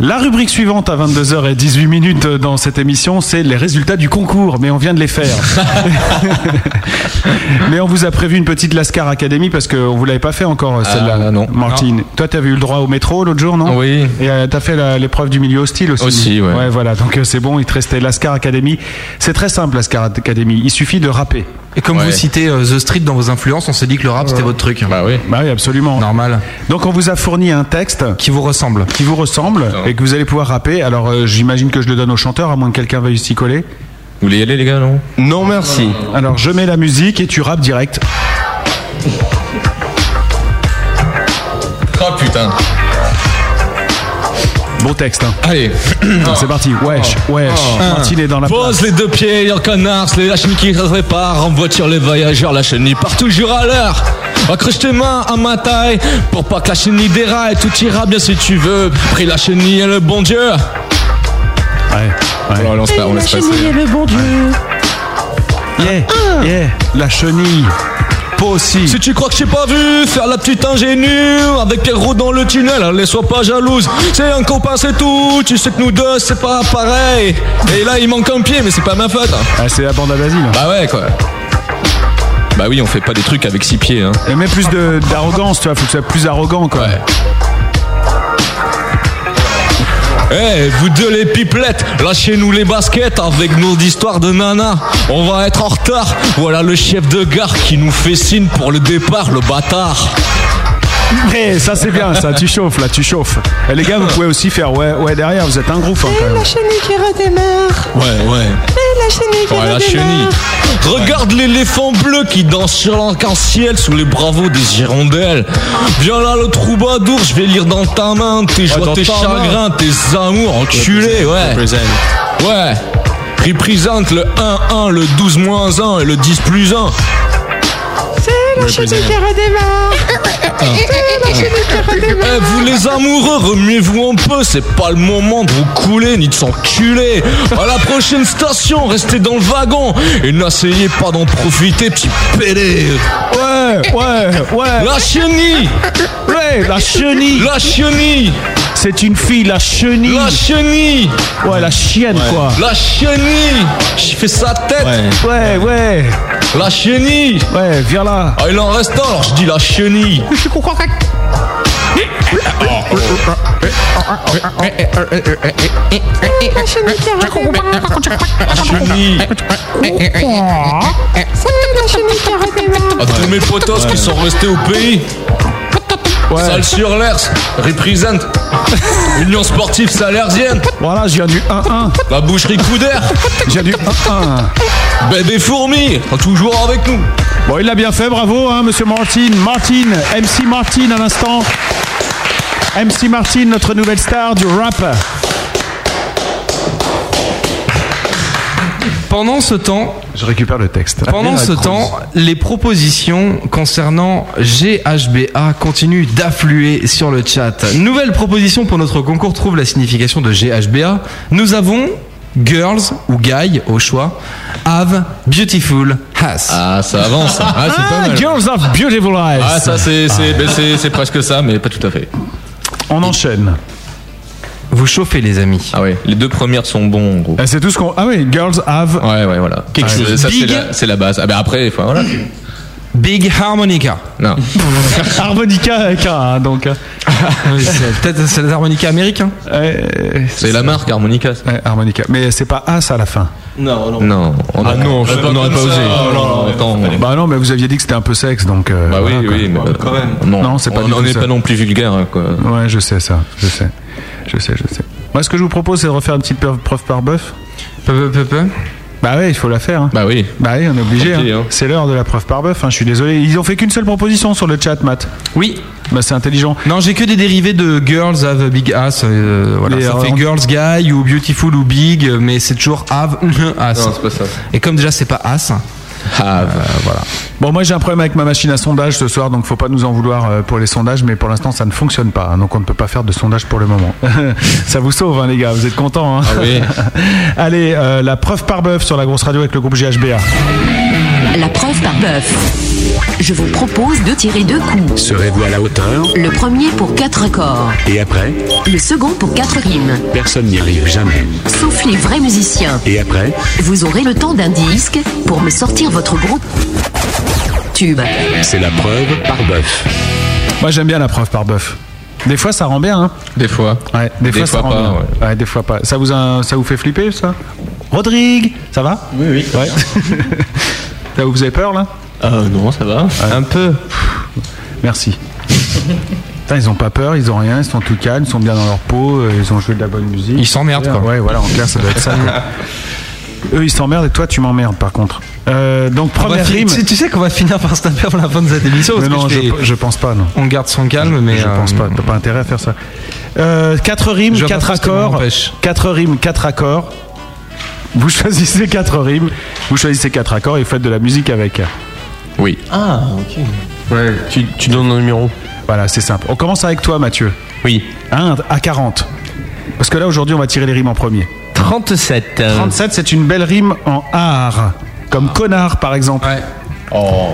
Speaker 2: La rubrique suivante à 22h18 minutes euh, dans cette émission, c'est les résultats du concours, mais on vient de les faire. mais on vous a prévu une petite Lascar Academy parce qu'on vous l'avait pas fait encore euh, celle-là. non. Martine, toi t'avais eu le droit au métro l'autre jour, non
Speaker 11: Oui.
Speaker 2: Et euh, t'as fait la- l'épreuve du milieu hostile aussi.
Speaker 11: Aussi, ouais.
Speaker 2: voilà. Donc euh, c'est bon, il te restait Lascar Academy. C'est très simple, Lascar Academy. Il suffit de rapper.
Speaker 5: Et comme vous citez euh, The Street dans vos influences, on s'est dit que le rap c'était votre truc.
Speaker 11: Bah oui.
Speaker 2: Bah oui, absolument.
Speaker 5: Normal.
Speaker 2: Donc on vous a fourni un texte
Speaker 5: qui vous ressemble,
Speaker 2: qui vous ressemble et que vous allez pouvoir rapper. Alors euh, j'imagine que je le donne au chanteur à moins que quelqu'un veuille s'y coller.
Speaker 11: Vous voulez y aller, les gars, non
Speaker 2: Non merci. Alors je mets la musique et tu rappes direct.
Speaker 11: Oh putain.
Speaker 2: Bon texte. hein.
Speaker 4: Allez,
Speaker 2: c'est parti. Wesh, wesh. Martine Ah. est dans la
Speaker 4: Oh. Pose les deux pieds, en connard, les la chenille qui se répare. En voiture, les voyageurs, la chenille part toujours à l'heure. Accroche tes mains à ma taille pour pas que la chenille déraille. Tout ira bien si tu veux. Prie la chenille et le bon Dieu. Oh
Speaker 2: Ouais,
Speaker 4: on lance pas, on laisse passer.
Speaker 2: le bon Dieu. Yeah,
Speaker 9: Ah,
Speaker 2: yeah, la chenille. Pas aussi.
Speaker 4: Si tu crois que j'ai pas vu faire la petite ingénue avec quel roue dans le tunnel, allez sois pas jalouse. C'est un copain, c'est tout. Tu sais que nous deux, c'est pas pareil. Et là, il manque un pied, mais c'est pas ma faute. hein.
Speaker 2: Ah, c'est la bande à Basile.
Speaker 4: Bah ouais, quoi. Bah oui, on fait pas des trucs avec six pieds. Hein.
Speaker 2: Et même plus de- d'arrogance, tu vois, faut que tu sois plus arrogant quoi.
Speaker 4: Eh, vous deux les pipelettes, lâchez-nous les baskets avec nos histoires de nana. On va être en retard. Voilà le chef de gare qui nous fait signe pour le départ, le bâtard.
Speaker 2: Eh, ça c'est bien, ça, tu chauffes là, tu chauffes. Et les gars, vous pouvez aussi faire ouais, ouais derrière, vous êtes un groupe hein, quand même.
Speaker 9: chenille qui redémarre.
Speaker 4: Ouais, ouais.
Speaker 9: Et la chenille qui
Speaker 4: Ouais, Oh, la
Speaker 9: redémarre.
Speaker 4: chenille. Regarde l'éléphant bleu qui danse sur l'arc-en-ciel sous les bravos des hirondelles. Viens là, le troubadour, je vais lire dans ta main tes joies,
Speaker 11: dans
Speaker 4: tes
Speaker 11: ta main.
Speaker 4: chagrins, tes amours, enculé, ouais. Ouais. Représente le 1-1, le 12-1 et le 10-1.
Speaker 9: C'est la
Speaker 4: Represent.
Speaker 9: chenille qui
Speaker 4: Ah.
Speaker 9: redémarre. C'est la chenille qui redémarre.
Speaker 4: Eh, vous les amoureux, remuez-vous un peu, c'est pas le moment de vous couler ni de s'enculer. À la prochaine station, restez dans le wagon et n'essayez pas d'en profiter, petit pédé.
Speaker 2: Ouais, ouais, ouais.
Speaker 4: La chenille
Speaker 2: Ouais, la chenille
Speaker 4: La chenille
Speaker 2: C'est une fille, la chenille
Speaker 4: La chenille
Speaker 2: Ouais, la chienne quoi.
Speaker 4: La chenille Je fais sa tête
Speaker 2: Ouais, ouais.
Speaker 4: La chenille
Speaker 2: Ouais, viens là.
Speaker 4: Ah, il en reste un, alors je dis la chenille
Speaker 9: Je suis concours. C'est la chenille qui redémarre.
Speaker 4: Chenille
Speaker 9: C'est la chenille qui redémarre.
Speaker 4: À tous mes potos qui sont restés au pays Salle sur l'Ers, represent Union sportive salerzienne
Speaker 2: Voilà, je viens du 1-1.
Speaker 4: La boucherie Coudère
Speaker 2: Je viens du 1-1.
Speaker 4: Bébé fourmi Ben, Toujours avec nous
Speaker 2: Bon, il l'a bien fait, bravo, hein, monsieur Martin. Martin, MC Martin à l'instant. MC Martin, notre nouvelle star du rap.
Speaker 5: Pendant ce temps,
Speaker 2: Je récupère le texte. Ah,
Speaker 5: Pendant ce temps, les propositions concernant GHBA continuent d'affluer sur le chat. Nouvelle proposition pour notre concours trouve la signification de GHBA. Nous avons Girls ou Guy au choix. Have Beautiful Has.
Speaker 4: Ah, ça avance Ah, c'est pas mal
Speaker 2: Girls of Beautiful Eyes.
Speaker 4: Ah, ça c'est c'est- ben, c'est- c'est presque ça, mais pas tout à fait.
Speaker 2: On enchaîne.
Speaker 5: Vous chauffez, les amis.
Speaker 4: Ah ouais, les deux premières sont bons en gros.
Speaker 2: Ah, C'est tout ce qu'on. Ah oui, Girls Have.
Speaker 4: Ouais, ouais, voilà.
Speaker 2: Quelque
Speaker 4: Ah,
Speaker 2: chose.
Speaker 4: Ça, c'est
Speaker 2: Big.
Speaker 4: la, c'est la base. Ah, ben après, enfin, voilà.
Speaker 5: Big Harmonica.
Speaker 4: Non.
Speaker 2: Harmonica avec un, hein, donc.
Speaker 5: C'est Peut-être c'est les harmonicas américains.
Speaker 4: C'est la marque Harmonica. ça.
Speaker 2: Ouais, harmonica. Mais c'est pas As à la fin.
Speaker 17: Non, non.
Speaker 4: Non, on
Speaker 17: Ah non, je
Speaker 4: on
Speaker 17: suis pas
Speaker 4: n'aurait
Speaker 17: comme
Speaker 4: pas
Speaker 17: ça.
Speaker 4: osé.
Speaker 17: Oh, non, non,
Speaker 4: Attends, on-
Speaker 2: Bah non, mais vous aviez dit que c'était un peu sexe, donc. euh,
Speaker 4: Bah oui,
Speaker 2: voilà, quoi.
Speaker 4: oui, mais
Speaker 17: Quand même.
Speaker 4: non,
Speaker 2: Non, c'est pas
Speaker 4: on
Speaker 2: du
Speaker 4: on
Speaker 2: tout
Speaker 4: n'est
Speaker 2: ça.
Speaker 4: pas non plus vulgaire, hein, quoi.
Speaker 2: Ouais, je sais ça, je sais. Je sais, je sais. Moi, ce que je vous propose, c'est de refaire une petite preuve preuve par bœuf.
Speaker 5: Peu, peu, peu, peu.
Speaker 2: Bah ouais, il faut la faire. hein.
Speaker 4: Bah oui.
Speaker 2: Bah oui, on est obligé.
Speaker 4: Tant pis,
Speaker 2: hein.
Speaker 4: hein.
Speaker 2: C'est l'heure de la preuve par bœuf, hein, je suis désolé. Ils ont fait qu'une seule proposition sur le chat, Matt.
Speaker 5: Oui.
Speaker 2: Bah c'est intelligent.
Speaker 5: Non, j'ai que des dérivés de Girls Have Big Ass. euh, voilà,
Speaker 2: Les
Speaker 5: ça fait
Speaker 2: harmon-
Speaker 5: Girls Guy ou Beautiful ou Big, mais c'est toujours Have Ass.
Speaker 4: Non, c'est pas ça.
Speaker 5: Et comme déjà c'est pas As,
Speaker 4: Ah,
Speaker 5: voilà.
Speaker 2: Bon, moi j'ai un problème avec ma machine à sondage ce soir, donc faut pas nous en vouloir euh, pour les sondages, mais pour l'instant ça ne fonctionne pas, hein, donc on ne peut pas faire de sondage pour le moment. ça vous sauve, hein, les gars, vous êtes contents. hein
Speaker 4: oui.
Speaker 2: Allez, euh, la preuve par bœuf sur la grosse radio avec le groupe GHBA.
Speaker 6: La preuve par bœuf. Je vous propose de tirer deux coups.
Speaker 7: Serez-vous à la hauteur
Speaker 6: Le premier pour quatre accords,
Speaker 7: Et après
Speaker 6: le second pour quatre rimes.
Speaker 7: Personne n'y arrive jamais.
Speaker 6: Sauf les vrais musiciens.
Speaker 7: Et après
Speaker 6: Vous aurez le temps d'un disque pour me sortir votre gros tube.
Speaker 7: C'est la preuve par bœuf.
Speaker 2: Moi j'aime bien la preuve par bœuf. Des fois ça rend bien, hein
Speaker 4: Des fois.
Speaker 2: Ouais, des,
Speaker 4: Des
Speaker 2: fois, ça
Speaker 4: fois
Speaker 2: rend
Speaker 4: pas,
Speaker 2: bien. Ouais, des fois pas. Ça vous, a- ça vous fait flipper ça Rodrigue, ça va
Speaker 17: Oui, oui.
Speaker 2: Ouais. Là, vous avez peur là
Speaker 4: Euh,
Speaker 11: Ah non, ça va.
Speaker 5: un peu.
Speaker 2: Merci. Putain, ils ont pas peur, ils ont rien, ils sont tout calmes, ils sont bien dans leur peau, euh, ils ont joué de la bonne musique.
Speaker 5: Ils s'emmerdent, quoi.
Speaker 2: Ouais, voilà, en clair ça doit être ça. quoi. Eux ils s'emmerdent et toi tu m'emmerdes par contre. Euh, donc
Speaker 5: On va
Speaker 2: première
Speaker 5: finir-
Speaker 2: rime.
Speaker 5: Tu, tu sais qu'on va finir par se taper pour la fin de cette émission.
Speaker 2: Mais
Speaker 5: parce que
Speaker 2: non,
Speaker 5: je,
Speaker 2: je,
Speaker 5: vais-
Speaker 2: je pense pas, non.
Speaker 5: On garde son calme, mais. euh,
Speaker 2: Je pense pas, t'as pas intérêt à faire ça. 4 rimes,
Speaker 5: Je vois
Speaker 2: 4
Speaker 5: pas ce qui
Speaker 2: accords.
Speaker 5: m'empêche.
Speaker 2: 4 rimes, 4 accords. Vous choisissez 4 rimes, vous choisissez 4 accords et vous faites de la musique avec. Oui.
Speaker 12: Ah, ok.
Speaker 2: Ouais, tu, donnes un numéro. Voilà, c'est simple. On commence avec toi, Mathieu. Oui. 1 à 40. Parce que là, aujourd'hui, on va tirer les rimes en premier.
Speaker 12: 37.
Speaker 2: 37, c'est une belle rime en art. Comme connard, par exemple. Ouais. Oh.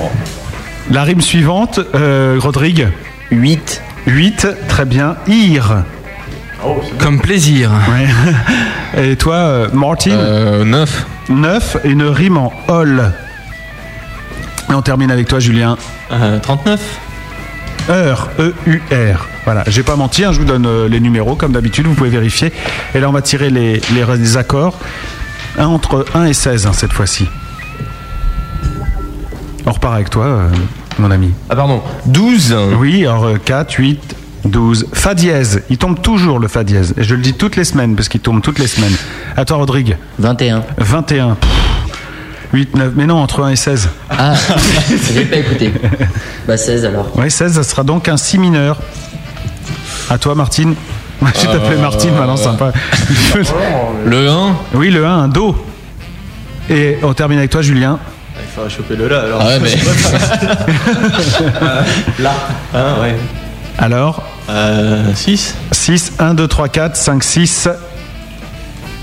Speaker 2: La rime suivante, euh, Rodrigue. 8. 8, très bien. Ir. Comme plaisir. Et toi, euh, Martin 9. 9, une rime en hall. Et on termine avec toi, Julien. 39. Heure, E-U-R. E Voilà, j'ai pas menti, hein, je vous donne euh, les numéros comme d'habitude, vous pouvez vérifier. Et là, on va tirer les, les, les accords. Un entre 1 et 16 hein, cette fois-ci. On repart avec toi, euh, mon ami. Ah, pardon, 12. Oui, alors euh, 4, 8, 12. Fa dièse, il tombe toujours le Fa dièse. Et je le dis toutes les semaines parce qu'il tombe toutes les semaines. À toi, Rodrigue. 21. 21. Pff, 8, 9, mais non, entre 1 et 16. Ah, j'ai pas écouté. Bah 16 alors. Oui, 16, ça sera donc un si mineur. À toi, Martine. J'ai t'appelé
Speaker 11: Euh,
Speaker 2: Martine, maintenant, sympa. le 1 Oui, le 1, un Do. Et on termine avec toi, Julien.
Speaker 17: Il faudra choper le là alors.
Speaker 2: Ah ouais, mais-
Speaker 17: là. Ah ouais.
Speaker 2: Alors 6 6, 1, 2, 3, 4, 5, 6.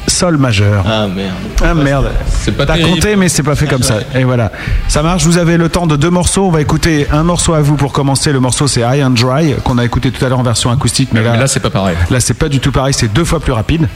Speaker 2: Sol majeur.
Speaker 17: Ah merde.
Speaker 2: Ah merde.
Speaker 17: C'est pas
Speaker 2: T'as
Speaker 17: terrible.
Speaker 2: compté, mais c'est pas fait comme ça. Et voilà. Ça marche. Vous avez le temps de deux morceaux. On va écouter un morceau à vous pour commencer. Le morceau, c'est High and Dry, qu'on a écouté tout à l'heure en version acoustique. Mais là,
Speaker 11: Là, c'est pas pareil.
Speaker 2: là, c'est pas du tout pareil. C'est deux fois plus rapide.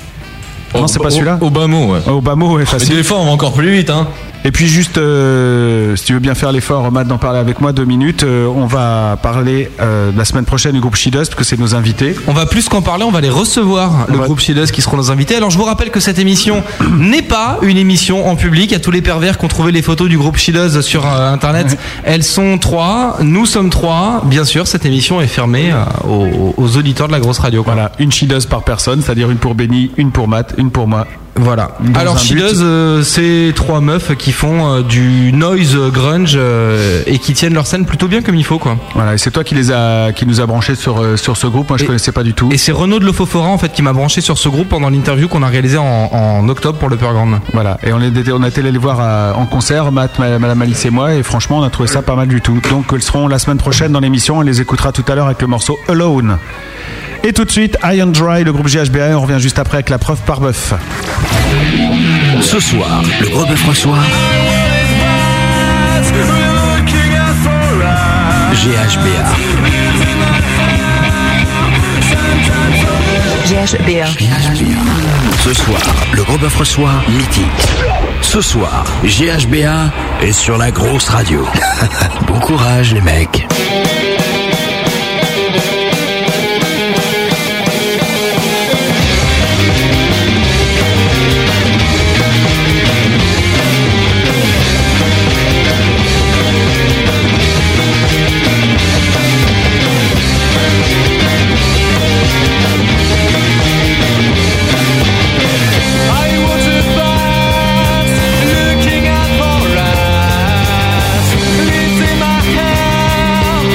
Speaker 2: non, c'est pas celui-là
Speaker 11: Obama, ouais.
Speaker 2: Obama, ouais, facile.
Speaker 11: Mais des fois, on va encore plus vite, hein.
Speaker 2: Et puis juste, euh, si tu veux bien faire l'effort, Matt, d'en parler avec moi deux minutes, euh, on va parler euh, la semaine prochaine du groupe She Does, parce que c'est nos invités.
Speaker 5: On va plus qu'en parler, on va les recevoir, le groupe Chez Us qui seront nos invités. Alors je vous rappelle que cette émission n'est pas une émission en public. À tous les pervers qui ont trouvé les photos du groupe Chez Us sur euh, internet, elles sont trois, nous sommes trois. Bien sûr, cette émission est fermée euh, aux, aux auditeurs de la grosse radio.
Speaker 2: Voilà, une She Does par personne, c'est-à-dire une pour Benny, une pour Matt, une pour moi.
Speaker 5: Voilà. Alors She Does, euh, c'est trois meufs qui font euh, du noise euh, grunge euh, et qui tiennent leur scène plutôt bien comme il faut quoi.
Speaker 2: Voilà, et c'est toi qui les a, qui nous a branchés sur, euh, sur ce groupe. Moi, je connaissais pas du tout.
Speaker 5: Et c'est Renaud de Lofofora en fait qui m'a branché sur ce groupe pendant l'interview qu'on a réalisée en, en octobre pour le Purgrand.
Speaker 2: Voilà, et on est, on est allé les voir à- en concert, Matt, ma- Madame Alice et moi, et franchement, on a trouvé ça pas mal du tout. Donc, ils seront la semaine prochaine dans l'émission, on les écoutera tout à l'heure avec le morceau Alone. Et tout de suite, Iron Dry, le groupe GHBA, et on revient juste après avec la preuve par bœuf.
Speaker 7: Ce soir, le gros bœuf François. GHBA.
Speaker 1: GHBA.
Speaker 7: Ce soir, le gros bœuf reçoit Mythique. Ce soir, GHBA est sur la grosse radio. bon courage les mecs.
Speaker 9: I watch a bus looking at for us. Lives in my head,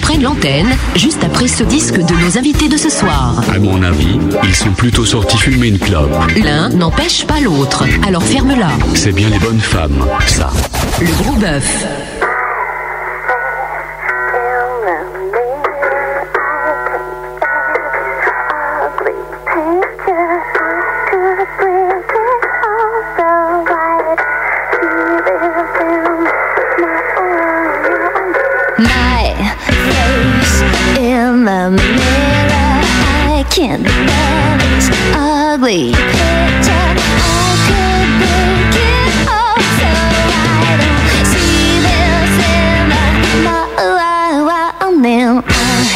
Speaker 6: prennent l'antenne juste après ce disque de nos invités de ce soir.
Speaker 4: À mon avis, ils sont plutôt sortis fumer une clope.
Speaker 6: L'un n'empêche pas l'autre, alors ferme-la.
Speaker 4: C'est bien les bonnes femmes, ça.
Speaker 6: Le gros bœuf.
Speaker 9: My face in the mirror, I can't bear this ugly picture. I could break it off so I don't see this in my morning. My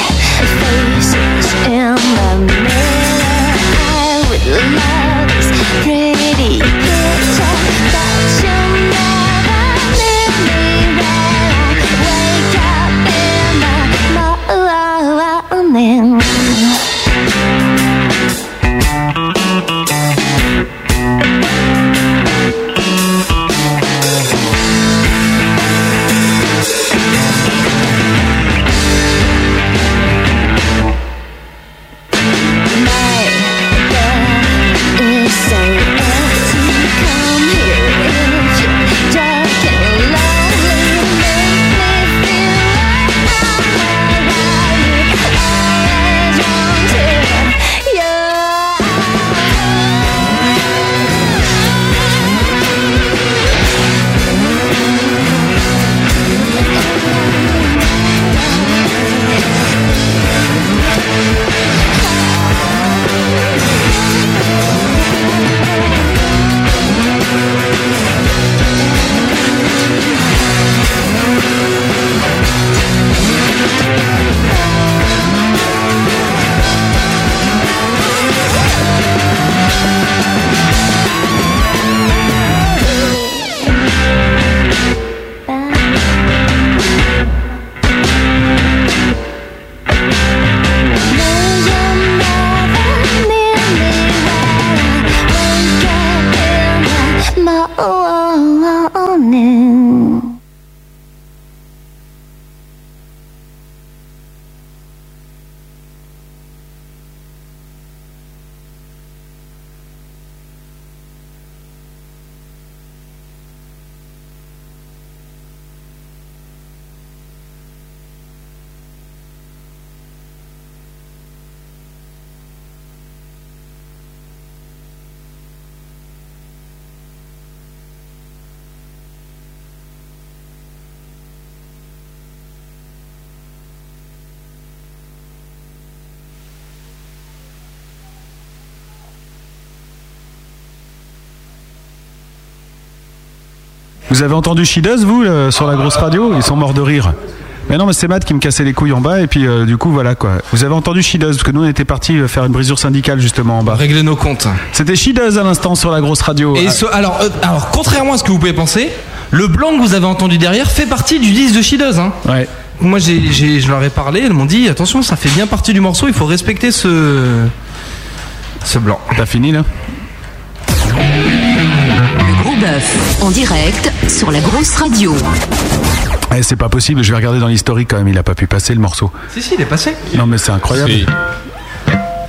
Speaker 9: faces in the mirror, I would love this pretty picture, but you'll never leave me when I wake up in the morning. It's so empty. Come here if you're dark and lonely. Make me feel like I'm around you. Always wanted you. Morning.
Speaker 2: Vous avez entendu Shidoz, vous, euh, sur la grosse radio Ils sont morts de rire. Mais non, mais c'est Matt qui me cassait les couilles en bas, et puis euh, du coup, voilà quoi. Vous avez entendu Shidoz, parce que nous on était partis euh, faire une brisure syndicale justement en bas.
Speaker 5: Régler nos comptes.
Speaker 2: C'était Shidoz à l'instant sur la grosse radio.
Speaker 5: Et
Speaker 2: Ah.
Speaker 5: ce- alors, euh, alors, contrairement à ce que vous pouvez penser, le blanc que vous avez entendu derrière fait partie du disque de Shidoz. Hein.
Speaker 2: Ouais.
Speaker 5: Moi, j'ai, j'ai- je leur ai parlé, elles m'ont dit attention, ça fait bien partie du morceau, il faut respecter ce. ce blanc.
Speaker 2: T'as fini là
Speaker 6: Le gros bœuf. En direct sur la grosse radio.
Speaker 2: Eh, c'est pas possible, je vais regarder dans l'historique quand même, il a pas pu passer le morceau.
Speaker 5: Si, si, il est passé.
Speaker 2: Non, mais c'est incroyable.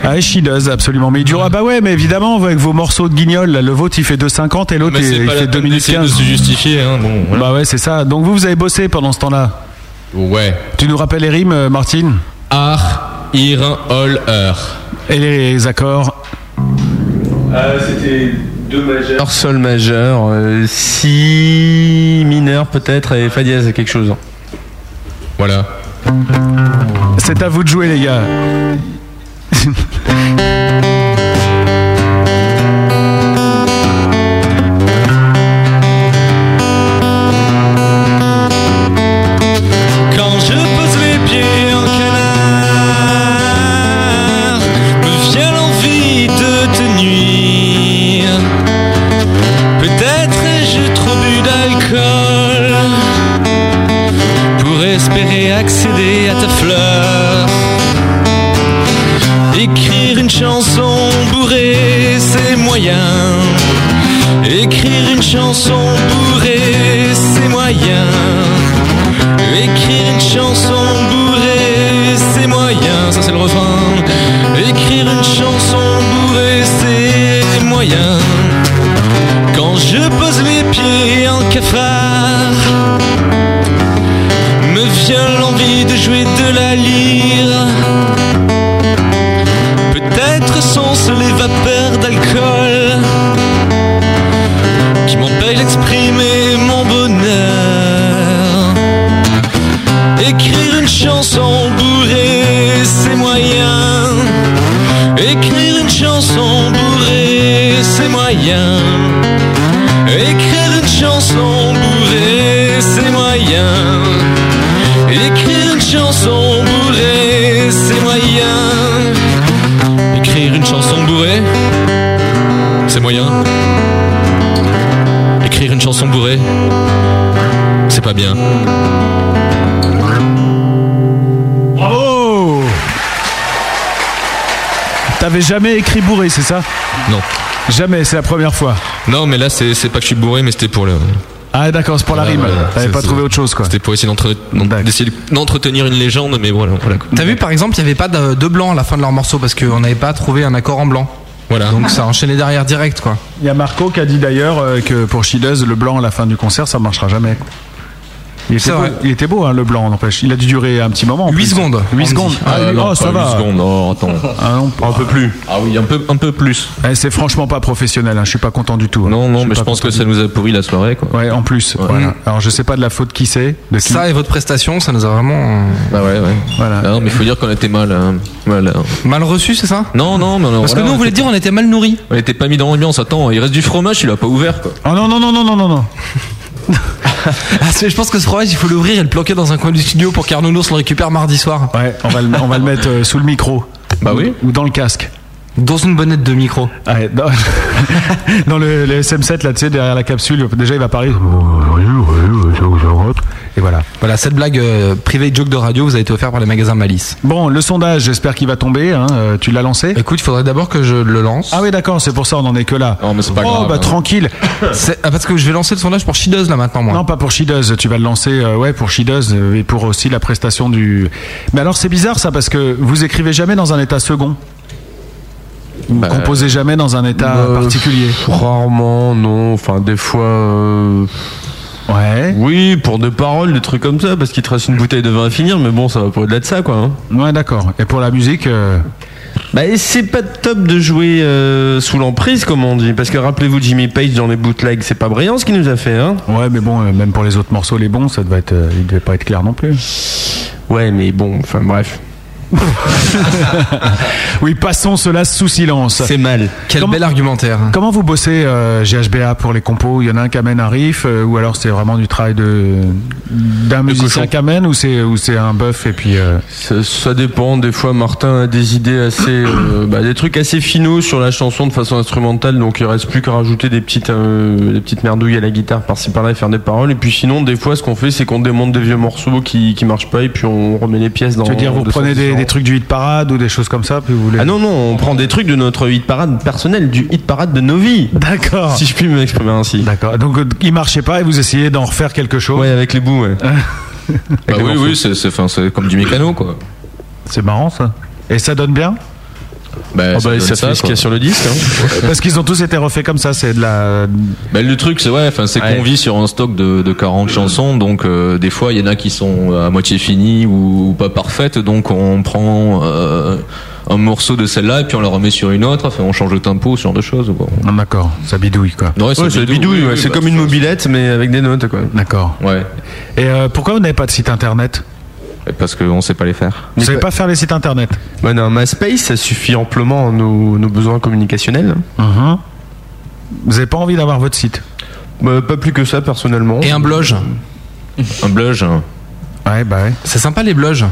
Speaker 2: Ah, Shidoz, absolument. Mais il dure. Ah, bah ouais, mais évidemment, avec vos morceaux de guignol, là, le vôtre il fait 2,50 et l'autre
Speaker 18: Mais
Speaker 2: il
Speaker 18: c'est
Speaker 2: il
Speaker 18: pas la
Speaker 2: fait
Speaker 18: peine
Speaker 2: 2 minutes
Speaker 18: d'essayer de
Speaker 2: 15.
Speaker 18: se justifier, hein, bon, voilà.
Speaker 2: Bah ouais, c'est ça. Donc vous, vous avez bossé pendant ce temps-là
Speaker 18: Ouais.
Speaker 2: Tu nous rappelles les rimes, euh, Martine
Speaker 18: Ar, ir, ol, er.
Speaker 2: Et les accords
Speaker 19: Ah, C'était deux majeurs.
Speaker 3: Or, sol majeur, euh, si mineur peut-être, et fa dièse, quelque chose.
Speaker 18: Voilà.
Speaker 2: C'est à vous de jouer, les gars.
Speaker 10: Quand je pose les pieds en canard, me vient l'envie de te nuire. Peut-être ai-je trop bu d'alcool pour espérer accéder à ta fleur. Écrire une chanson bourrée, c'est moyen. Écrire une chanson bourrée, c'est moyen. Écrire une chanson bourrée, c'est le refrain. Écrire une chanson bourrée, c'est moyen. Quand je pose les pieds en cafard, me vient l'envie de jouer de la lyre. Peut-être sont-ce les vapeurs d'alcool qui m'empêchent d'exprimer mon bonheur. Écrire une chanson bourrée, c'est moyen. Écrire une chanson bourrée, c'est moyen. Écrire une chanson bourrée, c'est moyen. Écrire une chanson bourrée, c'est moyen. Écrire une chanson bourrée, c'est moyen. Écrire une chanson bourrée, c'est pas bien.
Speaker 2: Bravo T'avais jamais écrit bourré, c'est ça
Speaker 4: Non.
Speaker 2: Jamais, c'est la première fois.
Speaker 4: Non, mais là, c'est c'est pas que je suis bourré, mais c'était pour le.
Speaker 2: Ah d'accord, c'est pour la
Speaker 4: Ouais,
Speaker 2: rime.
Speaker 4: voilà,
Speaker 2: T'avais
Speaker 4: c'est-
Speaker 2: pas
Speaker 4: c'est-
Speaker 2: trouvé autre chose quoi.
Speaker 4: C'était pour essayer d'entre- d'essayer d'entretenir une légende, mais voilà. voilà quoi.
Speaker 5: T'as vu par exemple, il n'y avait pas de, de blanc à la fin de leur morceau parce qu'on n'avait pas trouvé un accord en blanc.
Speaker 4: Voilà.
Speaker 5: Donc ça enchaînait derrière direct quoi.
Speaker 2: Il y a Marco qui a dit d'ailleurs euh, que pour Chideuse, le blanc à la fin du concert, ça marchera jamais. quoi. Il était,
Speaker 5: C'est
Speaker 2: beau,
Speaker 5: vrai.
Speaker 2: il était beau, hein, le blanc, n'empêche. Il a dû durer un petit moment. 8
Speaker 5: secondes.
Speaker 2: 8
Speaker 4: on
Speaker 2: secondes.
Speaker 4: dit.
Speaker 2: Ah,
Speaker 4: Euh,
Speaker 2: oui,
Speaker 4: non,
Speaker 2: oh,
Speaker 4: pas
Speaker 2: ça
Speaker 4: huit
Speaker 2: va.
Speaker 4: secondes, oh, attends.
Speaker 2: Ah non, un peu plus.
Speaker 4: Ah oui, un peu, un peu plus.
Speaker 2: c'est franchement pas professionnel, hein, je suis pas content du tout. Non,
Speaker 4: Non, mais je pense que ça nous a pourri la soirée, quoi.
Speaker 2: Ouais, en plus. Voilà. Alors je sais pas de la faute qui c'est. de qui.
Speaker 5: Ça et votre prestation, ça nous a vraiment.
Speaker 4: Bah ouais, ouais. Ah non, mais faut dire qu'on était mal. hein, mal, hein.
Speaker 5: Mal reçu, c'est ça
Speaker 4: Non, non, mais
Speaker 5: Parce que nous on voulait dire on était mal nourris.
Speaker 4: On était pas mis dans l'ambiance. Attends, il reste du fromage, il a pas ouvert, quoi.
Speaker 2: Oh non, non, non, non, non, non, non.
Speaker 5: Ah, c'est- je pense que ce fromage il faut l'ouvrir et le planquer dans un coin du studio pour qu'Arnonos le récupère mardi soir.
Speaker 2: Ouais, on va le, on va le mettre euh, sous le micro.
Speaker 4: Bah oui.
Speaker 2: Ou dans le casque.
Speaker 5: Dans une bonnette de micro.
Speaker 2: Ouais, Ah, dans dans le, le SM7, là, tu sais, derrière la capsule, déjà il va parler. Et voilà.
Speaker 5: Voilà, cette blague euh, privée joke de radio vous a été offerte par les magasins Malice.
Speaker 2: Bon, le sondage, j'espère qu'il va tomber. hein, euh, Tu l'as lancé
Speaker 5: Écoute, il faudrait d'abord que je le lance.
Speaker 2: Ah oui, d'accord, c'est pour ça, on en est que là.
Speaker 4: Non, mais c'est pas
Speaker 2: oh,
Speaker 4: grave,
Speaker 2: bah
Speaker 4: hein.
Speaker 2: tranquille.
Speaker 5: C'est- ah, parce que je vais lancer le sondage pour Shideuse là maintenant, moi.
Speaker 2: Non, pas pour Shideuse. Tu vas le lancer, euh, ouais, pour Shideuse euh, et pour aussi la prestation du. Mais alors, c'est bizarre ça parce que vous écrivez jamais dans un état second. Vous
Speaker 3: Bah,
Speaker 2: composez jamais dans un état
Speaker 3: euh,
Speaker 2: particulier.
Speaker 3: Rarement, non. Enfin, des fois. euh,
Speaker 2: Ouais.
Speaker 3: Oui, pour deux paroles, des trucs comme ça, parce qu'il te reste une bouteille de vin à finir, mais bon, ça va pas au-delà de ça, quoi. hein.
Speaker 2: Ouais, d'accord. Et pour la musique. euh,
Speaker 3: Bah, et c'est pas top de jouer euh, sous l'emprise, comme on dit, parce que rappelez-vous Jimmy Page dans les bootlegs, c'est pas brillant ce qu'il nous a fait, hein.
Speaker 2: Ouais, mais bon, euh, même pour les autres morceaux, les bons, ça devait être, euh, il devait pas être clair non plus.
Speaker 3: Ouais, mais bon, enfin bref.
Speaker 2: oui, passons cela sous silence.
Speaker 3: C'est mal.
Speaker 5: Quel bel argumentaire.
Speaker 3: hein.
Speaker 2: Comment vous bossez euh, GHBA pour les compos Il y en a un qui amène un riff, euh, ou alors c'est vraiment du travail de d'un musicien
Speaker 3: cochon.
Speaker 2: qui amène, ou c'est ou c'est un bœuf et puis. euh,
Speaker 3: Ça, ça dépend. Des fois, Martin a des idées assez, euh, bah, des trucs assez finaux sur la chanson de façon instrumentale. Donc, il reste plus qu'à rajouter des petites, euh, des petites merdouilles à la guitare par-ci par-là et faire des paroles. Et puis, sinon, des fois, ce qu'on fait, c'est qu'on démonte des vieux morceaux qui, qui marchent pas et puis on remet les pièces dans.
Speaker 2: Tu veux dire, vous
Speaker 3: de
Speaker 2: prenez
Speaker 3: sens
Speaker 2: des,
Speaker 3: différent.
Speaker 2: des trucs du hit parade ou des choses comme ça, puis vous voulez.
Speaker 3: Ah non non, on prend des trucs de notre hit parade personnel, du hit parade de nos vies.
Speaker 2: D'accord.
Speaker 3: Si je puis m'exprimer ainsi.
Speaker 2: D'accord. Donc euh, il marchait pas et vous essayez d'en refaire quelque chose.
Speaker 3: Ouais, avec les bouts. Ouais.
Speaker 4: Bah oui, oui, c'est- c'est enfin, c'est comme du mécano, quoi.
Speaker 2: C'est marrant ça. Et ça donne bien
Speaker 4: Bah,
Speaker 3: Ah bah,
Speaker 4: donne
Speaker 3: ça fait ce
Speaker 4: quoi.
Speaker 3: qu'il y a sur le disque, hein.
Speaker 2: Parce qu'ils ont tous été refaits comme ça. C'est de la.
Speaker 4: Bah, le truc, c'est ouais, enfin, c'est qu'on vit sur un stock de, de 40 chansons, donc euh, des fois, il y en a qui sont euh, à moitié finies ou, ou pas parfaites, donc on prend euh, un morceau de celle-là et puis on la remet sur une autre, enfin, on change le tempo, ce genre de choses. quoi.
Speaker 2: Ah, D'accord. Ça bidouille quoi.
Speaker 4: Ouais, ça
Speaker 3: Ouais, c'est
Speaker 4: bidouille,
Speaker 3: bidouille.
Speaker 4: oui,
Speaker 3: ouais.
Speaker 4: oui,
Speaker 3: C'est
Speaker 4: bah,
Speaker 3: comme une mobilette, mais avec des notes, quoi.
Speaker 2: D'accord.
Speaker 4: Ouais.
Speaker 2: Et euh, pourquoi vous n'avez pas de site internet
Speaker 4: Parce qu'on sait pas les faire.
Speaker 2: Vous savez pas faire les sites internet
Speaker 3: Ouais, Bah non, MySpace, ça suffit amplement à nos, nos besoins communicationnels.
Speaker 2: Mhm. Vous avez pas envie d'avoir votre site
Speaker 3: Bah, pas plus que ça, personnellement.
Speaker 5: Et un blog.
Speaker 4: Un blog hein.
Speaker 2: Ouais, bah ouais.
Speaker 5: C'est sympa les blogs.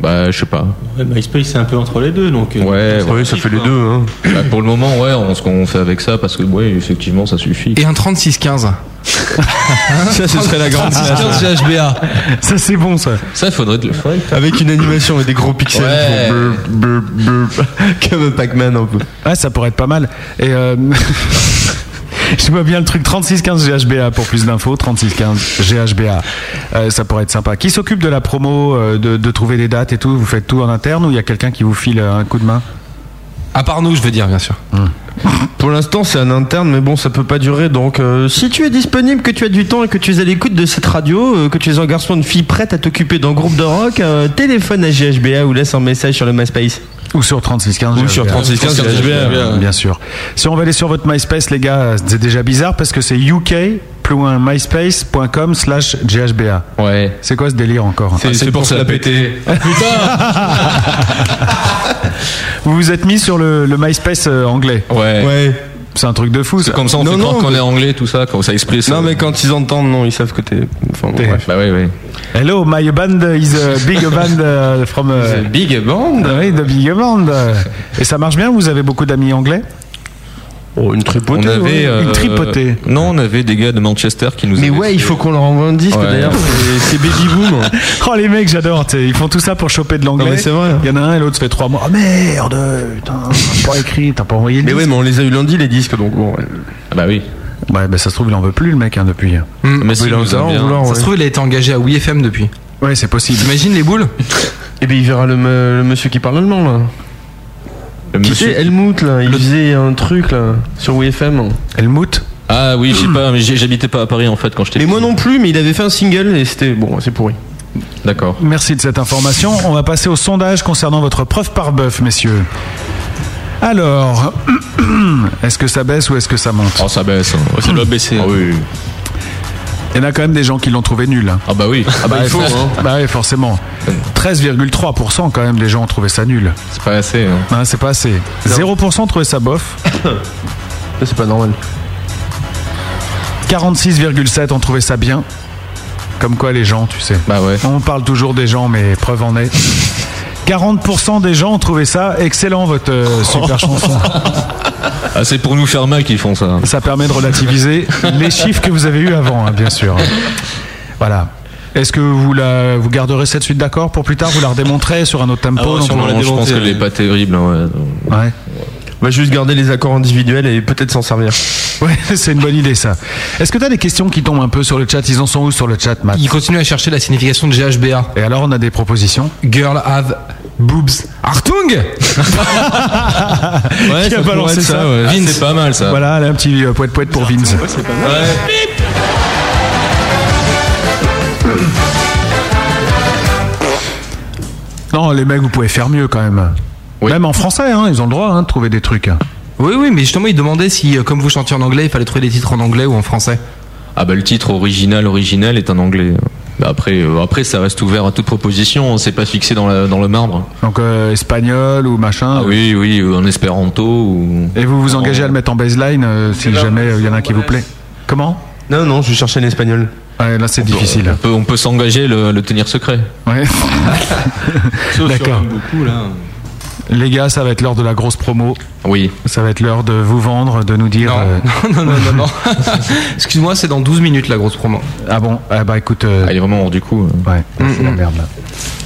Speaker 4: Bah, je sais pas.
Speaker 20: Ouais, MySpace, c'est un peu entre les deux, donc. euh,
Speaker 4: Ouais,
Speaker 20: c'est pratique, quoi.
Speaker 3: hein.
Speaker 4: Bah, pour le moment, ouais, on, ce qu'on fait avec ça, parce que, ouais, effectivement, ça suffit.
Speaker 5: Et un 36-15.
Speaker 3: Ça, ce serait la
Speaker 5: Hein
Speaker 3: grande
Speaker 5: 36-15 GHBA.
Speaker 2: Ça, c'est bon, ça.
Speaker 4: Ça, faudrait le faire.
Speaker 3: Avec une animation et des gros pixels.
Speaker 4: Ouais.
Speaker 3: Brr, brr, brr. Comme Pac-Man, un peu.
Speaker 2: Ouais, ça pourrait être pas mal. Et euh, Je vois bien le truc 3615 GHBA pour plus d'infos. 3615 GHBA. Euh, ça pourrait être sympa. Qui s'occupe de la promo, euh, de, de trouver des dates et tout Vous faites tout en interne ou il y a quelqu'un qui vous file euh, un coup de main
Speaker 5: À part nous, je veux dire, bien sûr.
Speaker 2: Hum.
Speaker 3: Pour l'instant, c'est un interne, mais bon, ça peut pas durer. Donc, euh, si tu es disponible, que tu as du temps et que tu es à l'écoute de cette radio, euh, que tu es un garçon, une fille prête à t'occuper d'un groupe de rock, euh, téléphone à GHBA ou laisse un message sur le MySpace.
Speaker 2: Ou sur 3615
Speaker 3: Ou sur 3615 GHBA.
Speaker 2: bien sûr. Si on va aller sur votre MySpace, les gars, c'est déjà bizarre parce que c'est UK plus loin myspace.com slash GHBA.
Speaker 4: Ouais.
Speaker 2: C'est quoi ce délire encore
Speaker 4: C'est- Ah, c'est c'est pour Ah, pour se se la la péter.
Speaker 2: Vous vous êtes mis sur le, le MySpace euh, anglais
Speaker 4: Ouais.
Speaker 2: C'est un truc de fou.
Speaker 4: C'est comme ça, on
Speaker 2: Non,
Speaker 4: fait croire
Speaker 2: non,
Speaker 4: qu'on
Speaker 2: mais-
Speaker 4: est anglais, tout ça, quand ça explique ça.
Speaker 3: Non, mais quand ils entendent, non, ils savent que t'es. Enfin, bon, bref.
Speaker 4: Bah oui, oui.
Speaker 2: Hello, my band is a big band euh, from. euh,
Speaker 3: The big band
Speaker 2: Oui, the big band. Et ça marche bien Vous avez beaucoup d'amis anglais
Speaker 3: Oh, une
Speaker 4: On
Speaker 3: tripotée.
Speaker 4: avait, euh,
Speaker 2: Une tripotée.
Speaker 4: Non, on avait des gars de Manchester qui nous.
Speaker 3: Mais
Speaker 4: avaient
Speaker 3: ouais, il
Speaker 4: fait-
Speaker 3: faut qu'on leur envoie un disque
Speaker 4: Ouais.
Speaker 3: d'ailleurs. c'est- C'est Baby Boom.
Speaker 2: Oh les mecs, j'adore. t'sais, Ils font tout ça pour choper de l'anglais.
Speaker 3: Non, mais c'est vrai. hein.
Speaker 2: Il y en a un et l'autre se fait trois mois. Oh merde, putain, t'as pas écrit, t'as pas envoyé le
Speaker 3: Mais ouais,
Speaker 2: disque.
Speaker 3: mais on les a eu lundi, les disques, donc bon. ouais.
Speaker 4: Ah bah oui.
Speaker 2: Ouais, bah ça se trouve il en veut plus le mec hein, depuis.
Speaker 4: Mais
Speaker 3: il en a en vouloir,
Speaker 5: Hum. Ça
Speaker 3: ouais.
Speaker 5: se trouve, il a été engagé à WeFM depuis.
Speaker 2: Ouais, c'est possible.
Speaker 5: T'imagines les boules
Speaker 3: Et Eh bien, il verra le, me- le monsieur qui parle allemand là.
Speaker 4: Le
Speaker 3: Qui
Speaker 4: monsieur-
Speaker 3: c'est Helmut là Il faisait un truc là sur WFM.
Speaker 2: Helmut
Speaker 4: Ah oui, je sais pas, mais j'ai- j'habitais pas à Paris en fait quand j'étais.
Speaker 3: Mais moi non plus, mais il avait fait un single et c'était bon, c'est pourri.
Speaker 4: D'accord.
Speaker 2: Merci de cette information. On va passer au sondage concernant votre preuve par bœuf, messieurs. Alors, est-ce que ça baisse ou est-ce que ça monte
Speaker 4: Oh, ça baisse. hein. Ouais, ça doit baisser. Ah oui.
Speaker 2: Il y en a quand même des gens qui l'ont trouvé nul. hein.
Speaker 4: Ah bah oui. Ah
Speaker 2: Bah, ça- bah ouais, forcément. 13,3% quand même des gens ont trouvé ça nul.
Speaker 4: C'est pas assez. hein.
Speaker 2: Hein, c'est pas assez. 0% trouvé ça bof.
Speaker 3: Ah,
Speaker 4: Ah
Speaker 3: Ça, C'est pas normal.
Speaker 2: 46,7 ont trouvé ça bien. Comme quoi les gens, tu sais.
Speaker 4: Bah ouais.
Speaker 2: On parle toujours des gens, mais preuve en est. 40% des gens ont trouvé ça excellent, votre euh, super chanson.
Speaker 4: Ah, c'est pour nous faire mal qu'ils font ça.
Speaker 2: Ça permet de relativiser les chiffres que vous avez eus avant, hein, bien sûr. Voilà. Est-ce que vous, la, vous garderez cette suite d'accord pour plus tard Vous la redémontrez sur un autre tempo dans-
Speaker 4: Non, Ah je pense qu'elle est pas terrible. hein, Ouais.
Speaker 2: Ouais.
Speaker 3: On va Bah, juste garder les accords individuels et peut-être s'en servir.
Speaker 2: Ouais, c'est une bonne idée ça. Est-ce que tu as des questions qui tombent un peu sur le chat Ils en sont où sur le chat, Matt
Speaker 5: Il continue à chercher la signification de GHBA.
Speaker 2: Et alors, on a des propositions
Speaker 5: Girl have boobs. Artung
Speaker 4: Ouais,
Speaker 2: Qui a balancé
Speaker 4: pourrait être
Speaker 2: ça
Speaker 4: ouais. Ah, c'est pas mal ça.
Speaker 2: Voilà, allez, un petit euh, poète poète pour Vince.
Speaker 4: Ouais.
Speaker 2: Non, les mecs, vous pouvez faire mieux quand même. Même en français, hein, ils ont le droit hein, de trouver des trucs.
Speaker 5: Oui, oui, mais justement, il demandait si, euh, comme vous chantiez en anglais, il fallait trouver des titres en anglais ou en français.
Speaker 4: Ah bah le titre original original est en anglais. Bah, après euh, après ça reste ouvert à toute proposition. hein. C'est pas fixé dans la- dans le marbre.
Speaker 2: Donc euh, espagnol ou machin.
Speaker 4: Ah oui oui euh, en espéranto ou.
Speaker 2: Et vous vous
Speaker 4: En-
Speaker 2: engagez à le mettre en baseline euh, si jamais euh, il y en a un qui vous plaît. Comment
Speaker 3: Non, non, je cherchais l'espagnol.
Speaker 2: Ouais, là c'est
Speaker 4: On
Speaker 2: difficile.
Speaker 4: peut, on peut s'engager le, le tenir secret.
Speaker 2: Ouais. D'accord.
Speaker 17: beaucoup là.
Speaker 2: Les gars, ça va être l'heure de la grosse promo.
Speaker 4: Oui.
Speaker 2: Ça va être l'heure de vous vendre, de nous dire.
Speaker 5: Non,
Speaker 2: euh,
Speaker 5: non, non, non, non. Excuse-moi, c'est dans 12 minutes la grosse promo.
Speaker 2: Ah bon Ah bah écoute. euh,
Speaker 4: Ah, il est vraiment hors du coup.
Speaker 5: euh.
Speaker 2: Ouais,
Speaker 5: Mm,
Speaker 2: c'est la merde là.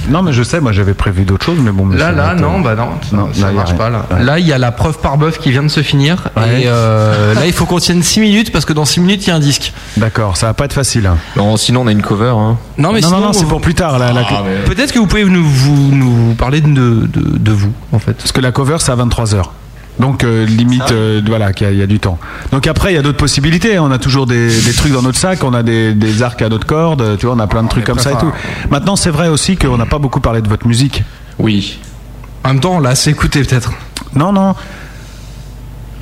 Speaker 2: Non, mais je sais, moi j'avais prévu d'autres choses, mais bon. mais
Speaker 5: Là,
Speaker 2: ça va
Speaker 5: là,
Speaker 2: être,
Speaker 5: non,
Speaker 2: euh,
Speaker 5: bah non, ça,
Speaker 2: non,
Speaker 5: ça
Speaker 2: là, y a
Speaker 5: marche
Speaker 2: rien. Ah,
Speaker 5: pas là.
Speaker 2: Ouais.
Speaker 5: Là, il y a la preuve par bœuf qui vient de se finir.
Speaker 2: Ouais.
Speaker 5: Et euh, là, il faut qu'on tienne 6 minutes parce que dans 6 minutes, il y a un disque.
Speaker 2: D'accord, ça va pas être facile. hein.
Speaker 4: Non, sinon on a une cover. Hein.
Speaker 5: Non, mais
Speaker 2: non,
Speaker 5: sinon,
Speaker 2: non, non, c'est
Speaker 5: vous- Ah, euh,
Speaker 2: pour plus tard. Là, la co-
Speaker 5: Peut-être que vous pouvez nous, vous, nous parler de, de, de vous, en fait.
Speaker 2: Parce que la cover, c'est à 23h. Donc, euh, limite, euh, voilà, qu'il y a- il y, a du temps. Donc, après, il y a d'autres possibilités. On a toujours des, des trucs dans notre sac, on a des, des arcs à notre corde, euh, tu vois, on a plein de trucs comme ça et tout. Maintenant, c'est vrai aussi qu'on n'a pas beaucoup parlé de votre musique.
Speaker 4: Oui.
Speaker 5: En même temps, on l'a assez écouté, peut-être.
Speaker 2: Non, non.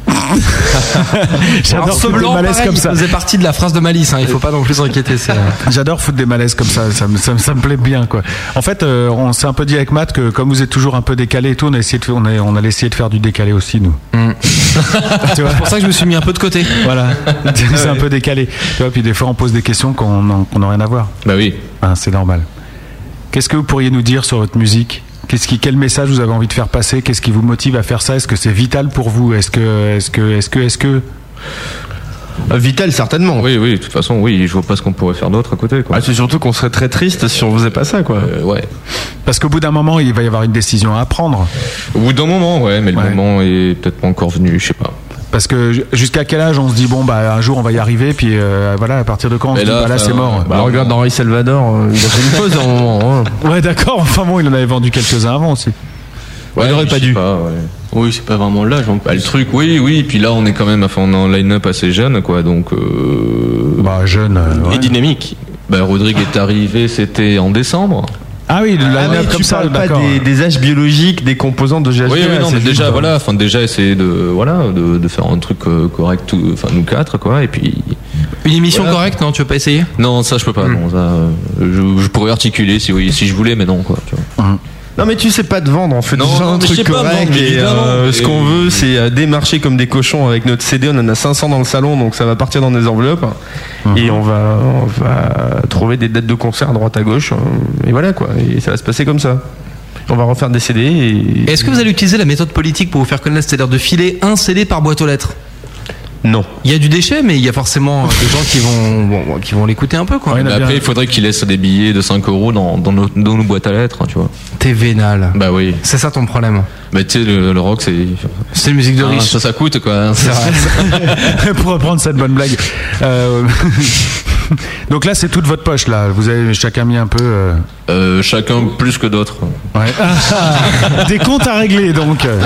Speaker 5: Alors,
Speaker 2: J'adore
Speaker 5: ce
Speaker 2: foutre des
Speaker 5: blanc,
Speaker 2: malaises
Speaker 5: pareil,
Speaker 2: comme ça.
Speaker 5: il faisait partie de la phrase de Malice, hein, il faut pas non plus s'inquiéter. c'est, euh,
Speaker 2: J'adore foutre des malaises comme ça, ça me, ça me- ça me plaît bien quoi. En fait, euh, on s'est un peu dit avec Matt que comme vous êtes toujours un peu décalé et tout, on a essayé de, on a- on allait essayer de faire du décalé aussi nous. tu vois
Speaker 5: euh, C'est pour ça que Mm. je me suis mis un peu de côté.
Speaker 2: voilà, c'est un peu décalé. Tu vois, puis des fois on pose des questions qu'on n'en- qu'on n'a rien à voir.
Speaker 4: Bah oui.
Speaker 2: Hein, c'est normal. Qu'est-ce que vous pourriez nous dire sur votre musique Qu'est-ce qui, quel message vous avez envie de faire passer Qu'est-ce qui vous motive à faire ça Est-ce que c'est vital pour vous Est-ce que, est-ce que, est-ce que, est-ce que
Speaker 3: Euh, Vital, certainement.
Speaker 4: Oui oui. De toute façon oui. Je vois pas ce qu'on pourrait faire d'autre à côté. Quoi.
Speaker 3: Ah, c'est surtout qu'on serait très triste si on faisait pas ça, quoi.
Speaker 4: Euh, ouais.
Speaker 2: Parce qu'au bout d'un moment, il va y avoir une décision à prendre.
Speaker 4: Au bout d'un moment ouais, mais le
Speaker 2: Ouais.
Speaker 4: moment est peut-être pas encore venu. Je sais pas.
Speaker 2: Parce que ju- jusqu'à quel âge on se dit bon bah un jour on va y arriver puis euh, voilà à partir de quand on se
Speaker 21: Et
Speaker 2: dit
Speaker 21: là,
Speaker 2: bah, là c'est
Speaker 21: euh,
Speaker 2: mort.
Speaker 21: bah, regarde euh,
Speaker 2: Henri Salvador,
Speaker 21: il a fait une pause à un moment, hein.
Speaker 2: Ouais d'accord, enfin bon il en avait vendu quelques-uns avant aussi.
Speaker 4: Ouais, il aurait pas dû. Oui, c'est pas vraiment l'âge. en Bah, le truc, oui, oui. Puis là, on est quand même, enfin, on est en line-up assez jeune, quoi. Donc. euh,
Speaker 2: Bah, jeune.
Speaker 4: Et dynamique. Bah, Rodrigue est arrivé, c'était en décembre.
Speaker 2: Ah oui,
Speaker 4: la
Speaker 3: mais tu parles pas des, des âges biologiques, des composantes de GHB.
Speaker 4: Oui, oui, non,
Speaker 3: c'est
Speaker 4: mais déjà,
Speaker 3: juste- hein.
Speaker 4: voilà, enfin, déjà essayer de, voilà, de, de faire un truc euh, correct, tout, enfin, nous quatre, quoi, et puis.
Speaker 5: Une émission correcte, non Tu veux pas essayer
Speaker 4: Non, ça, je peux pas, non, ça, euh, je, je pourrais articuler si, oui, si je voulais, mais non, quoi, tu vois.
Speaker 3: Non, mais tu sais pas te vendre, en fait.
Speaker 4: Non,
Speaker 3: déjà
Speaker 4: non,
Speaker 3: un
Speaker 4: mais je sais
Speaker 3: truc
Speaker 4: pas me
Speaker 3: correct.
Speaker 4: vendre,
Speaker 3: et,
Speaker 4: évidemment.
Speaker 3: euh,
Speaker 4: Et-
Speaker 3: ce qu'on veut, c'est euh, démarcher comme des cochons avec notre CD. On en a 500 dans le salon, donc ça va partir dans des enveloppes. Et
Speaker 2: Mhm.
Speaker 3: on va, on va trouver des dates de concert à droite à gauche. euh, Et voilà, quoi. Et ça va se passer comme ça. On va refaire des CD et.
Speaker 5: Est-ce que vous allez utiliser la méthode politique pour vous faire connaître, c'est-à-dire de filer un CD par boîte aux lettres
Speaker 3: Non.
Speaker 5: Il y a du déchet, mais il y a forcément euh, des gens qui vont, bon, qui vont l'écouter un peu, quoi.
Speaker 4: Mais après, il faudrait qu'il laisse des billets de 5 euros dans, dans, nos, dans nos boîtes à lettres, tu vois.
Speaker 5: T'es vénal.
Speaker 4: Bah oui.
Speaker 5: C'est ça ton problème.
Speaker 4: Mais tu sais, le, le rock, c'est.
Speaker 5: C'est musique de riche.
Speaker 4: Ah, Ça, ça coûte, quoi. hein.
Speaker 2: Pour reprendre cette bonne blague. Euh, Donc là c'est toute votre poche là, vous avez chacun mis un peu. euh,
Speaker 4: Euh, chacun plus que d'autres.
Speaker 2: ouais. des comptes à régler donc. euh,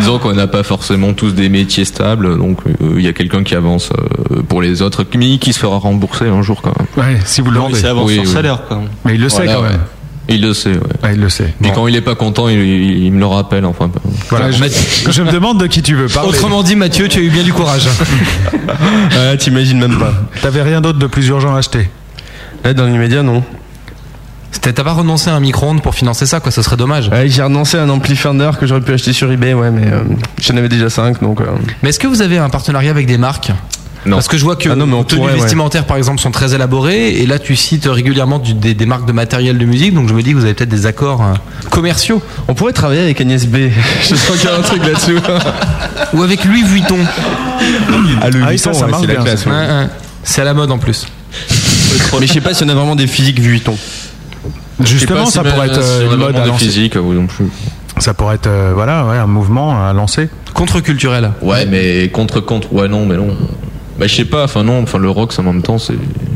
Speaker 4: Disons qu'on n'a pas forcément tous des métiers stables, donc euh, il y a quelqu'un qui avance euh, pour les autres, mais qui se fera rembourser un jour quand même.
Speaker 2: Ouais, si vous le vendez. Mais il le sait
Speaker 4: Voilà,
Speaker 2: quand
Speaker 4: ouais.
Speaker 2: même. Ah,
Speaker 4: Il le sait, ouais.
Speaker 2: il le sait.
Speaker 4: Puis quand il est pas content, il, il- il me le rappelle, enfin.
Speaker 2: Voilà, je, je me demande de qui tu veux parler.
Speaker 5: Autrement dit, Mathieu, tu as eu bien du courage.
Speaker 3: Ah, t'imagines même pas.
Speaker 2: T'avais rien d'autre de plus urgent à acheter
Speaker 3: Là, dans l'immédiat, non.
Speaker 5: C'était, t'as pas renoncé à un micro-ondes pour financer ça, quoi, ce serait dommage.
Speaker 3: Ouais, j'ai renoncé à un ampli Fender que j'aurais pu acheter sur eBay, ouais, mais euh, j'en avais déjà 5, donc. euh,
Speaker 5: Mais est-ce que vous avez un partenariat avec des marques
Speaker 4: Non.
Speaker 5: Parce que je vois que
Speaker 3: Ah non, mais on
Speaker 5: vos tenues
Speaker 3: pourrait, ouais.
Speaker 5: vestimentaires, par exemple, sont très élaborées, et là, tu cites régulièrement du- des, des marques de matériel de musique, donc je me dis que vous avez peut-être des accords euh, commerciaux.
Speaker 3: On pourrait travailler avec Agnès B. je sens qu'il y a un truc là-dessus.
Speaker 5: Ou avec Louis Vuitton.
Speaker 3: Ah, le
Speaker 5: oui,
Speaker 3: Vuitton,
Speaker 5: ça, ça
Speaker 3: ouais,
Speaker 5: marche
Speaker 3: c'est la
Speaker 5: bien,
Speaker 3: classe.
Speaker 5: ça.
Speaker 3: ouais.
Speaker 5: Ouais, ouais. C'est à la mode en plus.
Speaker 3: Mais je sais pas si on a vraiment des physiques Vuitton.
Speaker 2: Justement,
Speaker 3: Je sais
Speaker 2: ça
Speaker 3: pas si
Speaker 2: pourrait
Speaker 3: même-
Speaker 2: être
Speaker 3: si
Speaker 2: euh,
Speaker 3: on a
Speaker 2: une mode
Speaker 3: vraiment
Speaker 2: à
Speaker 3: des
Speaker 2: lancer.
Speaker 4: physique, oui non plus.
Speaker 2: Ça pourrait être euh, voilà, ouais, un mouvement à lancer.
Speaker 5: Contre-culturel.
Speaker 4: Ouais, mais contre contre, ouais non, mais non. Bah je sais pas, enfin non, enfin le rock, c'est en même temps, c'est,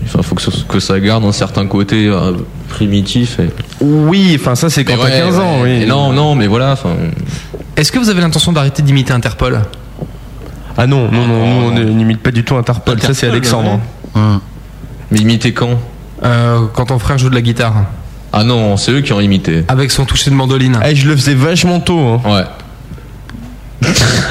Speaker 4: enfin faut que ça, que ça garde un certain côté euh, primitif. Et...
Speaker 3: Oui, enfin ça c'est
Speaker 4: Mais
Speaker 3: quand
Speaker 4: ouais,
Speaker 3: t'as 15 ans,
Speaker 4: ouais.
Speaker 3: oui.
Speaker 4: Et Non, non, mais voilà, enfin.
Speaker 5: Est-ce que vous avez l'intention d'arrêter d'imiter Interpol Oh.
Speaker 3: Ah non, non, non, nous on ne- n'imite pas du tout Interpol, ça c'est
Speaker 4: Interpol,
Speaker 3: Alexandre.
Speaker 4: Mais imiter quand
Speaker 5: Euh, Quand ton frère joue de la guitare.
Speaker 4: Ah non, c'est eux qui ont imité.
Speaker 5: Avec son toucher de mandoline.
Speaker 3: Eh, je le faisais vachement tôt. hein.
Speaker 4: Ouais.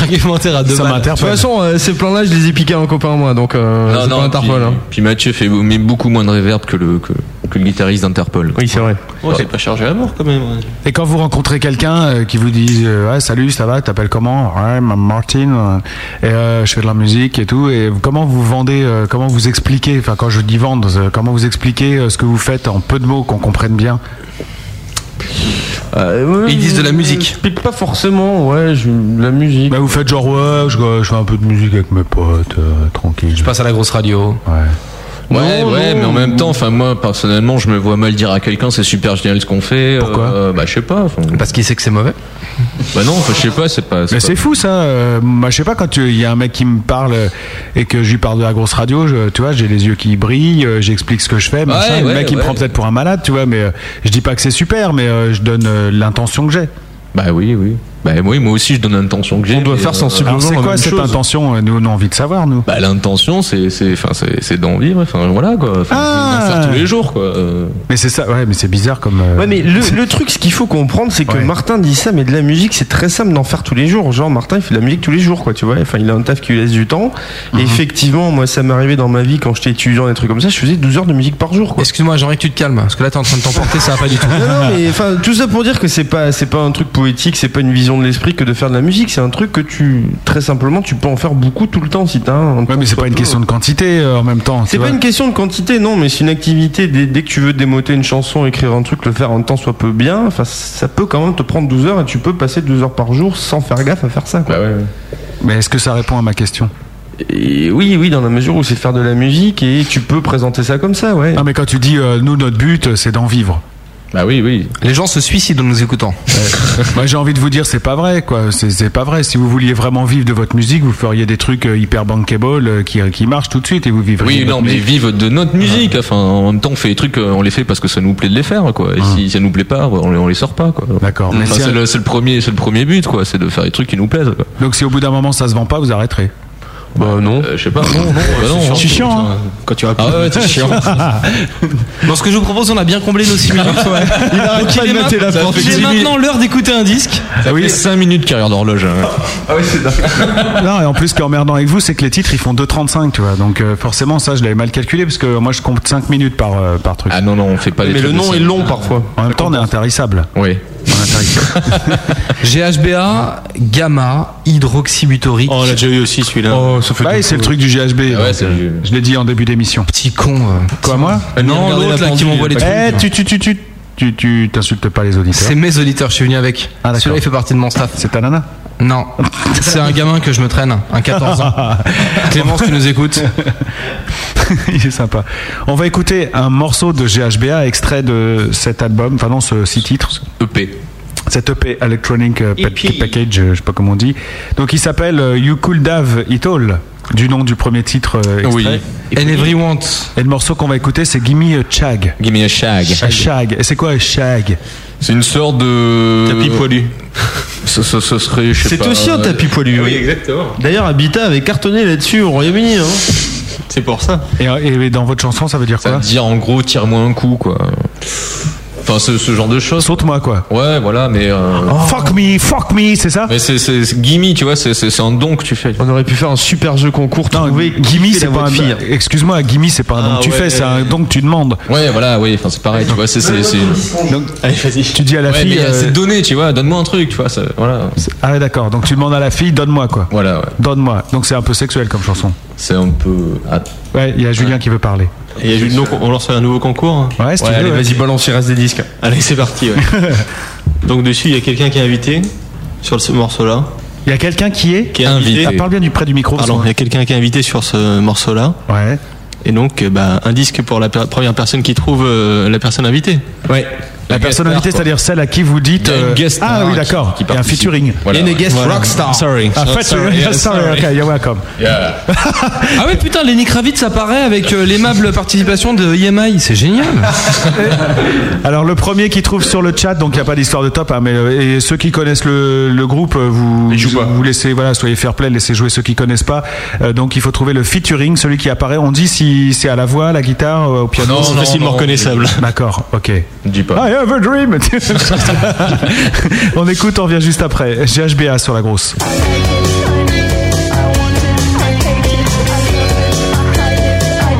Speaker 5: L'argumentaire à deux
Speaker 3: Bah,
Speaker 5: balles.
Speaker 3: De toute façon, euh, ces plans-là, je les ai piqués à un copain à moi, donc euh,
Speaker 4: Non,
Speaker 3: c'est
Speaker 4: non,
Speaker 3: pas Interpol.
Speaker 4: Puis,
Speaker 3: hein.
Speaker 4: puis Mathieu fait met beaucoup moins de reverb que le que, que le guitariste d'Interpol.
Speaker 3: Oui, c'est vrai.
Speaker 22: Oh, c'est pas chargé à mort quand même. ouais.
Speaker 2: Et quand vous rencontrez quelqu'un euh, qui vous dit euh, Ouais, salut, ça va, t'appelles comment Ouais, ma- Martin, euh, et euh, je fais de la musique et tout. Et comment vous vendez, euh, comment vous expliquez, enfin quand je dis vendre, euh, comment vous expliquez euh, ce que vous faites en peu de mots qu'on comprenne bien
Speaker 5: Ils disent de la musique.
Speaker 3: Pique pas forcément, ouais, je- la musique.
Speaker 2: Bah, vous faites genre Ouais, je, je fais un peu de musique avec mes potes, euh, tranquille.
Speaker 5: Je passe à la grosse radio.
Speaker 4: Ouais,
Speaker 3: Non,
Speaker 4: ouais,
Speaker 3: non.
Speaker 4: mais en même temps, enfin moi personnellement, je me vois mal dire à quelqu'un c'est super génial ce qu'on fait. Pourquoi Bah je sais pas. enfin.
Speaker 5: Parce qu'il sait que c'est mauvais.
Speaker 4: Bah non, enfin, je sais pas, c'est pas.
Speaker 2: Mais
Speaker 4: pas-
Speaker 2: c'est fou ça. euh, moi, je sais pas quand tu- il y a un mec qui me parle euh, et que je lui parle de la grosse radio, je- tu vois, j'ai les yeux qui brillent, euh, j'explique ce que je fais. machin,
Speaker 4: Ouais,
Speaker 2: le
Speaker 4: ouais,
Speaker 2: mec il me
Speaker 4: ouais.
Speaker 2: prend peut-être pour un malade, tu vois, mais euh, je dis pas que c'est super, mais euh, je donne euh, l'intention que j'ai.
Speaker 4: Bah oui, oui. Bah oui, moi aussi je donne l'intention que j'ai.
Speaker 3: On doit
Speaker 4: mais,
Speaker 3: faire
Speaker 4: euh,
Speaker 2: Alors c'est quoi cette intention euh, Nous on a envie de savoir nous.
Speaker 4: Bah l'intention, c'est c'est enfin c'est c'est d'en vivre. Enfin voilà quoi. Enfin,
Speaker 2: Ah.
Speaker 4: c'est d'en faire tous les jours quoi. Euh,
Speaker 2: Mais c'est ça, ouais, mais c'est bizarre comme. euh,
Speaker 3: Ouais, mais le, le truc, ce qu'il faut comprendre, c'est que Martin dit ça, mais de la musique, c'est très simple d'en faire tous les jours. Genre, Martin, il fait de la musique tous les jours, quoi, tu vois. Enfin, il a un taf qui lui laisse du temps. Et effectivement, moi, ça m'est arrivé dans ma vie quand j'étais étudiant, des trucs comme ça, je faisais 12 heures de musique par jour, quoi.
Speaker 5: Excuse-moi, j'aimerais que tu te calmes, parce que là, t'es en train de t'emporter, ça va pas du tout.
Speaker 3: Non, non, mais enfin, tout ça pour dire que c'est pas, c'est pas un truc poétique, c'est pas une vision de l'esprit que de faire de la musique, c'est un truc que tu, très simplement, tu peux en faire beaucoup tout le temps si t'as un.
Speaker 2: Ouais, mais
Speaker 4: Bah,
Speaker 2: c'est pas une question de quantité euh, en même temps. tu
Speaker 3: C'est pas
Speaker 2: vois.
Speaker 3: une question de quantité, non, mais c'est une activité. Dès, dès que tu veux démoter une chanson, écrire un truc, le faire en temps soit peu bien, enfin, ça peut quand même te prendre 12 heures et tu peux passer 12 heures par jour sans faire gaffe à faire ça. Quoi.
Speaker 4: bah ouais.
Speaker 2: Mais est-ce que ça répond à ma question
Speaker 3: Et oui, oui, dans la mesure où c'est faire de la musique et tu peux présenter ça comme ça, ouais.
Speaker 2: Non, mais quand tu dis euh, nous notre but euh, c'est d'en vivre. Bah oui, oui.
Speaker 5: Les gens se suicident en nous écoutant.
Speaker 2: Moi, j'ai envie de vous dire, c'est pas vrai, quoi. C'est c'est pas vrai. Si vous vouliez vraiment vivre de votre musique, vous feriez des trucs euh, hyper bankable euh, qui, qui marchent tout de suite et vous vivriez.
Speaker 4: Oui,
Speaker 2: votre
Speaker 4: non, mais
Speaker 2: musique.
Speaker 4: vivent de notre musique. Enfin, en même temps, on fait des trucs, euh, on les fait parce que ça nous plaît de les faire, quoi. Et si ça nous plaît pas, on les, on les sort pas, quoi.
Speaker 2: D'accord.
Speaker 4: Enfin,
Speaker 2: Mais si-
Speaker 4: c'est le, c'est le premier, c'est le premier but, quoi. C'est de faire des trucs qui nous plaisent. Quoi.
Speaker 2: Donc, si au bout d'un moment ça se vend pas, vous arrêterez.
Speaker 4: Bah non. je sais pas. Non, non. bah non.
Speaker 2: Je suis chiant, hein.
Speaker 4: Quand tu vas. Ah ouais, t'es chiant.
Speaker 5: Dans ce que je vous propose, on a bien comblé nos 6 minutes.
Speaker 4: Il arrête
Speaker 5: Donc,
Speaker 4: pas
Speaker 5: il
Speaker 4: de
Speaker 5: est
Speaker 4: mater
Speaker 5: ma-
Speaker 4: la porte.
Speaker 5: Il est maintenant l'heure d'écouter un disque.
Speaker 4: Ça oui, 5 minutes carrière d'horloge.
Speaker 2: Ah oui, c'est Non, et en plus, ce qui est emmerdant avec vous, c'est que les titres, ils font 2,35, tu vois. Donc, euh, forcément, ça, je l'avais mal calculé parce que moi, je compte 5 minutes par, euh, par truc.
Speaker 4: Ah non, non, on fait pas
Speaker 2: les
Speaker 4: des trucs de ça.
Speaker 2: En même temps, on est intarissable.
Speaker 4: Oui.
Speaker 5: GHBA, gamma, hydroxybuturique.
Speaker 2: Oh, on l'a déjà eu aussi celui-là. Oh, ça fait bah, c'est le truc du
Speaker 5: Ah
Speaker 2: GHB. donc, euh, je l'ai dit en début d'émission.
Speaker 5: Petit con.
Speaker 2: Quoi, moi
Speaker 5: Non, l'autre, là, qui m'envoie les trucs.
Speaker 2: Eh, tu, tu, tu, tu, tu, tu t'insultes pas les auditeurs. Ah,
Speaker 5: C'est mes auditeurs, je suis venu avec. Celui-là, il fait partie de mon staff. Mm.
Speaker 2: C'est ta nana
Speaker 5: Non. C'est un gamin que je me traîne, un 14 ans. Clémence, tu nous écoutes
Speaker 2: Il est sympa. On va écouter un morceau de GHBA extrait de cet album, enfin non, ce six titres.
Speaker 5: E
Speaker 4: EP.
Speaker 2: Cet EP Electronic euh, pa- Package, euh, je sais pas comment on dit. Donc il s'appelle euh, You Could Have It All, du nom du premier titre euh, extrait.
Speaker 4: Oui.
Speaker 2: And
Speaker 5: Every Want.
Speaker 2: Et le morceau qu'on va écouter, c'est Gimme a Chag.
Speaker 4: Gimme a Chag.
Speaker 2: A Chag. Et c'est quoi un Chag
Speaker 4: C'est une sorte de.
Speaker 2: Tapis poilu.
Speaker 4: Ce, ce- ce serait, je sais
Speaker 12: C'est
Speaker 4: pas,
Speaker 12: aussi un
Speaker 4: euh,
Speaker 12: tapis poilu.
Speaker 4: Oui, exactement.
Speaker 12: D'ailleurs, Habitat avait cartonné là-dessus au Royaume-Uni.
Speaker 3: hein.
Speaker 4: C'est pour ça.
Speaker 2: Et, et dans votre chanson, ça veut dire
Speaker 4: Ça
Speaker 2: quoi
Speaker 4: veut dire en gros, tire-moi un coup, quoi. Enfin, ce, ce genre de choses.
Speaker 2: Saute-moi, quoi. Oh,
Speaker 4: Ouais, voilà, mais. euh,
Speaker 2: Fuck me, fuck me, c'est ça
Speaker 4: Mais c'est, c'est, c'est gimme, tu vois, c'est, c'est, c'est un don que tu fais.
Speaker 12: On aurait pu faire un super jeu concours.
Speaker 2: Non,
Speaker 12: trouver
Speaker 2: Gimme,
Speaker 12: qui fait
Speaker 2: c'est
Speaker 12: la
Speaker 2: pas
Speaker 12: voix
Speaker 2: un.
Speaker 12: de fille. hein.
Speaker 2: Excuse-moi, Gimme, c'est pas un don
Speaker 12: Ah
Speaker 2: que tu
Speaker 12: ouais.
Speaker 2: fais, c'est un don que tu demandes.
Speaker 4: Ouais, voilà, oui, enfin, c'est pareil, tu vois, c'est. c'est, c'est...
Speaker 2: Tu dis à la
Speaker 4: Ouais, mais
Speaker 2: fille.
Speaker 4: il y a
Speaker 2: euh,
Speaker 4: cette donnée, tu vois, donne-moi un truc, tu vois, ça, voilà.
Speaker 2: Ah ouais, d'accord. Donc tu demandes à la fille, donne-moi quoi.
Speaker 4: Voilà, ouais.
Speaker 2: Donne-moi. Donc c'est un peu sexuel comme chanson.
Speaker 4: C'est un peu. ah,
Speaker 2: Ouais, il y a Julien qui veut parler.
Speaker 17: Et il y a- donc on lance un nouveau concours.
Speaker 2: Ouais, si tu veux,
Speaker 17: allez,
Speaker 2: ouais.
Speaker 17: vas-y,
Speaker 12: balance, il reste des disques.
Speaker 17: Allez, c'est parti. ouais. donc dessus, il y a quelqu'un qui est invité sur ce morceau-là.
Speaker 2: Il y a quelqu'un qui est
Speaker 17: Qui est invité.
Speaker 2: Ah, parle bien du près du micro. parce
Speaker 17: Pardon,
Speaker 2: qu'on-
Speaker 17: il y a quelqu'un qui est invité sur ce morceau-là.
Speaker 2: Ouais.
Speaker 17: Et donc, euh, bah, un disque pour la per- première personne qui trouve euh, la personne invitée.
Speaker 2: Ouais. La personnalité, c'est-à-dire celle à qui vous dites.
Speaker 17: Il y a une
Speaker 2: euh,
Speaker 17: guest
Speaker 2: ah
Speaker 17: star
Speaker 2: oui,
Speaker 17: qui-
Speaker 2: d'accord.
Speaker 17: qui
Speaker 2: Il y a un
Speaker 17: participe.
Speaker 2: featuring.
Speaker 17: Voilà. Il y a une guest Voilà. rockstar. Sorry.
Speaker 2: Ah,
Speaker 17: Sorry,
Speaker 2: featuring.
Speaker 17: yeah,
Speaker 2: sorry.
Speaker 17: sorry.
Speaker 2: Okay, you're welcome.
Speaker 5: Ah ouais, putain, Lenny Kravitz apparaît avec euh, l'aimable participation de EMI, c'est génial.
Speaker 2: Alors le premier qui trouve sur le chat, donc il n'y a pas d'histoire de top, hein, mais euh, et ceux qui connaissent le, le groupe, euh, vous, vous, vous laissez, voilà, soyez fair play, laissez jouer ceux qui connaissent pas. Euh, donc il faut trouver le featuring, celui qui apparaît. On dit si c'est à la voix, la guitare, euh, au piano.
Speaker 17: Non, C'est non, facilement non. reconnaissable.
Speaker 2: D'accord, ok.
Speaker 4: Dis
Speaker 2: I have a dream. on écoute, on revient juste après. GHBA sur la grosse.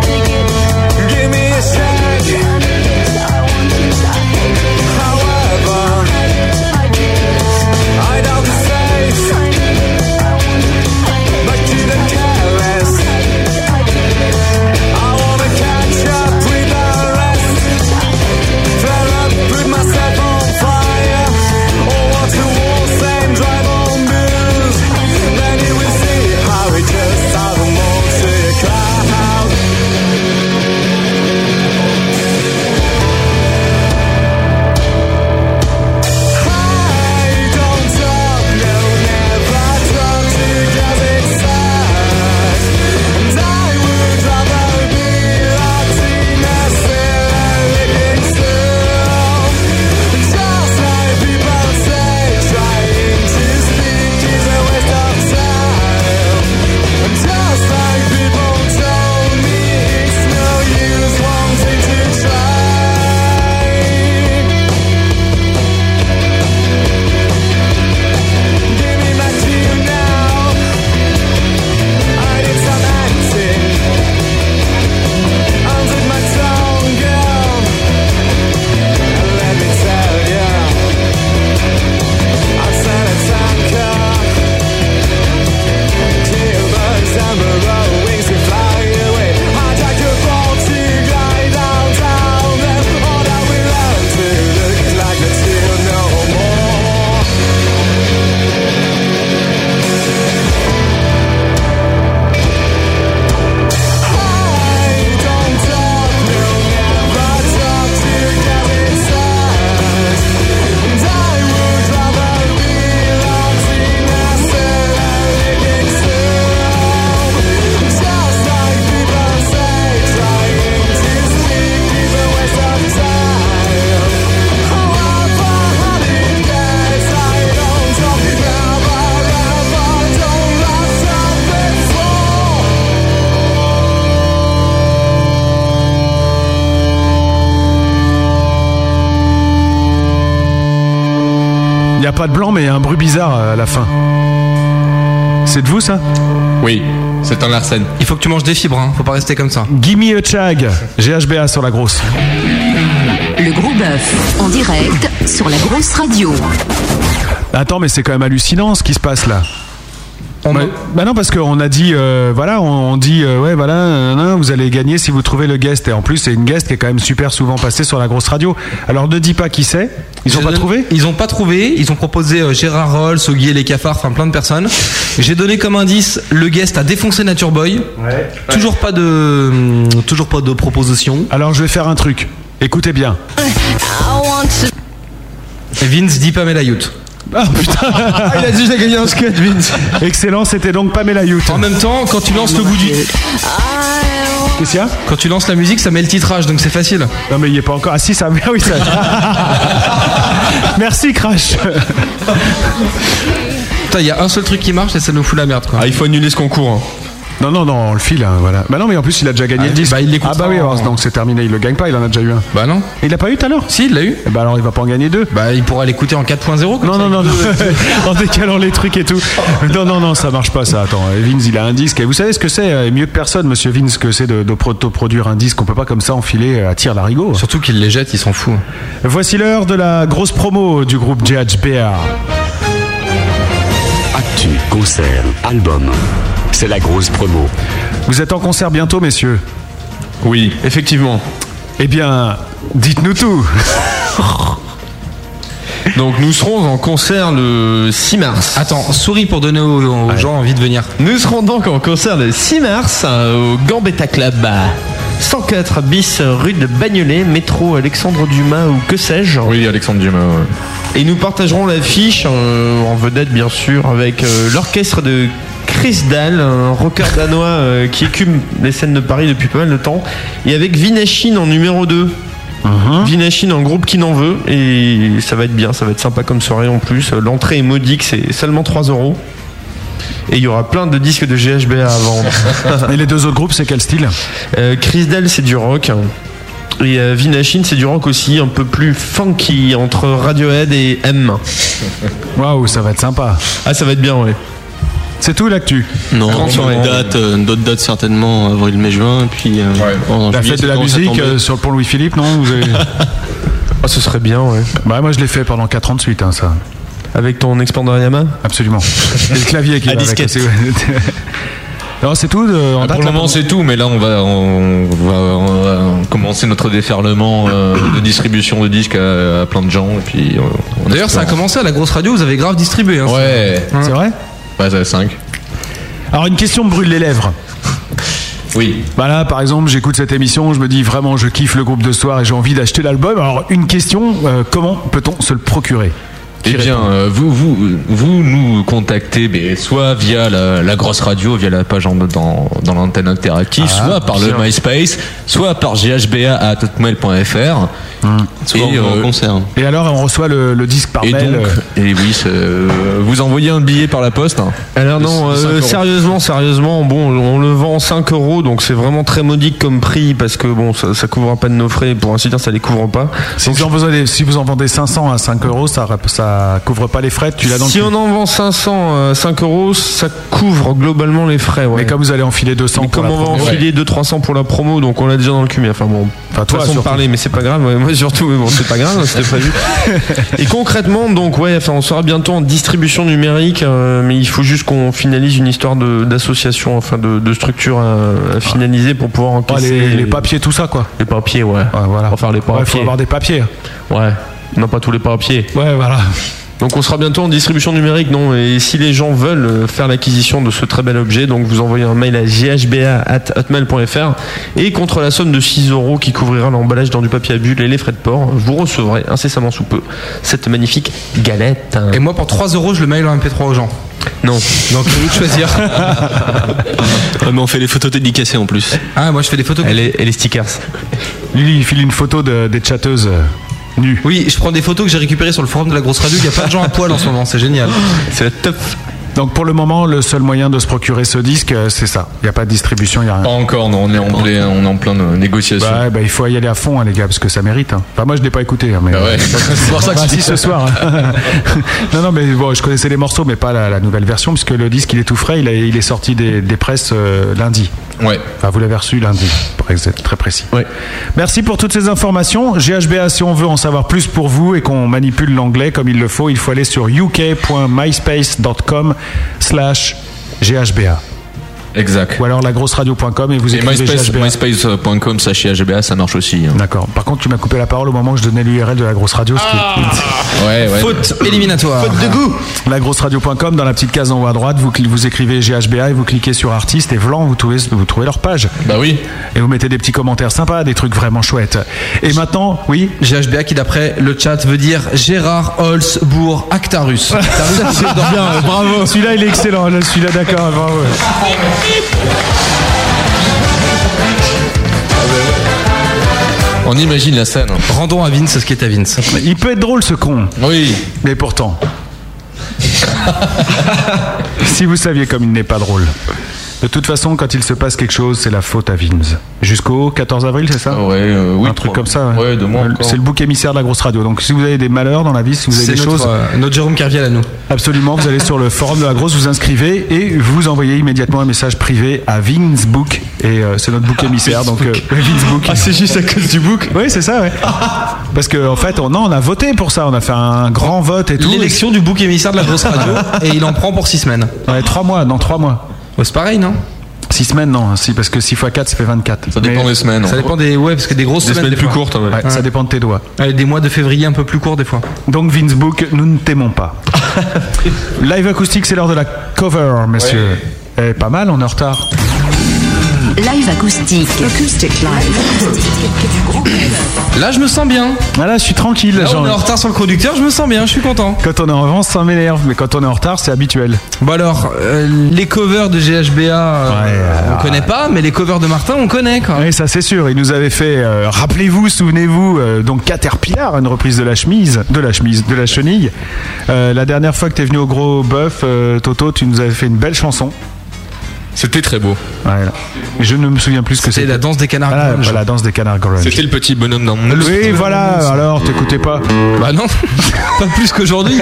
Speaker 9: Give me a sec. However, I know the face, but you don't care less. I wanna catch up with the rest. Flare up, put myself on fire. Or watch the walls and drive on blues.
Speaker 2: n'y a pas de blanc, mais il y a un bruit bizarre euh, à la fin. C'est de vous ça
Speaker 23: Oui, c'est un Larsen.
Speaker 5: Il faut que tu manges des fibres, hein. faut pas rester comme ça.
Speaker 2: Gimme a chag, GHBA sur la grosse.
Speaker 6: Le gros bœuf, en direct sur la grosse radio.
Speaker 2: Attends, mais c'est quand même hallucinant ce qui se passe là. bah, bah non, parce qu'on a dit, euh, voilà, on, on dit, euh, ouais, voilà, nanana, vous allez gagner si vous trouvez le guest. Et en plus, c'est une guest qui est quand même super souvent passée sur la grosse radio. Alors ne dis pas qui c'est. Ils ont pas trouvé
Speaker 5: Ils ont pas trouvé, ils ont proposé euh, Gérard Rolls, Ogui et les cafards, enfin plein de personnes. J'ai donné comme indice le guest a défoncé Nature Boy. Toujours pas de hum, toujours pas de proposition.
Speaker 2: Alors je vais faire un truc. Écoutez bien.
Speaker 5: Vince dit Pamela Youth.
Speaker 2: Ah putain
Speaker 5: Il a déjà gagné un sketch Vince.
Speaker 2: Excellent, c'était donc Pamela Youth.
Speaker 5: En même temps, quand tu lances le goût du
Speaker 2: Qu'est-ce qu'il y a
Speaker 5: Quand tu lances la musique, ça met le titrage donc c'est facile.
Speaker 2: Non mais il est pas encore. Ah si, ça oui, ça. Merci Crash.
Speaker 5: Putain, il y a un seul truc qui marche et ça nous fout la merde quoi.
Speaker 3: Ah, il faut annuler ce concours. hein.
Speaker 2: Non, non, non, on le file, hein, voilà. Bah non, mais en plus, il a déjà gagné
Speaker 5: Ah,
Speaker 2: le disque.
Speaker 5: bah, il l'écoute
Speaker 2: ah bah oui,
Speaker 5: pas,
Speaker 2: alors,
Speaker 5: hein.
Speaker 2: donc c'est terminé, il le gagne pas, il en a déjà eu un.
Speaker 5: Bah non.
Speaker 2: Il l'a pas eu tout à l'heure
Speaker 5: Si, il l'a eu.
Speaker 2: Eh Bah alors, il va pas en gagner deux.
Speaker 5: Bah il pourra l'écouter en 4.0 comme
Speaker 2: Non,
Speaker 5: ça,
Speaker 2: non,
Speaker 5: il
Speaker 2: non, non.
Speaker 5: peut-
Speaker 2: en décalant les trucs et tout. Non, non, non, ça marche pas, ça. Attends, euh, Vince, il a un disque. Et vous savez ce que c'est, euh, mieux que personne, monsieur Vince, que c'est de, de pro- de produire un disque. On peut pas comme ça enfiler euh, à tir d'arigot.
Speaker 5: Surtout qu'il les jette, il s'en fout.
Speaker 2: Voici l'heure de la grosse promo du groupe GHBR.
Speaker 7: Actu, concert, album. C'est la grosse promo.
Speaker 2: Vous êtes en concert bientôt, messieurs
Speaker 3: Oui, effectivement.
Speaker 2: Eh bien, dites-nous tout.
Speaker 3: Donc nous serons en concert le 6 mars.
Speaker 5: Attends, souris pour donner aux, aux gens envie de venir.
Speaker 3: Nous serons donc en concert le 6 mars euh, au Gambetta Club. 104 bis rue de Bagnolet, métro Alexandre Dumas ou que sais-je.
Speaker 23: Oui, Alexandre Dumas.
Speaker 3: Et nous partagerons l'affiche euh, en vedette bien sûr avec euh, l'orchestre de Chris Dahl, un rocker danois euh, qui écume les scènes de Paris depuis pas mal de temps, et avec Vinachine en numéro 2. Vinachine en groupe qui n'en veut et ça va être bien, ça va être sympa comme soirée en plus. Euh, L'entrée est modique, c'est seulement 3 euros. Et il y aura plein de disques de GHBA à vendre.
Speaker 2: Et les deux autres groupes, c'est quel style
Speaker 3: Euh, Chris Dahl, c'est du rock. Et euh, Vinachine, c'est du rock aussi, un peu plus funky entre Radiohead et M.
Speaker 2: Waouh, ça va être sympa.
Speaker 3: Ah, ça va être bien, ouais.
Speaker 2: C'est tout l'actu.
Speaker 24: Non,
Speaker 3: Grande
Speaker 24: sur
Speaker 3: soirée.
Speaker 24: les dates, euh, d'autres dates certainement, euh, avril, mai, juin, et puis euh, en
Speaker 2: La
Speaker 24: juillet,
Speaker 2: fête
Speaker 24: ça
Speaker 2: de la
Speaker 24: commence à
Speaker 2: musique
Speaker 24: tomber.
Speaker 2: euh, sur, pour Louis-Philippe, non Vous avez-
Speaker 3: Ah, ce serait bien, ouais.
Speaker 2: Bah moi je l'ai fait pendant 4 ans de suite, hein, ça.
Speaker 3: Avec ton expander Yamaha
Speaker 2: Absolument. Et le clavier qui
Speaker 24: À
Speaker 2: va avec
Speaker 24: disquette.
Speaker 2: aussi. ouais. Non, c'est tout de- en
Speaker 4: Ah,
Speaker 2: date,
Speaker 4: pour le
Speaker 2: là,
Speaker 4: moment,
Speaker 2: pour-
Speaker 4: c'est tout, mais là, on va, on va, on va commencer notre déferlement euh, de distribution de disques à, à plein de gens. et puis, euh, on
Speaker 5: D'ailleurs, ça a
Speaker 4: espère-
Speaker 5: commencé à la grosse radio, vous avez grave distribué. Hein,
Speaker 4: Ouais,
Speaker 2: C'est vrai
Speaker 4: ouais, ça 5.
Speaker 2: Alors une question me brûle les lèvres.
Speaker 4: Oui.
Speaker 2: Bah là, par exemple, j'écoute cette émission, je me dis vraiment, je kiffe le groupe de ce soir et j'ai envie d'acheter l'album. Alors, une question, euh, comment peut-on se le procurer
Speaker 4: Eh bien, euh, vous, vous, vous nous contactez mais soit via la, la grosse radio, via la page en, dans, dans l'antenne interactive,
Speaker 2: Ah,
Speaker 4: soit par
Speaker 2: bien.
Speaker 4: le MySpace, soit par ghba.hotmail.fr.
Speaker 2: Hum.
Speaker 24: Souvent,
Speaker 4: Et,
Speaker 24: on va en
Speaker 4: euh,
Speaker 24: concert.
Speaker 2: Et alors, on reçoit le, le disque par
Speaker 4: Et
Speaker 2: mail.
Speaker 4: donc,
Speaker 2: euh,
Speaker 4: et oui, c'est, euh, vous envoyez un billet par la poste. hein.
Speaker 3: Alors non,
Speaker 4: De- de
Speaker 3: euh,
Speaker 4: cinq euros.
Speaker 3: sérieusement, sérieusement, bon, on le vend 5 euros, donc c'est vraiment très modique comme prix parce que bon, ça, ça couvre pas de nos frais, pour ainsi dire, ça les couvre pas.
Speaker 2: si, vous en vendez, si vous en vendez 500 à 5 euros, ça, rep- ça couvre pas les frais, tu l'as dans le
Speaker 3: Si
Speaker 2: cul.
Speaker 3: on en vend 500 à 5 euros, ça couvre globalement les frais. Ouais.
Speaker 2: Mais comme vous allez enfiler 200
Speaker 3: Mais
Speaker 2: pour
Speaker 3: comme
Speaker 2: la
Speaker 3: on va
Speaker 2: promo-
Speaker 3: enfiler 200-300 pour la promo, donc on l'a déjà dans le cul, mais enfin bon,
Speaker 2: Enfin, toi,
Speaker 3: façon de
Speaker 2: surtout.
Speaker 3: parler, mais c'est pas grave, ouais, moi surtout, mais bon, c'est pas
Speaker 2: hein,
Speaker 3: grave, c'était prévu. Et concrètement, donc, ouais, enfin, on sera bientôt en distribution numérique, euh, mais il faut juste qu'on finalise une histoire de- d'association, enfin, de, de structure à, à finaliser pour pouvoir
Speaker 2: Ah,
Speaker 3: encaisser
Speaker 2: les, les papiers, tout ça, quoi.
Speaker 3: les papiers, ouais.
Speaker 2: Ouais, voilà.
Speaker 3: Enfin, les
Speaker 2: Ouais, faut
Speaker 3: papiers.
Speaker 2: avoir des papiers.
Speaker 3: Ouais, non, pas tous les papiers.
Speaker 2: Ouais, voilà.
Speaker 3: Donc on sera bientôt en distribution numérique, non Et si les gens veulent euh, faire l'acquisition de ce très bel objet, donc vous envoyez un mail à ghba.hotmail.fr et contre la somme de 6 euros qui couvrira l'emballage dans du papier à bulles et les frais de port, vous recevrez incessamment sous peu cette magnifique galette.
Speaker 5: Et moi, pour 3 euros, je le mail en MP3 aux gens.
Speaker 3: Non.
Speaker 5: Donc, je vous de choisir.
Speaker 4: Ah,
Speaker 24: Ouais, mais on fait les photos dédicacées en plus.
Speaker 5: Ah, moi, je fais des photos.
Speaker 3: Elle est, elle est stickers.
Speaker 2: Lui, il file une photo de- des chatteuses euh, nues.
Speaker 5: Oui, je prends des photos que j'ai récupérées sur le forum de la grosse radio. Il y a pas de gens à poil en ce moment, c'est génial.
Speaker 3: C'est la teuf.
Speaker 2: Donc pour le moment, le seul moyen de se procurer ce disque, euh, c'est ça. Il n'y a pas de distribution, il n'y a rien.
Speaker 4: Pas encore, non, on est en plein, on est en plein euh, négociation.
Speaker 2: Bah ouais, bah, il faut y aller à fond, hein, les gars, parce que ça mérite. hein. Enfin, moi, je ne l'ai pas écouté, hein, mais
Speaker 4: Bah ouais.
Speaker 2: c'est pour ça que je suis ici ce soir. hein. non, non, mais bon, je connaissais les morceaux, mais pas la, la nouvelle version, puisque le disque, il est tout frais, il, a- il est sorti des, des presses euh, lundi.
Speaker 4: Ouais.
Speaker 2: Enfin, vous l'avez reçu lundi, pour être très précis. Merci pour toutes ces informations. GHBA, si on veut en savoir plus pour vous et qu'on manipule l'anglais comme il le faut, il faut aller sur uk.myspace.com slash GHBA.
Speaker 4: Exact.
Speaker 2: Ou alors lagrosseradio.com et vous
Speaker 4: Et
Speaker 2: écrivez
Speaker 4: myspace-
Speaker 2: GHBA.
Speaker 4: myspace.com, slash HBA, ça marche aussi. hein.
Speaker 2: D'accord. Par contre, tu m'as coupé la parole au moment où je donnais l'URL de la grosse radio. ce qui est-
Speaker 4: Ouais, ouais.
Speaker 5: Ah. Faute éliminatoire. Faute de goût.
Speaker 2: Lagrosseradio.com, dans la petite case en haut à droite, vous, cli- vous écrivez GHBA et vous cliquez sur artiste et Vlan, vous trouvez, vous trouvez leur page.
Speaker 4: Bah oui.
Speaker 2: Et vous mettez des petits commentaires sympas, des trucs vraiment chouettes. Et maintenant, oui
Speaker 5: GHBA qui d'après le chat veut dire Gérard Holzbourg Actarus. Actarus, c'est dans-
Speaker 2: bravo. Celui-là, il est excellent. Là, Celui-là, d'accord, bravo.
Speaker 4: On imagine la scène. hein.
Speaker 5: Rendons à Vince ce qui est à Vince.
Speaker 2: Il peut être drôle, ce con.
Speaker 4: Oui.
Speaker 2: Mais pourtant. si vous saviez comme il n'est pas drôle. De toute façon, quand il se passe quelque chose, c'est la faute à Vince. Jusqu'au 14 avril, c'est ça
Speaker 4: Ouais, euh, oui,
Speaker 2: Un truc
Speaker 4: trois-
Speaker 2: comme ça. ouais.
Speaker 4: ouais, deux mois
Speaker 2: Le-
Speaker 4: encore.
Speaker 2: C'est le bouc émissaire de la grosse radio. Donc si vous avez des malheurs dans la vie, si vous avez
Speaker 5: C'est
Speaker 2: des
Speaker 5: notre,
Speaker 2: choses.
Speaker 5: euh, notre Jérôme Carviel à nous.
Speaker 2: Absolument, vous allez sur le forum de la grosse, vous inscrivez et vous envoyez immédiatement un message privé à Vince Book et euh, c'est notre
Speaker 5: Ah,
Speaker 2: bouc émissaire donc euh, Vince Book. Ah c'est juste à cause du book Oui c'est ça ouais. Parce que en fait on, non, on a voté pour ça, on a fait un grand vote et tout.
Speaker 5: L'élection du bouc émissaire de la grosse radio et il en prend pour 6 semaines. Oh,
Speaker 2: Ouais, trois mois, dans trois mois.
Speaker 5: c'est pareil non
Speaker 2: 6 semaines non, si parce que 6 x 4 ça fait 24.
Speaker 4: Ça dépend des semaines. hein.
Speaker 5: Ça dépend des ouais parce que des grosses
Speaker 4: Des
Speaker 5: semaines,
Speaker 4: semaines plus
Speaker 5: fois.
Speaker 4: courtes, ouais.
Speaker 2: Ouais, Ça dépend de tes doigts.
Speaker 5: Ouais, des mois de février un peu plus courts des fois.
Speaker 2: Donc Vince Book, nous ne t'aimons pas. Live acoustique, c'est l'heure de la cover, messieurs. Eh, pas mal, on est en retard.
Speaker 6: Live acoustique. Acoustic live. Du groupe
Speaker 5: Là je me sens bien.
Speaker 2: Ah là, je suis tranquille.
Speaker 5: Là,
Speaker 2: genre.
Speaker 5: on est en retard sur le conducteur, je me sens bien, je suis content.
Speaker 2: Quand on est en avance, ça m'énerve, mais quand on est en retard, c'est habituel.
Speaker 5: Bon alors, euh, les covers de GHBA, euh, on connaît pas, mais les covers de Martin, on connaît quoi.
Speaker 2: Oui, ça c'est sûr. Il nous avait fait, euh, rappelez-vous, souvenez-vous, euh, donc Caterpillar, une reprise de la chemise, de la chemise, de la chenille. Euh, la dernière fois que t'es venu au Gros Bœuf, euh, Toto, tu nous avais fait une belle chanson.
Speaker 4: C'était très beau.
Speaker 2: Ouais, là. Je ne me souviens plus ce que c'était.
Speaker 5: la danse des canards
Speaker 2: Ah, voilà, la danse des canards grunge.
Speaker 4: C'était le petit bonhomme dans mon
Speaker 2: Oui, voilà, alors t'écoutais pas.
Speaker 5: Bah non, pas plus qu'aujourd'hui.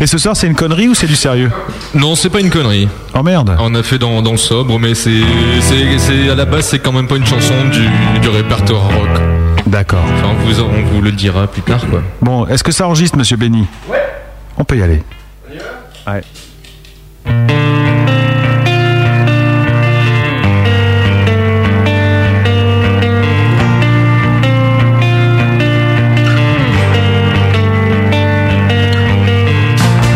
Speaker 2: Et ce soir, c'est une connerie ou c'est du sérieux
Speaker 4: Non, c'est pas une connerie.
Speaker 2: Oh merde.
Speaker 4: On a fait dans, dans le sobre, mais c'est, c'est, c'est- à la base, c'est quand même pas une chanson du, du répertoire rock.
Speaker 2: D'accord.
Speaker 4: Enfin, on vous, on vous le dira plus tard, quoi.
Speaker 2: Bon, est-ce que ça enregistre, monsieur Benny Ouais. On peut y aller. Ouais.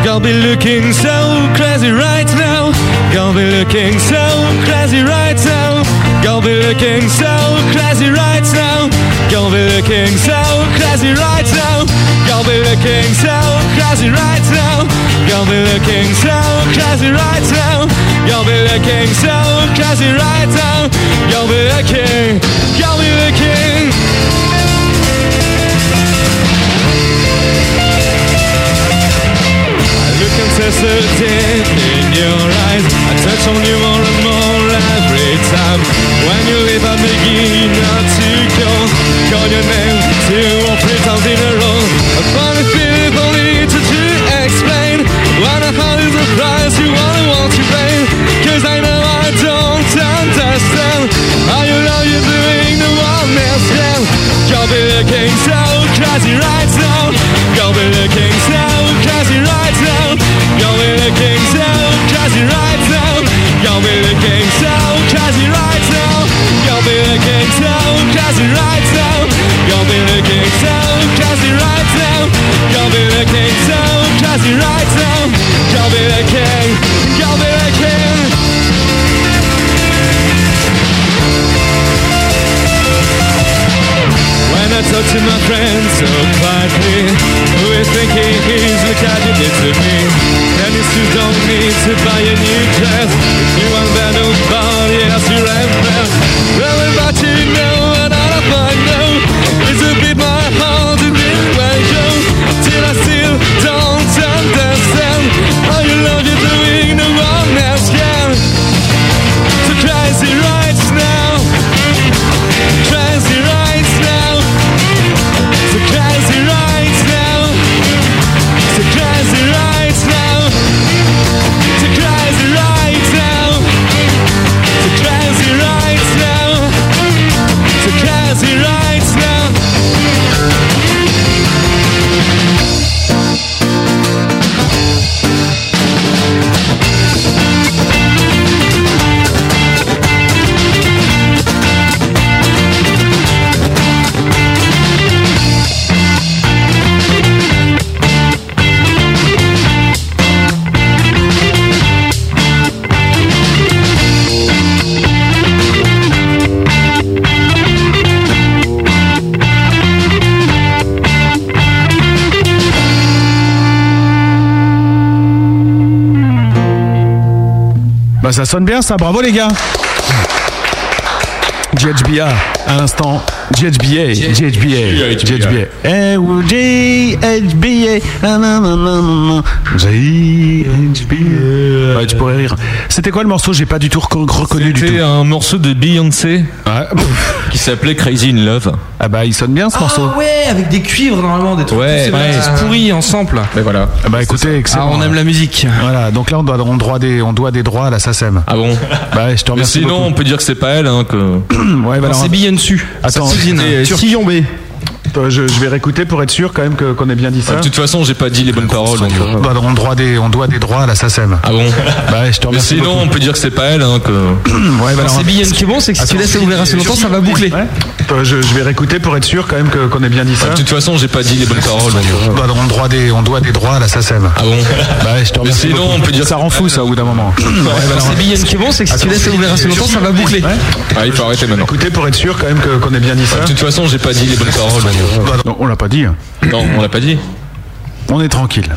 Speaker 10: Gonna be looking so crazy right now. Gonna be looking so crazy right now. Gonna be looking so crazy right now. Gonna be looking so crazy right now. Gonna be looking so crazy right now. Gonna be looking so crazy right now. Gonna be looking so crazy right now. Gonna be looking, gonna be looking. I look uncertain in your eyes. I touch on you more and more every time. When you leave, I begin not to call, call your name two or three times in a row. I find it feeling only needed to explain. When I find is the price you wanna want to pay. Cause I know I don't understand. How you know you're doing the one man's game. You'll be looking so crazy right now. You'll be looking so crazy right now. You'll be looking so crazy right now. You'll be looking so crazy right now. You'll be looking so crazy right now. You'll be looking so crazy right now. You'll be looking so crazy right now. You'll be looking, you'll be looking. When I talk to my friend so quietly Who is thinking he's the cat you did to me And it's you don't need to buy a new dress You want that old body as your empress Well, about you know and out of my know It's a bit my heart in the way go Till I still don't understand How you love you
Speaker 2: Bah, Ça sonne bien ça, bravo les gars GHBA, à l'instant, GHBA, GHBA, GHBA. Eh, ou GHBA, na, na, na, na, na, na. GHBA. Ouais, tu pourrais rire. C'était quoi le morceau J'ai pas du tout reco- reconnu du tout.
Speaker 11: C'était un morceau de Beyoncé qui s'appelait Crazy in Love.
Speaker 2: Ah bah il sonne bien ce morceau.
Speaker 5: ouais, avec des cuivres normalement, des trucs.
Speaker 11: Ouais,
Speaker 5: tous ces
Speaker 11: ouais.
Speaker 5: mix pourris ensemble.
Speaker 11: Mais voilà.
Speaker 2: Bah écoutez, excellent.
Speaker 5: Ah, on aime la musique.
Speaker 2: Voilà, donc là on doit, on droit des, on doit des droits à la SACEM.
Speaker 11: Ah bon
Speaker 2: Bah ouais, je te
Speaker 11: Mais
Speaker 2: remercie.
Speaker 11: sinon, on peut dire que c'est pas elle. Hein, que...
Speaker 2: ouais, bah alors-
Speaker 5: dessus.
Speaker 2: Attends,
Speaker 11: c'est
Speaker 2: Sillon B. Je, je vais réécouter pour être sûr quand même que- qu'on ait bien dit ça.
Speaker 11: De toute façon, j'ai pas dit les bonnes paroles. donc, euh,
Speaker 2: Ah. Bah, on, doit des, on doit des droits à la SACEM.
Speaker 11: Ah bon
Speaker 2: Bah ouais, je te
Speaker 11: Mais
Speaker 2: remercie.
Speaker 11: sinon,
Speaker 2: beaucoup.
Speaker 11: on peut dire que c'est pas elle. Hein, que...
Speaker 2: Ouais, bah alors-
Speaker 5: c'est bien. Ce qui est bon, c'est que si tu
Speaker 2: Attends,
Speaker 5: laisses ouvrir assez longtemps, ça va boucler.
Speaker 2: Ouais. Euh, Je, je vais réécouter pour être sûr quand même que- qu'on ait bien dit ça.
Speaker 11: Ah, De toute façon, j'ai pas dit les bonnes paroles. donc, euh,
Speaker 2: Bah, on, doit des, on doit des droits à la SACEM.
Speaker 11: Ah bon
Speaker 2: Bah ouais, je te
Speaker 11: Mais
Speaker 2: remercie.
Speaker 11: sinon,
Speaker 2: beaucoup.
Speaker 11: on peut dire.
Speaker 2: Ça rend fou ça au bout d'un moment. Ouais, bah alors-
Speaker 5: C'est bien. Ce qui est bon, c'est que si tu laisses ouvrir assez longtemps, ça va boucler.
Speaker 11: Ah, il faut arrêter maintenant.
Speaker 2: Écoutez pour être sûr quand même que- qu'on ait bien dit ça.
Speaker 11: De toute façon, j'ai pas dit les bonnes paroles. donc,
Speaker 2: Bah, non, on l'a pas dit.
Speaker 11: euh, Non, on l'a pas dit.
Speaker 2: On est tranquille.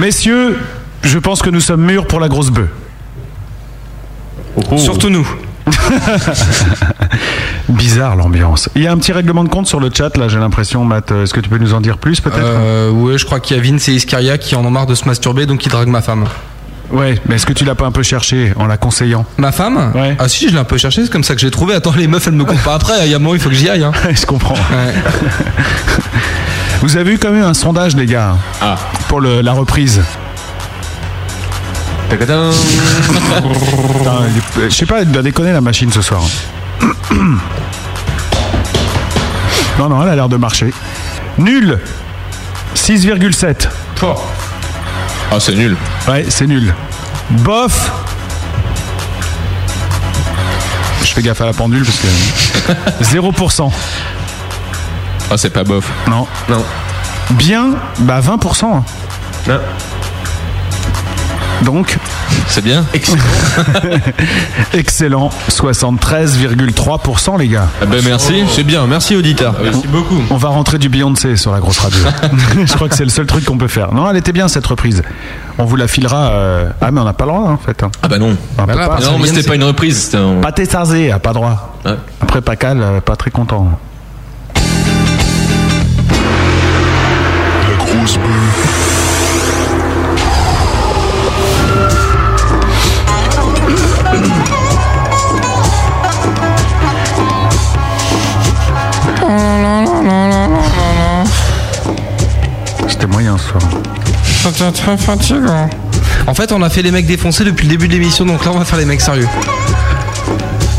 Speaker 2: Messieurs, je pense que nous sommes mûrs pour la grosse bœuf.
Speaker 5: Oh, Surtout nous.
Speaker 2: Bizarre l'ambiance. Il y a un petit règlement de compte sur le chat là, j'ai l'impression, Matt. Euh, Est-ce que tu peux nous en dire plus peut-être
Speaker 5: Euh, ouais, je crois qu'il y a Vince et Iscaria qui en ont marre de se masturber, donc ils draguent ma femme.
Speaker 2: Ouais, mais est-ce que tu l'as pas un peu cherché en la conseillant
Speaker 5: Ma femme Ah si, je l'ai un peu cherché, c'est comme ça que je l'ai trouvé. Attends, les meufs, elles me courent pas après. Il y a un moment, il faut que j'y aille. hein.
Speaker 2: Je comprends.
Speaker 5: Ouais.
Speaker 2: Vous avez eu quand même un sondage, les gars, pour le- la reprise. Putain, il est- Je sais pas, elle doit déconner la machine ce soir. Non, non, elle a l'air de marcher. Nul 6,7.
Speaker 11: Ah, c'est nul.
Speaker 2: Ouais, c'est nul. Bof Je fais gaffe à la pendule parce que. 0%.
Speaker 11: Ah, c'est pas bof.
Speaker 2: Non.
Speaker 11: Non. Ah.
Speaker 2: Bien, bah 20%. hein. Donc,
Speaker 11: C'est bien
Speaker 2: excellent, 73,3% les gars.
Speaker 11: Ah ben merci. Ah
Speaker 12: C'est bien, merci auditeur.
Speaker 11: Merci beaucoup.
Speaker 2: On va rentrer du Beyoncé sur la grosse radio. Je crois que c'est le seul truc qu'on peut faire. Non, elle était bien cette reprise. On vous la filera. euh, Ah, mais on n'a pas le droit hein, en fait. hein.
Speaker 11: Ah bah non.
Speaker 2: On peut pas.
Speaker 11: non, mais c'était pas une reprise. c'était un-
Speaker 2: Pâté Sarzé, a pas droit.
Speaker 11: Ouais.
Speaker 2: Après Pacal, euh, pas très content.
Speaker 25: La grosse bœuf.
Speaker 2: C'était moyen ce soir.
Speaker 5: très fatigant. En fait, on a fait les mecs défoncés depuis le début de l'émission, donc là, on va faire les mecs sérieux.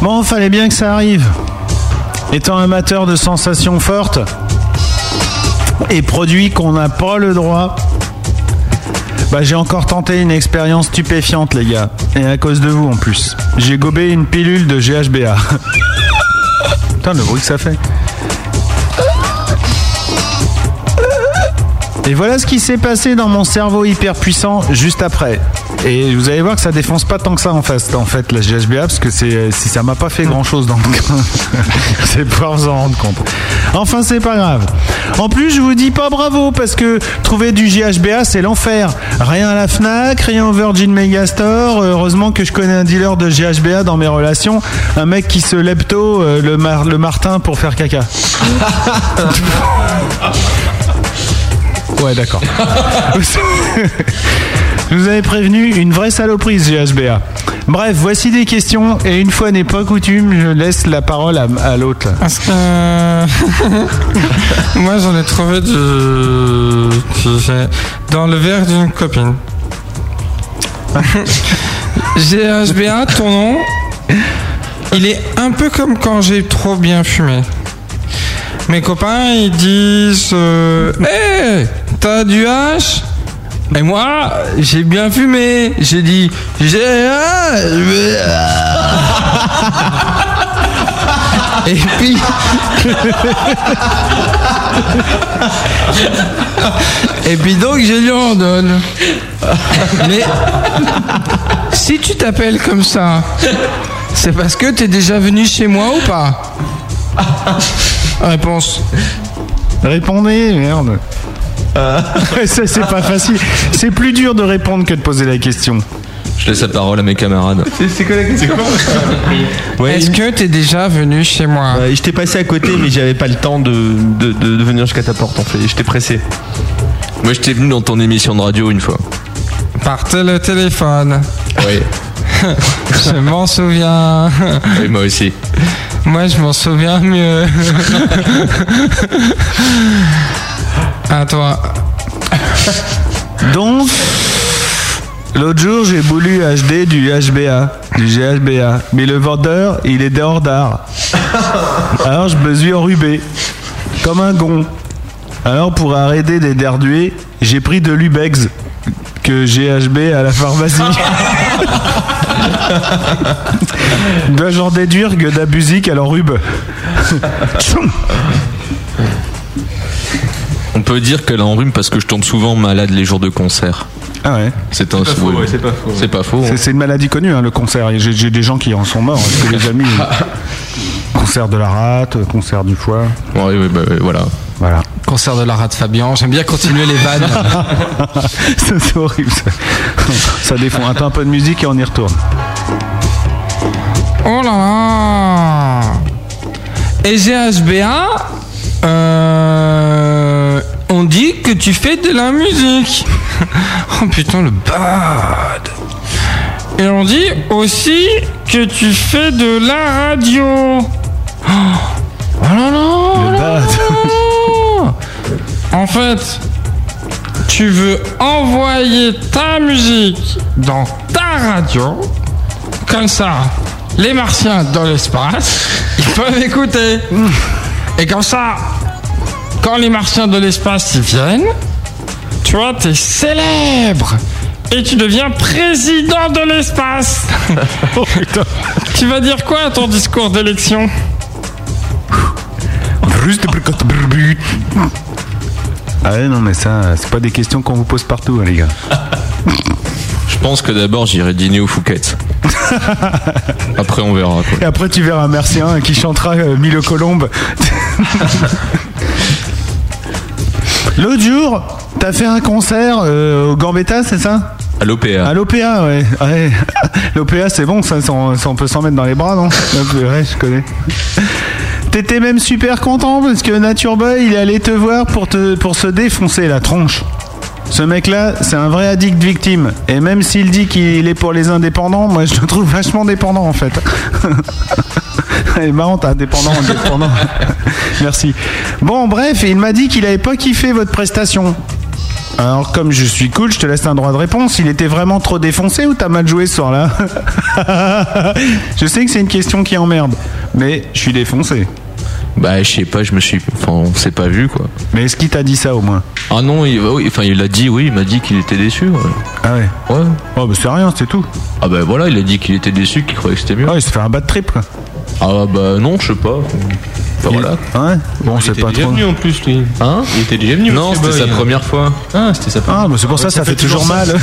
Speaker 2: Bon, fallait bien que ça arrive. Étant amateur de sensations fortes et produits qu'on n'a pas le droit, bah, j'ai encore tenté une expérience stupéfiante, les gars. Et à cause de vous en plus. J'ai gobé une pilule de GHBA. Putain, le bruit que ça fait. Et voilà ce qui s'est passé dans mon cerveau hyper puissant juste après. Et vous allez voir que ça défonce pas tant que ça en face, en fait, la GHBA, parce que c'est, si ça m'a pas fait grand chose dans le c'est pour vous en rendre compte. Enfin, c'est pas grave. En plus, je vous dis pas bravo, parce que trouver du GHBA, c'est l'enfer. Rien à la Fnac, rien au Virgin Megastore. Heureusement que je connais un dealer de GHBA dans mes relations. Un mec qui se lève tôt, euh, le, mar- le Martin, pour faire caca. Ouais, d'accord. Je vous avais prévenu, une vraie saloperie ce GHBA. Bref, voici des questions et une fois n'est pas coutume, je laisse la parole à, à l'autre. là.
Speaker 5: Parce que. Euh, Moi, j'en ai trouvé du. Dans le verre d'une copine. GHBA, ton nom, il est un peu comme quand j'ai trop bien fumé. Mes copains, ils disent euh, Hey, t'as du H Et moi, j'ai bien fumé. J'ai dit GHBA. Et puis. Et puis donc, je lui en donne. Mais si tu t'appelles comme ça, c'est parce que t'es déjà venu chez moi ou pas
Speaker 26: Ah,
Speaker 5: Réponse.
Speaker 2: Répondez, merde. Ça c'est pas facile. C'est plus dur de répondre que de poser la question.
Speaker 4: Je laisse la parole à mes camarades.
Speaker 3: C'est quoi la question
Speaker 26: Est-ce que t'es déjà venu chez moi
Speaker 3: Je t'ai passé à côté, mais j'avais pas le temps de, de- de- de venir jusqu'à ta porte en fait. J'étais pressé.
Speaker 4: Moi, j'étais venu dans ton émission de radio une fois.
Speaker 26: Par le téléphone.
Speaker 4: Oui.
Speaker 26: je m'en souviens.
Speaker 4: Et moi aussi.
Speaker 26: Moi, je m'en souviens mieux. à toi.
Speaker 2: Donc, l'autre jour, j'ai voulu acheter du HBA, du GHBA, mais le vendeur, il était en retard. Alors, je me suis enrubé, comme un gon. Alors, pour arrêter des derdués, j'ai pris de l'Ubex que GHB à la pharmacie. Dois-je en déduire que d'abusique à l'enrube
Speaker 4: On peut dire qu'elle enrhume parce que je tombe souvent malade les jours de concert.
Speaker 2: Ah ouais
Speaker 4: C'est un
Speaker 2: pas faux, ouais, c'est
Speaker 4: pas faux. C'est pas faux.
Speaker 2: C'est, c'est une maladie connue, hein, le concert. Et J'ai, j'ai des gens qui en sont morts. Est-ce que les amis. Concert de la rate, concert du foie.
Speaker 4: Ouais, ouais, bah, ouais, voilà.
Speaker 2: Voilà.
Speaker 5: Concert de la rate Fabian, j'aime bien continuer les vannes.
Speaker 2: Ça, c'est horrible. Ça, ça défend. Attends un peu de musique et on y retourne.
Speaker 26: Oh là là Et GHBA, euh, on dit que tu fais de la musique. Oh putain, le bad Et on dit aussi que tu fais de la radio. Oh, oh là là Le En fait, tu veux envoyer ta musique dans ta radio. Comme ça, les martiens dans l'espace, ils peuvent écouter. Et comme ça, quand les martiens de l'espace ils viennent, tu vois, t'es célèbre. Et tu deviens président de l'espace. Tu vas dire quoi à ton discours d'élection
Speaker 2: Ah ouais, non, mais ça, c'est pas des questions qu'on vous pose partout, hein, les gars.
Speaker 4: Je pense que d'abord j'irai dîner au Fouquettes. Après on verra. quoi.
Speaker 2: Et après, tu verras un Mercien qui chantera euh, Mille Colombes. L'autre jour, t'as fait un concert euh, au Gambetta, c'est ça
Speaker 4: À l'OPA.
Speaker 2: À l'OPA, ouais. ouais. L'OPA, c'est bon, ça, ça, on, ça, on peut s'en mettre dans les bras, non Ouais, je connais. T'étais même super content parce que Nature Boy, il est allé te voir pour, te, pour se défoncer la tronche. Ce mec-là, c'est un vrai addict victime. Et même s'il dit qu'il est pour les indépendants, moi, je le trouve vachement dépendant, en fait. Elle est marrante, indépendant, indépendant. Merci. Bon, bref, il m'a dit qu'il avait pas kiffé votre prestation. Alors, comme je suis cool, je te laisse un droit de réponse. Il était vraiment trop défoncé ou t'as mal joué ce soir-là Je sais que c'est une question qui emmerde, mais je suis défoncé.
Speaker 4: Bah je sais pas, je me suis. Enfin on s'est pas vu quoi.
Speaker 2: Mais est-ce qu'il t'a dit ça au moins
Speaker 4: Ah non, il, bah oui, enfin il a dit oui, il m'a dit qu'il était déçu. Ouais.
Speaker 2: Ah ouais
Speaker 4: Ouais.
Speaker 2: Oh bah c'est rien, c'est tout.
Speaker 4: Ah bah voilà, il a dit qu'il était déçu, qu'il croyait que c'était mieux.
Speaker 2: Ah il se fait un bad trip quoi.
Speaker 4: Ah bah non, je sais pas. Enfin voilà.
Speaker 2: Ouais. Bon, c'est pas trop.
Speaker 17: en plus, lui.
Speaker 4: Hein
Speaker 17: Il était déjà venu.
Speaker 3: bah,
Speaker 4: Non,
Speaker 17: monsieur
Speaker 4: c'était sa
Speaker 17: Boy.
Speaker 4: première fois.
Speaker 17: Ah, c'était sa première
Speaker 2: Ah, bah c'est pour
Speaker 17: Ah,
Speaker 2: ça,
Speaker 17: ouais,
Speaker 2: ça, fait, toujours mal.
Speaker 17: ça.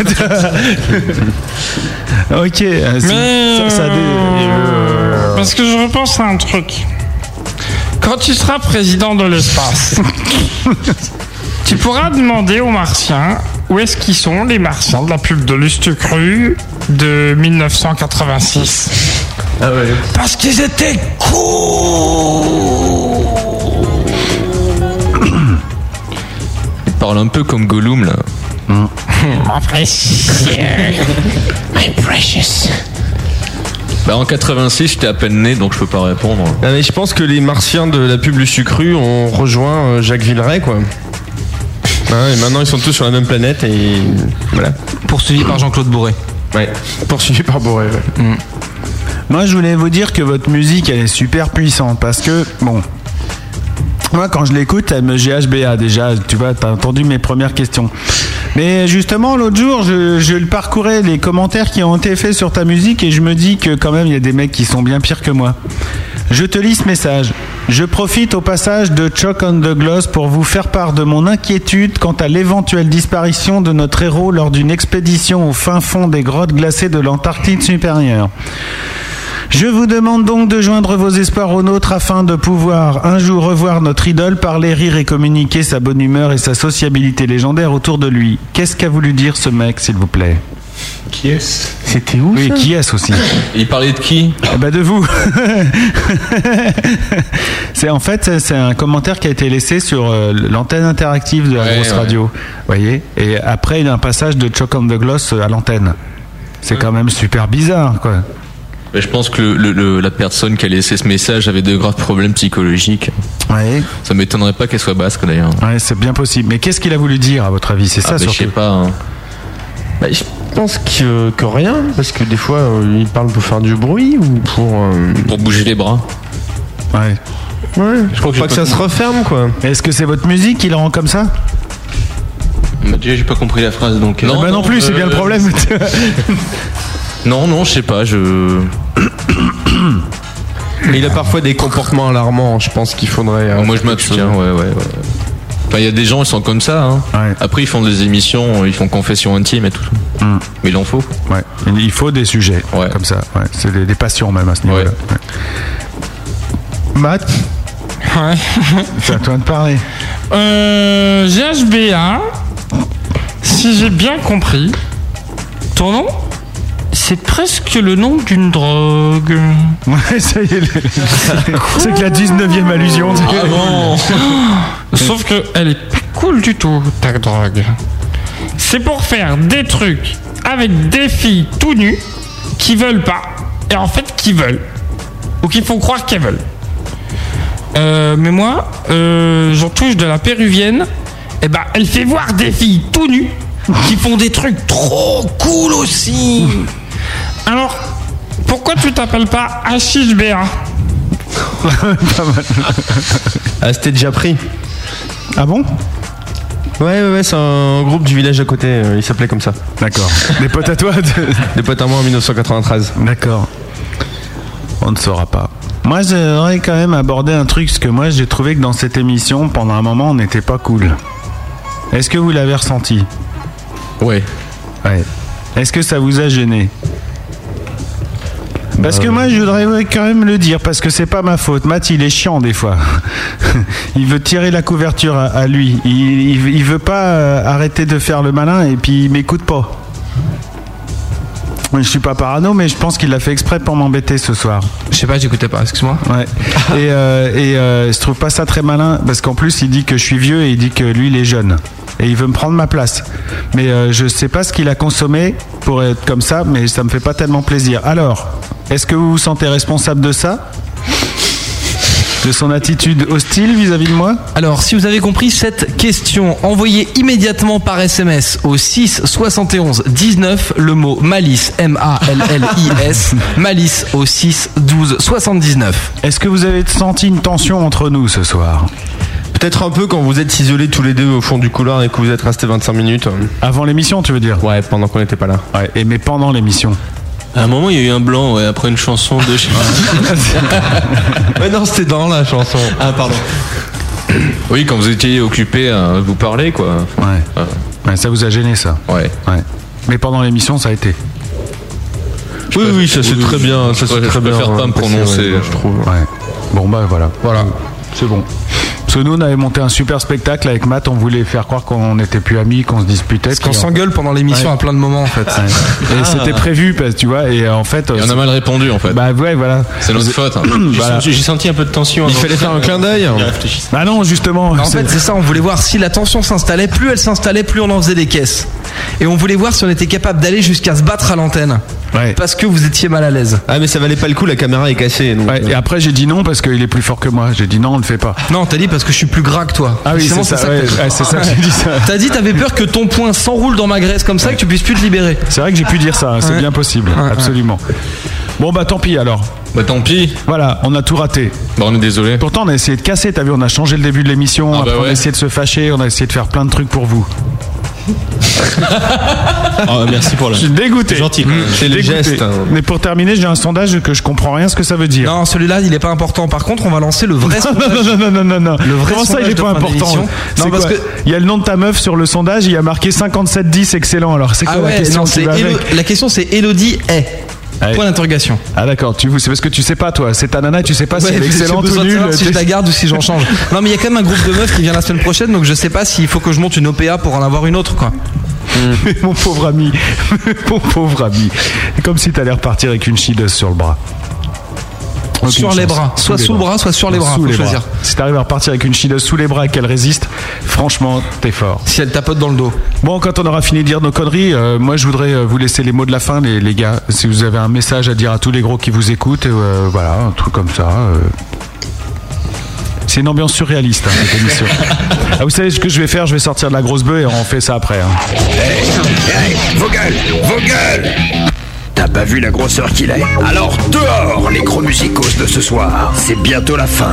Speaker 2: ok, euh, c'est- ça, ça a des-
Speaker 26: Parce que je repense à un truc. Quand tu seras président de l'espace, tu pourras demander aux martiens où est-ce qu'ils sont les martiens de la pub de Lustucru de 1986. Parce qu'ils étaient
Speaker 4: Il parle un peu comme Gollum là.
Speaker 26: My precious. My precious.
Speaker 4: Bah en 86, j'étais à peine né donc je peux pas répondre.
Speaker 3: Ah, mais je pense que les martiens de la pub Le Sucru ont rejoint euh, Jacques Villeray, quoi. Hein, et maintenant, ils sont tous sur la même planète et voilà.
Speaker 5: Poursuivi par Jean-Claude Bourré.
Speaker 3: Ouais, poursuivi par Bourré, ouais.
Speaker 2: Moi, je voulais vous dire que votre musique, elle est super puissante parce que, bon. Moi, quand je l'écoute, elle me GHBA déjà. Tu vois, t'as entendu mes premières questions. Mais justement, l'autre jour, je, je le parcourais les commentaires qui ont été faits sur ta musique et je me dis que quand même, il y a des mecs qui sont bien pires que moi. Je te lis ce message. Je profite au passage de Choc on the Gloss pour vous faire part de mon inquiétude quant à l'éventuelle disparition de notre héros lors d'une expédition au fin fond des grottes glacées de l'Antarctique supérieure. Je vous demande donc de joindre vos espoirs aux nôtres afin de pouvoir un jour revoir notre idole parler, rire et communiquer sa bonne humeur et sa sociabilité légendaire autour de lui. Qu'est-ce qu'a voulu dire ce mec, s'il vous plaît Qui est-ce C'était où Oui, qui est-ce aussi
Speaker 4: Il parlait de qui
Speaker 2: Bah de vous. c'est en fait c'est un commentaire qui a été laissé sur euh, l'antenne interactive de la
Speaker 4: Ouais,
Speaker 2: grosse
Speaker 4: ouais.
Speaker 2: radio, voyez. Et après il y a un passage de Choc on the Gloss euh, à l'antenne. C'est quand même super bizarre quoi.
Speaker 4: Mais je pense que le- le- le- la personne qui a laissé ce message avait de graves problèmes psychologiques.
Speaker 2: Ouais.
Speaker 4: Ça m'étonnerait pas qu'elle soit basque d'ailleurs.
Speaker 2: Ouais, c'est bien possible. Mais qu'est-ce qu'il a voulu dire à votre avis C'est
Speaker 4: Ah,
Speaker 2: ça
Speaker 4: bah, je
Speaker 2: surtout.
Speaker 4: sais pas. hein.
Speaker 3: Bah, je pense que, que rien, parce que des fois, euh, ils parlent pour faire du bruit ou pour. euh,
Speaker 4: Pour bouger les bras.
Speaker 2: Ouais.
Speaker 3: Ouais. Je crois
Speaker 4: que j'ai
Speaker 3: pas que ça
Speaker 4: pas
Speaker 3: se
Speaker 4: compris.
Speaker 3: referme, quoi.
Speaker 2: Est-ce que c'est votre musique qui le rend comme ça
Speaker 9: Bah, déjà, j'ai pas compris la phrase donc.
Speaker 2: Ah bah non, plus,
Speaker 4: euh,
Speaker 2: c'est bien le problème.
Speaker 4: Non, non, je sais pas. Je.
Speaker 3: Mais il a parfois des comportements alarmants, je pense qu'il faudrait. euh,
Speaker 4: Moi, je m'abstiens. Ouais, ouais, ouais. Enfin, il y a des gens, ils sont comme ça. hein. Après, ils font des émissions, ils font confession intime et tout. Mais il en faut.
Speaker 2: Mm. Ouais. Il faut des sujets comme ça. Ouais. C'est des, des passions même à ce niveau-là. Ouais. Matt,
Speaker 26: Ouais.
Speaker 2: c'est à toi de parler.
Speaker 26: Euh, GHBA, si j'ai bien compris, ton nom, c'est presque le nom d'une drogue.
Speaker 2: Ouais, ça y est. C'est que la 19e allusion.
Speaker 26: Ah
Speaker 5: Oh,
Speaker 26: bon Sauf que elle est pas cool du tout, ta drogue. C'est pour faire des trucs avec des filles tout nues qui veulent pas et en fait qui veulent ou qui font croire qu'elles veulent. Euh, mais moi, euh, j'en touche de la péruvienne. Et ben, elle fait voir des filles tout nues qui font des trucs trop cool aussi. Alors, pourquoi tu t'appelles pas Achille Béa
Speaker 3: Ah, c'était déjà pris.
Speaker 2: Ah bon
Speaker 3: Ouais, ouais, ouais, c'est un groupe du village à côté, euh, il s'appelait comme ça.
Speaker 2: D'accord. Des potes à toi
Speaker 3: Des potes à moi en 1993.
Speaker 2: D'accord. On ne saura pas. Moi, j'aurais quand même abordé un truc, parce que moi, j'ai trouvé que dans cette émission, pendant un moment, on n'était pas cool. Est-ce que vous l'avez ressenti
Speaker 4: Ouais.
Speaker 2: Ouais. Est-ce que ça vous a gêné parce que moi, je voudrais quand même le dire, parce que c'est pas ma faute. Matt, il est chiant des fois. il veut tirer la couverture à, à lui. Il, il- il veut pas euh, arrêter de faire le malin et puis il m'écoute pas. Oui, Je suis pas parano, mais je pense qu'il l'a fait exprès pour m'embêter ce soir.
Speaker 5: Je sais pas, j'écoutais pas, excuse-moi.
Speaker 2: Ouais. et euh, et euh, je trouve pas ça très malin parce qu'en plus il dit que je suis vieux et il dit que lui il est jeune et il veut me prendre ma place. Mais euh, je sais pas ce qu'il a consommé pour être comme ça, mais ça me fait pas tellement plaisir. Alors, est-ce que vous vous sentez responsable de ça De son attitude hostile vis-à-vis de moi
Speaker 5: Alors, si vous avez compris cette question, envoyez immédiatement par SMS au 6 71 19 le mot malice, M-A-L-L-I-S, malice au 6 12 79.
Speaker 2: Est-ce que vous avez senti une tension entre nous ce soir
Speaker 3: Peut-être un peu quand vous êtes isolés tous les deux au fond du couloir et que vous êtes restés 25 minutes.
Speaker 2: Avant l'émission, tu veux dire
Speaker 3: Ouais, pendant qu'on n'était pas là.
Speaker 2: Ouais, et mais pendant l'émission.
Speaker 9: À un moment, il y a eu un blanc, ouais, après une chanson de. je sais pas.
Speaker 3: ouais, non, c'était dans la chanson.
Speaker 9: Ah, pardon.
Speaker 4: Oui, quand vous étiez occupé à vous parler, quoi.
Speaker 2: Ouais. Ouais, ça vous a gêné ça
Speaker 4: Ouais.
Speaker 2: ouais. Mais pendant l'émission, ça a été.
Speaker 3: Oui, oui, ça c'est très bien. Ça c'est
Speaker 4: je préfère-
Speaker 3: très
Speaker 4: je
Speaker 3: bien.
Speaker 4: préfère pas me
Speaker 3: passé,
Speaker 4: prononcer.
Speaker 3: ouais, je trouve.
Speaker 2: Ouais. Bon bah voilà. Voilà. C'est bon. Parce que nous on avait monté un super spectacle avec Matt, on voulait faire croire qu'on n'était plus amis, qu'on se disputait.
Speaker 5: Parce qu'on
Speaker 2: puis on-
Speaker 5: s'engueule pendant l'émission
Speaker 2: Ouais.
Speaker 5: à plein de moments en fait.
Speaker 2: Et
Speaker 4: Ah.
Speaker 2: c'était prévu, parce, tu vois, Ah. et euh, en fait.
Speaker 4: Et on a mal répondu, en fait.
Speaker 2: Bah ouais, voilà. Bah,
Speaker 4: C'est notre faute. hein.
Speaker 9: J'ai
Speaker 2: Voilà.
Speaker 9: senti- J'ai senti un peu de tension.
Speaker 3: Il
Speaker 9: avant.
Speaker 3: fallait faire un clin d'œil.
Speaker 9: Il réfléchissait.
Speaker 2: Bah non, justement.
Speaker 5: En fait, c'est ça, on voulait voir si la tension s'installait. Plus elle s'installait, plus on en faisait des caisses. Et on voulait voir si on était capable d'aller jusqu'à se battre à l'antenne. Parce que vous étiez mal à l'aise.
Speaker 3: Ah, mais ça valait pas le coup, la caméra est cassée. donc, euh.
Speaker 2: Ouais, et après j'ai dit non parce qu'il est plus fort que moi. J'ai dit non, on le fait pas.
Speaker 5: Non, t'as dit parce que je suis plus gras que toi.
Speaker 2: Ah oui,
Speaker 5: Forcément,
Speaker 2: c'est ça,
Speaker 5: que
Speaker 2: ouais,
Speaker 5: t'as-
Speaker 2: ouais, c'est ça que j'ai dit, ça.
Speaker 5: T'as dit, t'avais peur que ton poing s'enroule dans ma graisse comme ça et que tu puisses plus te libérer.
Speaker 2: C'est vrai que j'ai pu dire ça, hein, c'est
Speaker 5: Ouais.
Speaker 2: bien possible,
Speaker 5: Ouais, ouais.
Speaker 2: absolument. Bon bah tant pis alors.
Speaker 4: Bah tant pis.
Speaker 2: Voilà, on a tout raté.
Speaker 4: Bah on est désolé.
Speaker 2: Pourtant on a essayé de casser, t'as vu, on a changé le début de l'émission,
Speaker 4: Ah,
Speaker 2: après,
Speaker 4: bah,
Speaker 2: on a
Speaker 4: ouais.
Speaker 2: essayé de se fâcher, on a essayé de faire plein de trucs pour vous.
Speaker 9: Ah, merci pour la.
Speaker 2: Je suis dégoûté.
Speaker 9: C'est gentil.
Speaker 2: Je suis dégoûté. Mais pour terminer, j'ai un sondage que je comprends rien ce que ça veut dire.
Speaker 5: hein. Non, celui-là, il est pas important. Par contre, on va lancer le vrai
Speaker 2: Non,
Speaker 5: sondage.
Speaker 2: non, non, non, non, non.
Speaker 5: Le vrai
Speaker 2: Comment ça, il
Speaker 5: sondage
Speaker 2: est
Speaker 5: de
Speaker 2: pas
Speaker 5: fin d'émission
Speaker 2: important
Speaker 5: Non,
Speaker 2: C'est
Speaker 5: parce
Speaker 2: quoi
Speaker 5: que-
Speaker 2: Il y a le nom de ta meuf sur le sondage, il y a marqué 5710, excellent. Alors, c'est quoi
Speaker 5: Ah
Speaker 2: la
Speaker 5: ouais,
Speaker 2: question
Speaker 5: non,
Speaker 2: qui
Speaker 5: c'est
Speaker 2: va
Speaker 5: Élo-
Speaker 2: avec
Speaker 5: la question c'est Elodie est. Point d'interrogation.
Speaker 2: Ah d'accord, tu c'est parce que tu sais pas toi, c'est ta nana, tu sais pas si
Speaker 5: Ouais,
Speaker 2: elle est
Speaker 5: j'ai
Speaker 2: excellente
Speaker 5: besoin
Speaker 2: ou
Speaker 5: de
Speaker 2: nulle.
Speaker 5: savoir si je la garde ou si j'en change. Non, mais il y a quand même un groupe de meufs qui vient la semaine prochaine, donc je sais pas s'il faut que je monte une OPA pour en avoir une autre, quoi.
Speaker 2: Mais Mm. mon pauvre ami, mon pauvre ami. Comme si t'allais repartir avec une chideuse sur le bras. Aucune
Speaker 5: Sur les
Speaker 2: chance.
Speaker 5: bras. Soit sous le bras, soit sur les bras,
Speaker 2: Sous
Speaker 5: faut
Speaker 2: les
Speaker 5: choisir.
Speaker 2: bras. Si t'arrives à repartir avec une chineuse sous les bras et qu'elle résiste, franchement, t'es fort.
Speaker 5: Si elle tapote dans le dos.
Speaker 2: Bon, quand on aura fini de dire nos conneries, euh, moi je voudrais euh, vous laisser les mots de la fin, les, les gars. Si vous avez un message à dire à tous les gros qui vous écoutent, euh, voilà, un truc comme ça. euh. C'est une ambiance surréaliste, hein, cette émission. Ah, vous savez ce que je vais faire Je vais sortir de la grosse bœuf et on fait ça après. hein.
Speaker 7: Hey, vos gueules, vos gueules T'as pas vu la grosseur qu'il est Alors dehors les gros musicos de ce soir, c'est bientôt la fin.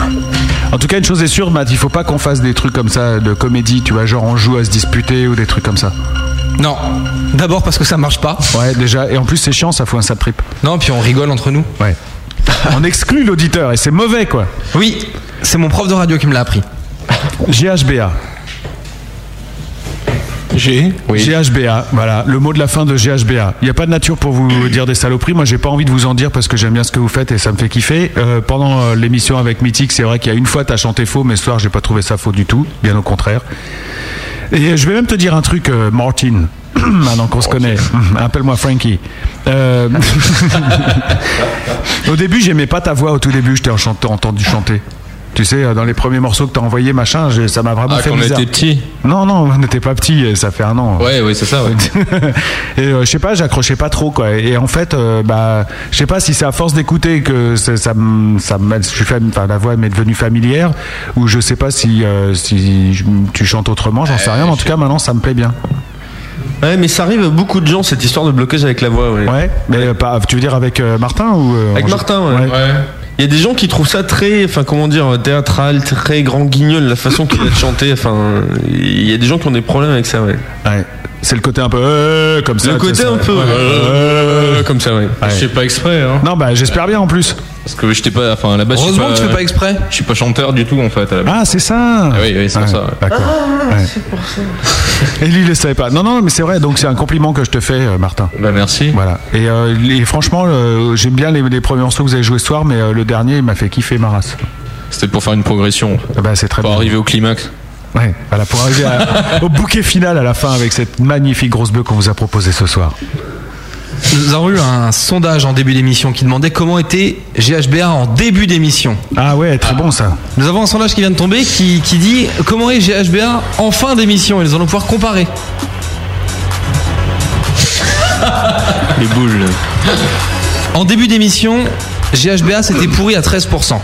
Speaker 2: En tout cas, une chose est sûre, Matt, il faut pas qu'on fasse des trucs comme ça de comédie, tu vois, genre on joue à se disputer ou des trucs comme ça.
Speaker 5: Non. D'abord parce que ça marche pas.
Speaker 2: Ouais, déjà. Et en plus, c'est chiant, ça fout un sap trip.
Speaker 5: Non, puis on rigole entre nous.
Speaker 2: Ouais. on exclut l'auditeur et c'est mauvais, quoi.
Speaker 5: Oui, c'est mon prof de radio qui me l'a appris.
Speaker 2: GHBA.
Speaker 11: G
Speaker 2: GHBA, voilà, le mot de la fin de GHBA. Il n'y a pas de nature pour vous dire des saloperies. Moi, j'ai pas envie de vous en dire parce que j'aime bien ce que vous faites et ça me fait kiffer. Euh, pendant euh, l'émission avec Mythique, c'est vrai qu'il y a une fois, t'as chanté faux, mais ce soir, j'ai pas trouvé ça faux du tout. Bien au contraire. Et euh, je vais même te dire un truc, euh, Martin. Maintenant qu'on se connaît, Hum, appelle-moi Frankie. Euh, au début, j'aimais pas ta voix. Au tout début, je t'ai enchan- entendu chanter. Tu sais, euh, dans les premiers morceaux que t'as envoyés, machin, j'ai- ça m'a vraiment
Speaker 11: Ah,
Speaker 2: fait
Speaker 11: quand on
Speaker 2: bizarre.
Speaker 11: était petit.
Speaker 2: Non, non, on n'était pas petit. euh, Ça fait un an.
Speaker 11: Ouais, ouais, c'est ça, ouais.
Speaker 2: et euh, je sais pas, j'accrochais pas trop quoi. Et en fait, euh, bah, je sais pas si c'est à force d'écouter que c'est- ça, me- ça me- je suis fam- enfin, la voix m'est devenue familière, ou je sais pas si euh, si je- tu chantes autrement, j'en sais rien. Mais en tout cas, maintenant, ça me plaît bien.
Speaker 12: Ouais, mais ça arrive à beaucoup de gens cette histoire de blocage avec la voix. Ouais.
Speaker 2: mais euh, pas- tu veux dire avec euh, Martin ou euh,
Speaker 12: Avec
Speaker 2: en-
Speaker 12: Martin, ouais. Il y a des gens qui trouvent ça très, enfin comment dire, théâtral, très grand guignol, la façon qu'il a de chanter. Enfin, il y a des gens qui ont des problèmes avec ça, ouais.
Speaker 2: C'est le côté un peu euh, comme ça.
Speaker 12: Le
Speaker 2: tu sais,
Speaker 12: côté
Speaker 2: ça-
Speaker 12: un peu
Speaker 2: Ouais.
Speaker 12: euh, comme ça, ouais.
Speaker 2: Ouais.
Speaker 11: Je fais pas exprès, hein.
Speaker 2: Non, bah j'espère bien en plus.
Speaker 11: Parce que j'étais pas. Enfin, à la base, je suis
Speaker 2: Heureusement que tu fais pas
Speaker 5: exprès.
Speaker 11: Je suis pas chanteur du tout, en fait, à la base.
Speaker 2: Ah, c'est ça.
Speaker 11: oui, oui, c'est
Speaker 2: Ouais,
Speaker 11: ça.
Speaker 2: euh, D'accord. Ouais.
Speaker 27: pour ça.
Speaker 2: Et lui, il le savait pas. Non, non, mais c'est vrai. Donc, c'est un compliment que je te fais, euh, Martin.
Speaker 11: Bah, merci.
Speaker 2: Voilà. Et, euh, les- franchement, euh, j'aime bien les, les premiers morceaux que vous avez joués ce soir, mais euh, le dernier, il m'a fait kiffer ma race.
Speaker 11: C'était pour faire une progression.
Speaker 2: Bah, c'est très
Speaker 11: Pour arriver au climax.
Speaker 2: Ouais, voilà, pour arriver à- au bouquet final à la fin avec cette magnifique grosse bœuf qu'on vous a proposée ce soir.
Speaker 5: Nous avons eu un sondage en début d'émission qui demandait comment était GHBA en début d'émission.
Speaker 2: Ah ouais, très bon ça.
Speaker 5: Nous avons un sondage qui vient de tomber qui, qui dit comment est GHBA en fin d'émission. Et nous allons pouvoir comparer.
Speaker 11: Les boules.
Speaker 5: En début d'émission, GHBA c'était pourri à 13%.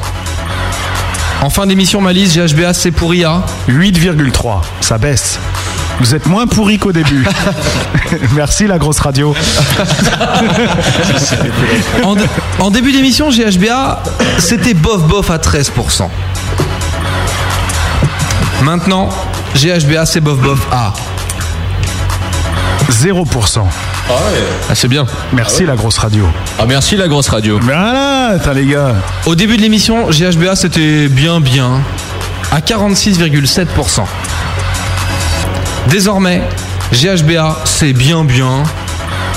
Speaker 5: En fin d'émission, Malice, GHBA c'est pourri à
Speaker 2: 8,3. Ça baisse. Vous êtes moins pourri qu'au début. Merci la grosse radio.
Speaker 5: en, dé- en début d'émission, GHBA, c'était bof bof à 13%. Maintenant, GHBA, c'est bof bof à
Speaker 2: 0%.
Speaker 11: Ah ouais.
Speaker 2: Ah, c'est bien. Merci la grosse radio.
Speaker 11: Ah, merci la grosse radio.
Speaker 2: Voilà, t'as les gars.
Speaker 5: Au début de l'émission, GHBA, c'était bien bien à 46,7%. Désormais, GHBA, c'est bien bien.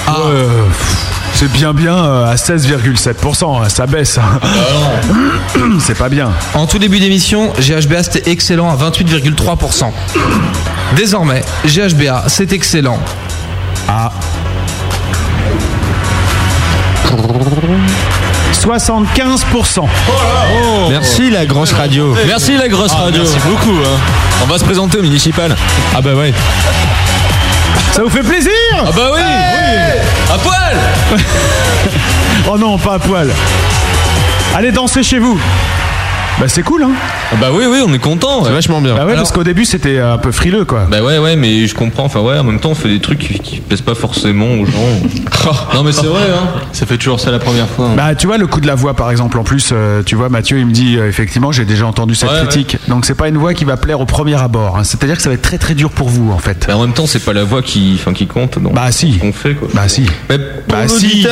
Speaker 11: Ah.
Speaker 2: Ouais, pff, c'est bien bien euh, à 16,7%. hein, Ça baisse. hein.
Speaker 11: Ah
Speaker 2: C'est pas bien.
Speaker 5: En tout début d'émission, GHBA c'était excellent à 28,3%. Désormais, GHBA c'est excellent.
Speaker 2: Ah. 75%. Oh.
Speaker 17: Merci la grosse radio.
Speaker 2: Eh,
Speaker 11: Merci la grosse
Speaker 17: Ah,
Speaker 11: radio.
Speaker 17: merci beaucoup,
Speaker 2: hein.
Speaker 11: On va se présenter au municipal.
Speaker 17: Ah bah ouais.
Speaker 2: Ça vous fait plaisir
Speaker 11: Ah bah oui, oui. À poil
Speaker 2: Oh non, pas à poil. Allez danser chez vous. Bah c'est cool hein.
Speaker 11: Bah oui, oui, on est content. C'est
Speaker 17: vachement bien.
Speaker 2: Bah ouais, parce qu'au début c'était euh, un peu frileux quoi.
Speaker 11: Bah ouais, ouais, mais je comprends. Enfin ouais, en même temps, on fait des trucs qui, qui plaisent pas forcément aux gens.
Speaker 2: Oh.
Speaker 11: non mais c'est vrai, hein. Ça fait toujours ça la première fois. hein.
Speaker 2: Bah tu vois le coup de la voix par exemple en plus euh, tu vois Mathieu il me dit euh, effectivement j'ai déjà entendu cette
Speaker 11: Ouais, ouais.
Speaker 2: critique donc c'est pas une voix qui va plaire au premier abord hein. c'est à dire que ça va être très très dur pour vous en fait
Speaker 11: Bah, en même temps, c'est pas la voix qui, enfin, qui compte. Donc,
Speaker 2: bah si
Speaker 11: on fait quoi.
Speaker 2: bah si
Speaker 11: Mais
Speaker 2: bah si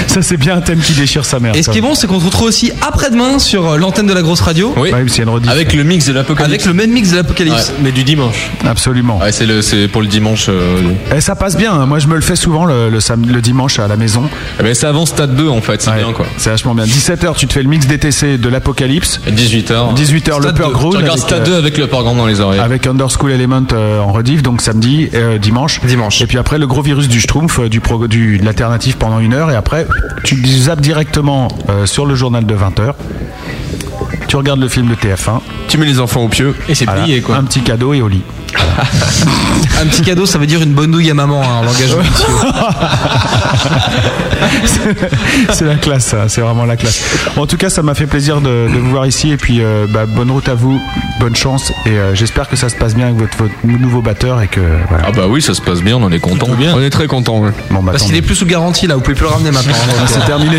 Speaker 2: ça c'est bien un thème qui déchire sa mère.
Speaker 5: Et ce qui est bon, c'est qu'on se retrouve aussi après-demain sur euh, l'antenne de la grosse radio.
Speaker 4: Oui. Avec le mix de l'apocalypse.
Speaker 5: Avec le même mix de l'apocalypse.
Speaker 4: mais du dimanche.
Speaker 2: Absolument.
Speaker 4: Ouais, c'est le- c'est pour le dimanche. euh,
Speaker 2: Et ça passe bien, hein. moi je me le fais souvent le, le sam- le dimanche à la maison.
Speaker 4: Eh ben, c'est avant Stade 2 en fait, c'est bien quoi.
Speaker 2: C'est vachement bien. 17h tu te fais le mix DTC de l'Apocalypse.
Speaker 4: 18h.
Speaker 2: 18h le
Speaker 4: Stade 2.
Speaker 2: Peur
Speaker 4: Tu regardes Stade 2 avec le Grande dans les oreilles.
Speaker 2: Avec Underschool Element euh, en rediff, donc samedi, euh, dimanche. Dimanche. Et puis après, le gros virus du Schtroumpf, euh, du pro- du, de l'alternative pendant une heure. Et après, tu zappes directement euh, sur le journal de 20h. Tu regardes le film de TF1.
Speaker 3: Tu mets les enfants au pieu.
Speaker 2: Et c'est
Speaker 3: plié,
Speaker 2: quoi. Un petit cadeau et au lit.
Speaker 5: Un petit cadeau, ça veut dire une bonne nouille à maman, hein, en langage officieux.
Speaker 2: c'est la classe, ça, c'est vraiment la classe. En tout cas, ça m'a fait plaisir de, de vous voir ici et puis euh, bah, bonne route à vous, bonne chance et euh, j'espère que ça se passe bien avec votre, votre nouveau batteur et que voilà.
Speaker 4: Ah bah oui, ça se passe bien, on en est content.
Speaker 3: On est très content.
Speaker 2: Bon, bah,
Speaker 5: Parce
Speaker 2: tant
Speaker 5: qu'il
Speaker 2: mieux.
Speaker 5: est plus sous garantie là, vous pouvez plus le ramener maintenant. euh.
Speaker 2: Ah, c'est terminé.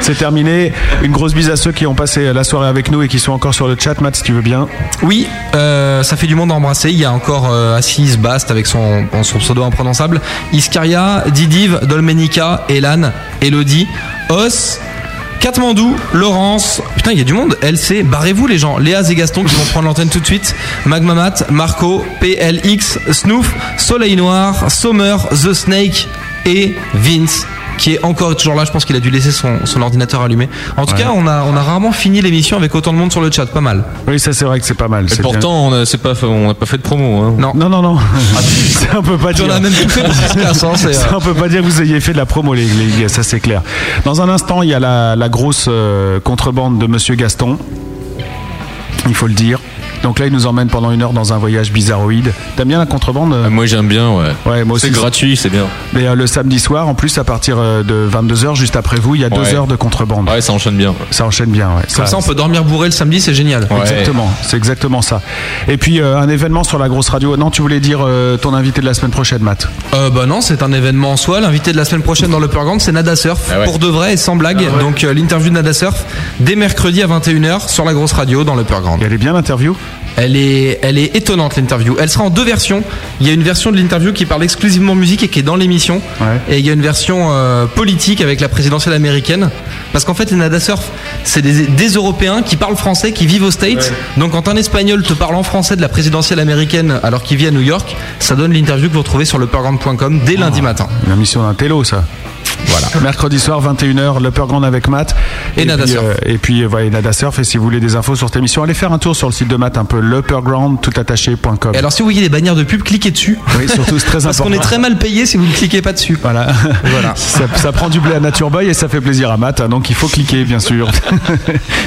Speaker 2: C'est terminé. Une grosse bise à ceux qui ont passé la soirée avec nous et qui sont encore sur le chat, Matt, si tu veux bien.
Speaker 5: Oui, euh, ça fait du monde à embrasser. Il y a encore euh, Assis Bast avec son, bon, son pseudo imprononçable, Iscaria, Didiv, Dolmenica, Elan, Elodie, Os. Katmandou, Laurence, putain il y a du monde, LC, barrez-vous les gens, Léa et Gaston qui vont prendre l'antenne tout de suite, Magmamat, Marco, PLX, Snoof, Soleil Noir, Sommer, The Snake et Vince qui est encore et toujours là, je pense qu'il a dû laisser son, son ordinateur allumé. En tout cas on a, on a rarement fini l'émission avec autant de monde sur le chat, pas mal.
Speaker 2: Oui, ça c'est vrai que c'est pas mal.
Speaker 4: Et
Speaker 2: c'est
Speaker 4: pourtant, on a, c'est pas, on n'a pas fait de promo. Hein.
Speaker 5: Non.
Speaker 2: Non, non, non. Ça, on peut pas
Speaker 5: Puis on
Speaker 2: dire.
Speaker 5: a même tout fait pour qu'il se casse, hein, c'est, euh.
Speaker 2: Ça, on peut pas dire que vous ayez fait de la promo, les, les gars, ça c'est clair. Dans un instant, il y a la, la grosse euh, contrebande de Monsieur Gaston. Il faut le dire. Donc là, il nous emmène pendant une heure dans un voyage bizarroïde. T'aimes bien la contrebande euh
Speaker 4: Ah, Moi j'aime bien, ouais.
Speaker 2: Ouais, moi
Speaker 4: c'est
Speaker 2: aussi,
Speaker 4: gratuit, c'est bien.
Speaker 2: Mais euh, le samedi soir, en plus, à partir euh, de 22h, juste après vous, il y a deux
Speaker 4: Ouais.
Speaker 2: heures de contrebande.
Speaker 4: Ah Ouais, ça enchaîne bien.
Speaker 2: Ça enchaîne bien, ouais.
Speaker 5: Comme ça, on peut dormir bourré le samedi, c'est génial.
Speaker 2: Exactement, c'est exactement ça. Et puis euh, un événement sur la grosse radio. Non, tu voulais dire euh, ton invité de la semaine prochaine, Matt.
Speaker 5: Euh, bah non, c'est un événement en soi. L'invité de la semaine prochaine dans le Grand, c'est Nada Surf,
Speaker 2: Ah ouais.
Speaker 5: pour de vrai et sans blague.
Speaker 2: Ah
Speaker 5: Donc euh, l'interview de Nada Surf, dès mercredi à 21h sur la grosse radio dans le Grand.
Speaker 2: Elle est bien l'interview
Speaker 5: elle est, elle est étonnante l'interview. Elle sera en deux versions. Il y a une version de l'interview qui parle exclusivement musique et qui est dans l'émission. Et il y a une version euh, politique avec la présidentielle américaine. Parce qu'en fait, les Nada Surf, c'est des, des Européens qui parlent français, qui vivent aux States. Donc quand un Espagnol te parle en français de la présidentielle américaine alors qu'il vit à New York, ça donne l'interview que vous retrouvez sur lepergrand.com dès lundi matin.
Speaker 2: La mission Ah. d'un télo, ça. Voilà. Mercredi soir, 21h, le Grand avec Matt.
Speaker 5: Et Nada
Speaker 2: puis,
Speaker 5: Surf.
Speaker 2: euh, et puis, euh, voilà, et Nada Surf. Et si vous voulez des infos sur cette émission, allez faire un tour sur le site de Matt, un peu leperground, tout attaché.com.
Speaker 5: Et alors si vous voyez des bannières de pub, cliquez dessus.
Speaker 2: Oui, surtout, c'est très
Speaker 5: Parce qu'on
Speaker 2: important.
Speaker 5: est très mal payé si vous ne cliquez pas dessus.
Speaker 2: Voilà.
Speaker 5: Voilà.
Speaker 2: ça, ça prend du blé à Nature Boy et ça fait plaisir à Matt, hein, donc il faut cliquer, bien sûr.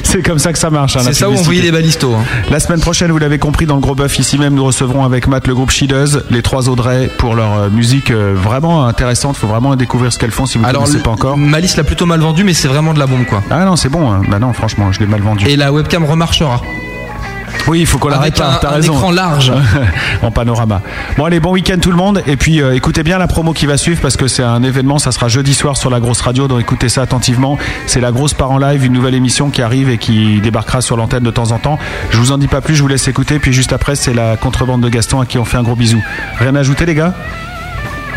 Speaker 2: c'est comme ça que ça marche. hein, la
Speaker 5: C'est ça où on
Speaker 2: publicité.
Speaker 5: voyait les balistos. hein.
Speaker 2: La semaine prochaine, vous l'avez compris, dans le gros bœuf, ici même, nous recevrons avec Matt le groupe Shideuse, les trois Audrey, pour leur euh, musique euh, vraiment intéressante. faut vraiment découvrir ce qu'elles font si vous ne
Speaker 5: Alors,
Speaker 2: connaissez pas encore.
Speaker 5: Malice l'a plutôt mal vendu, mais c'est vraiment de la bombe quoi.
Speaker 2: Ah non, c'est bon. hein. Bah non, franchement, je l'ai mal vendu.
Speaker 5: Et la webcam remarchera.
Speaker 2: Oui, il faut qu'on la
Speaker 5: Avec
Speaker 2: répare,
Speaker 5: un-
Speaker 2: t'as
Speaker 5: un
Speaker 2: raison.
Speaker 5: écran large.
Speaker 2: en panorama. Bon, allez, bon week-end tout le monde. Et puis, euh, écoutez bien la promo qui va suivre parce que c'est un événement. Ça sera jeudi soir sur la grosse radio. Donc, écoutez ça attentivement. C'est la grosse part en live, une nouvelle émission qui arrive et qui débarquera sur l'antenne de temps en temps. Je vous en dis pas plus, je vous laisse écouter. Puis, juste après, c'est la contrebande de Gaston à qui on fait un gros bisou. Rien à ajouter, les gars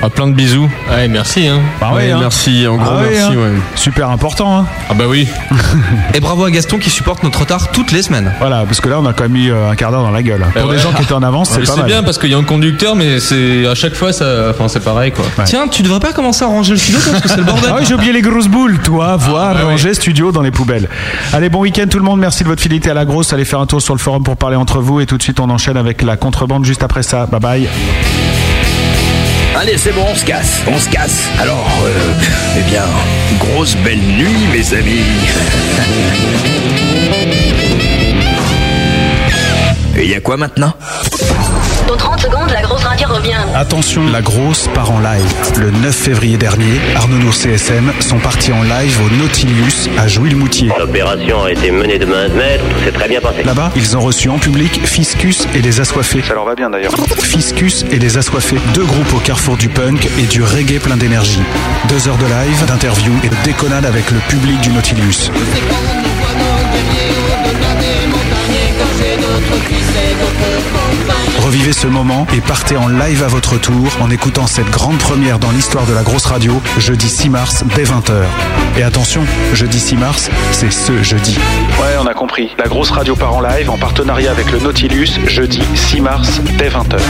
Speaker 11: Ah, plein de bisous. Ouais, merci. Hein.
Speaker 2: Bah ouais,
Speaker 11: Ouais,
Speaker 2: hein.
Speaker 11: merci, en gros,
Speaker 2: Ah ouais,
Speaker 11: merci,
Speaker 2: hein.
Speaker 11: ouais.
Speaker 2: Super important. Hein.
Speaker 11: Ah bah oui.
Speaker 5: Et bravo à Gaston qui supporte notre retard toutes les semaines.
Speaker 2: Voilà, parce que là, on a quand même mis euh, un quart d'heure dans la gueule. Pour
Speaker 11: Eh Ouais.
Speaker 2: des gens qui étaient en avance,
Speaker 11: Mais
Speaker 2: c'est pas mal.
Speaker 11: bien parce qu'il y a un conducteur, mais c'est à chaque fois, ça, enfin, c'est pareil quoi.
Speaker 5: Tiens, tu devrais pas commencer à ranger le studio parce que c'est le bordel. Ah
Speaker 2: Ah oui, j'ai oublié les grosses boules, toi, voir, ranger, studio dans les poubelles. Allez, bon week-end tout le monde, merci de votre fidélité à la grosse. Allez faire un tour sur le forum pour parler entre vous et tout de suite on enchaîne avec la contrebande juste après ça. Bye bye.
Speaker 7: Allez, c'est bon, on se casse, on se casse. Alors, euh, eh bien, grosse belle nuit, mes amis. Et il y a quoi maintenant
Speaker 6: Dans 30 secondes, la grosse radio revient.
Speaker 2: Attention, la grosse part en live. Le 9 février dernier, Arnaud Nour CSM sont partis en live au Nautilus à Jouy-le-Moutier.
Speaker 28: L'opération a été menée de main de maître, tout s'est très bien passé.
Speaker 2: Là-bas, ils ont reçu en public Fiscus et les Assoiffés. Ça leur va bien d'ailleurs. Fiscus et les Assoiffés, deux groupes au carrefour du punk et du reggae plein d'énergie. Deux heures de live, d'interviews et de déconnades avec le public du Nautilus. Revivez ce moment et partez en live à votre tour en écoutant cette grande première dans l'histoire de la grosse radio, jeudi 6 mars dès 20h. Et attention, jeudi 6 mars, c'est ce jeudi. Ouais, on a compris. La grosse radio part en live en partenariat avec le Nautilus, jeudi 6 mars dès 20h.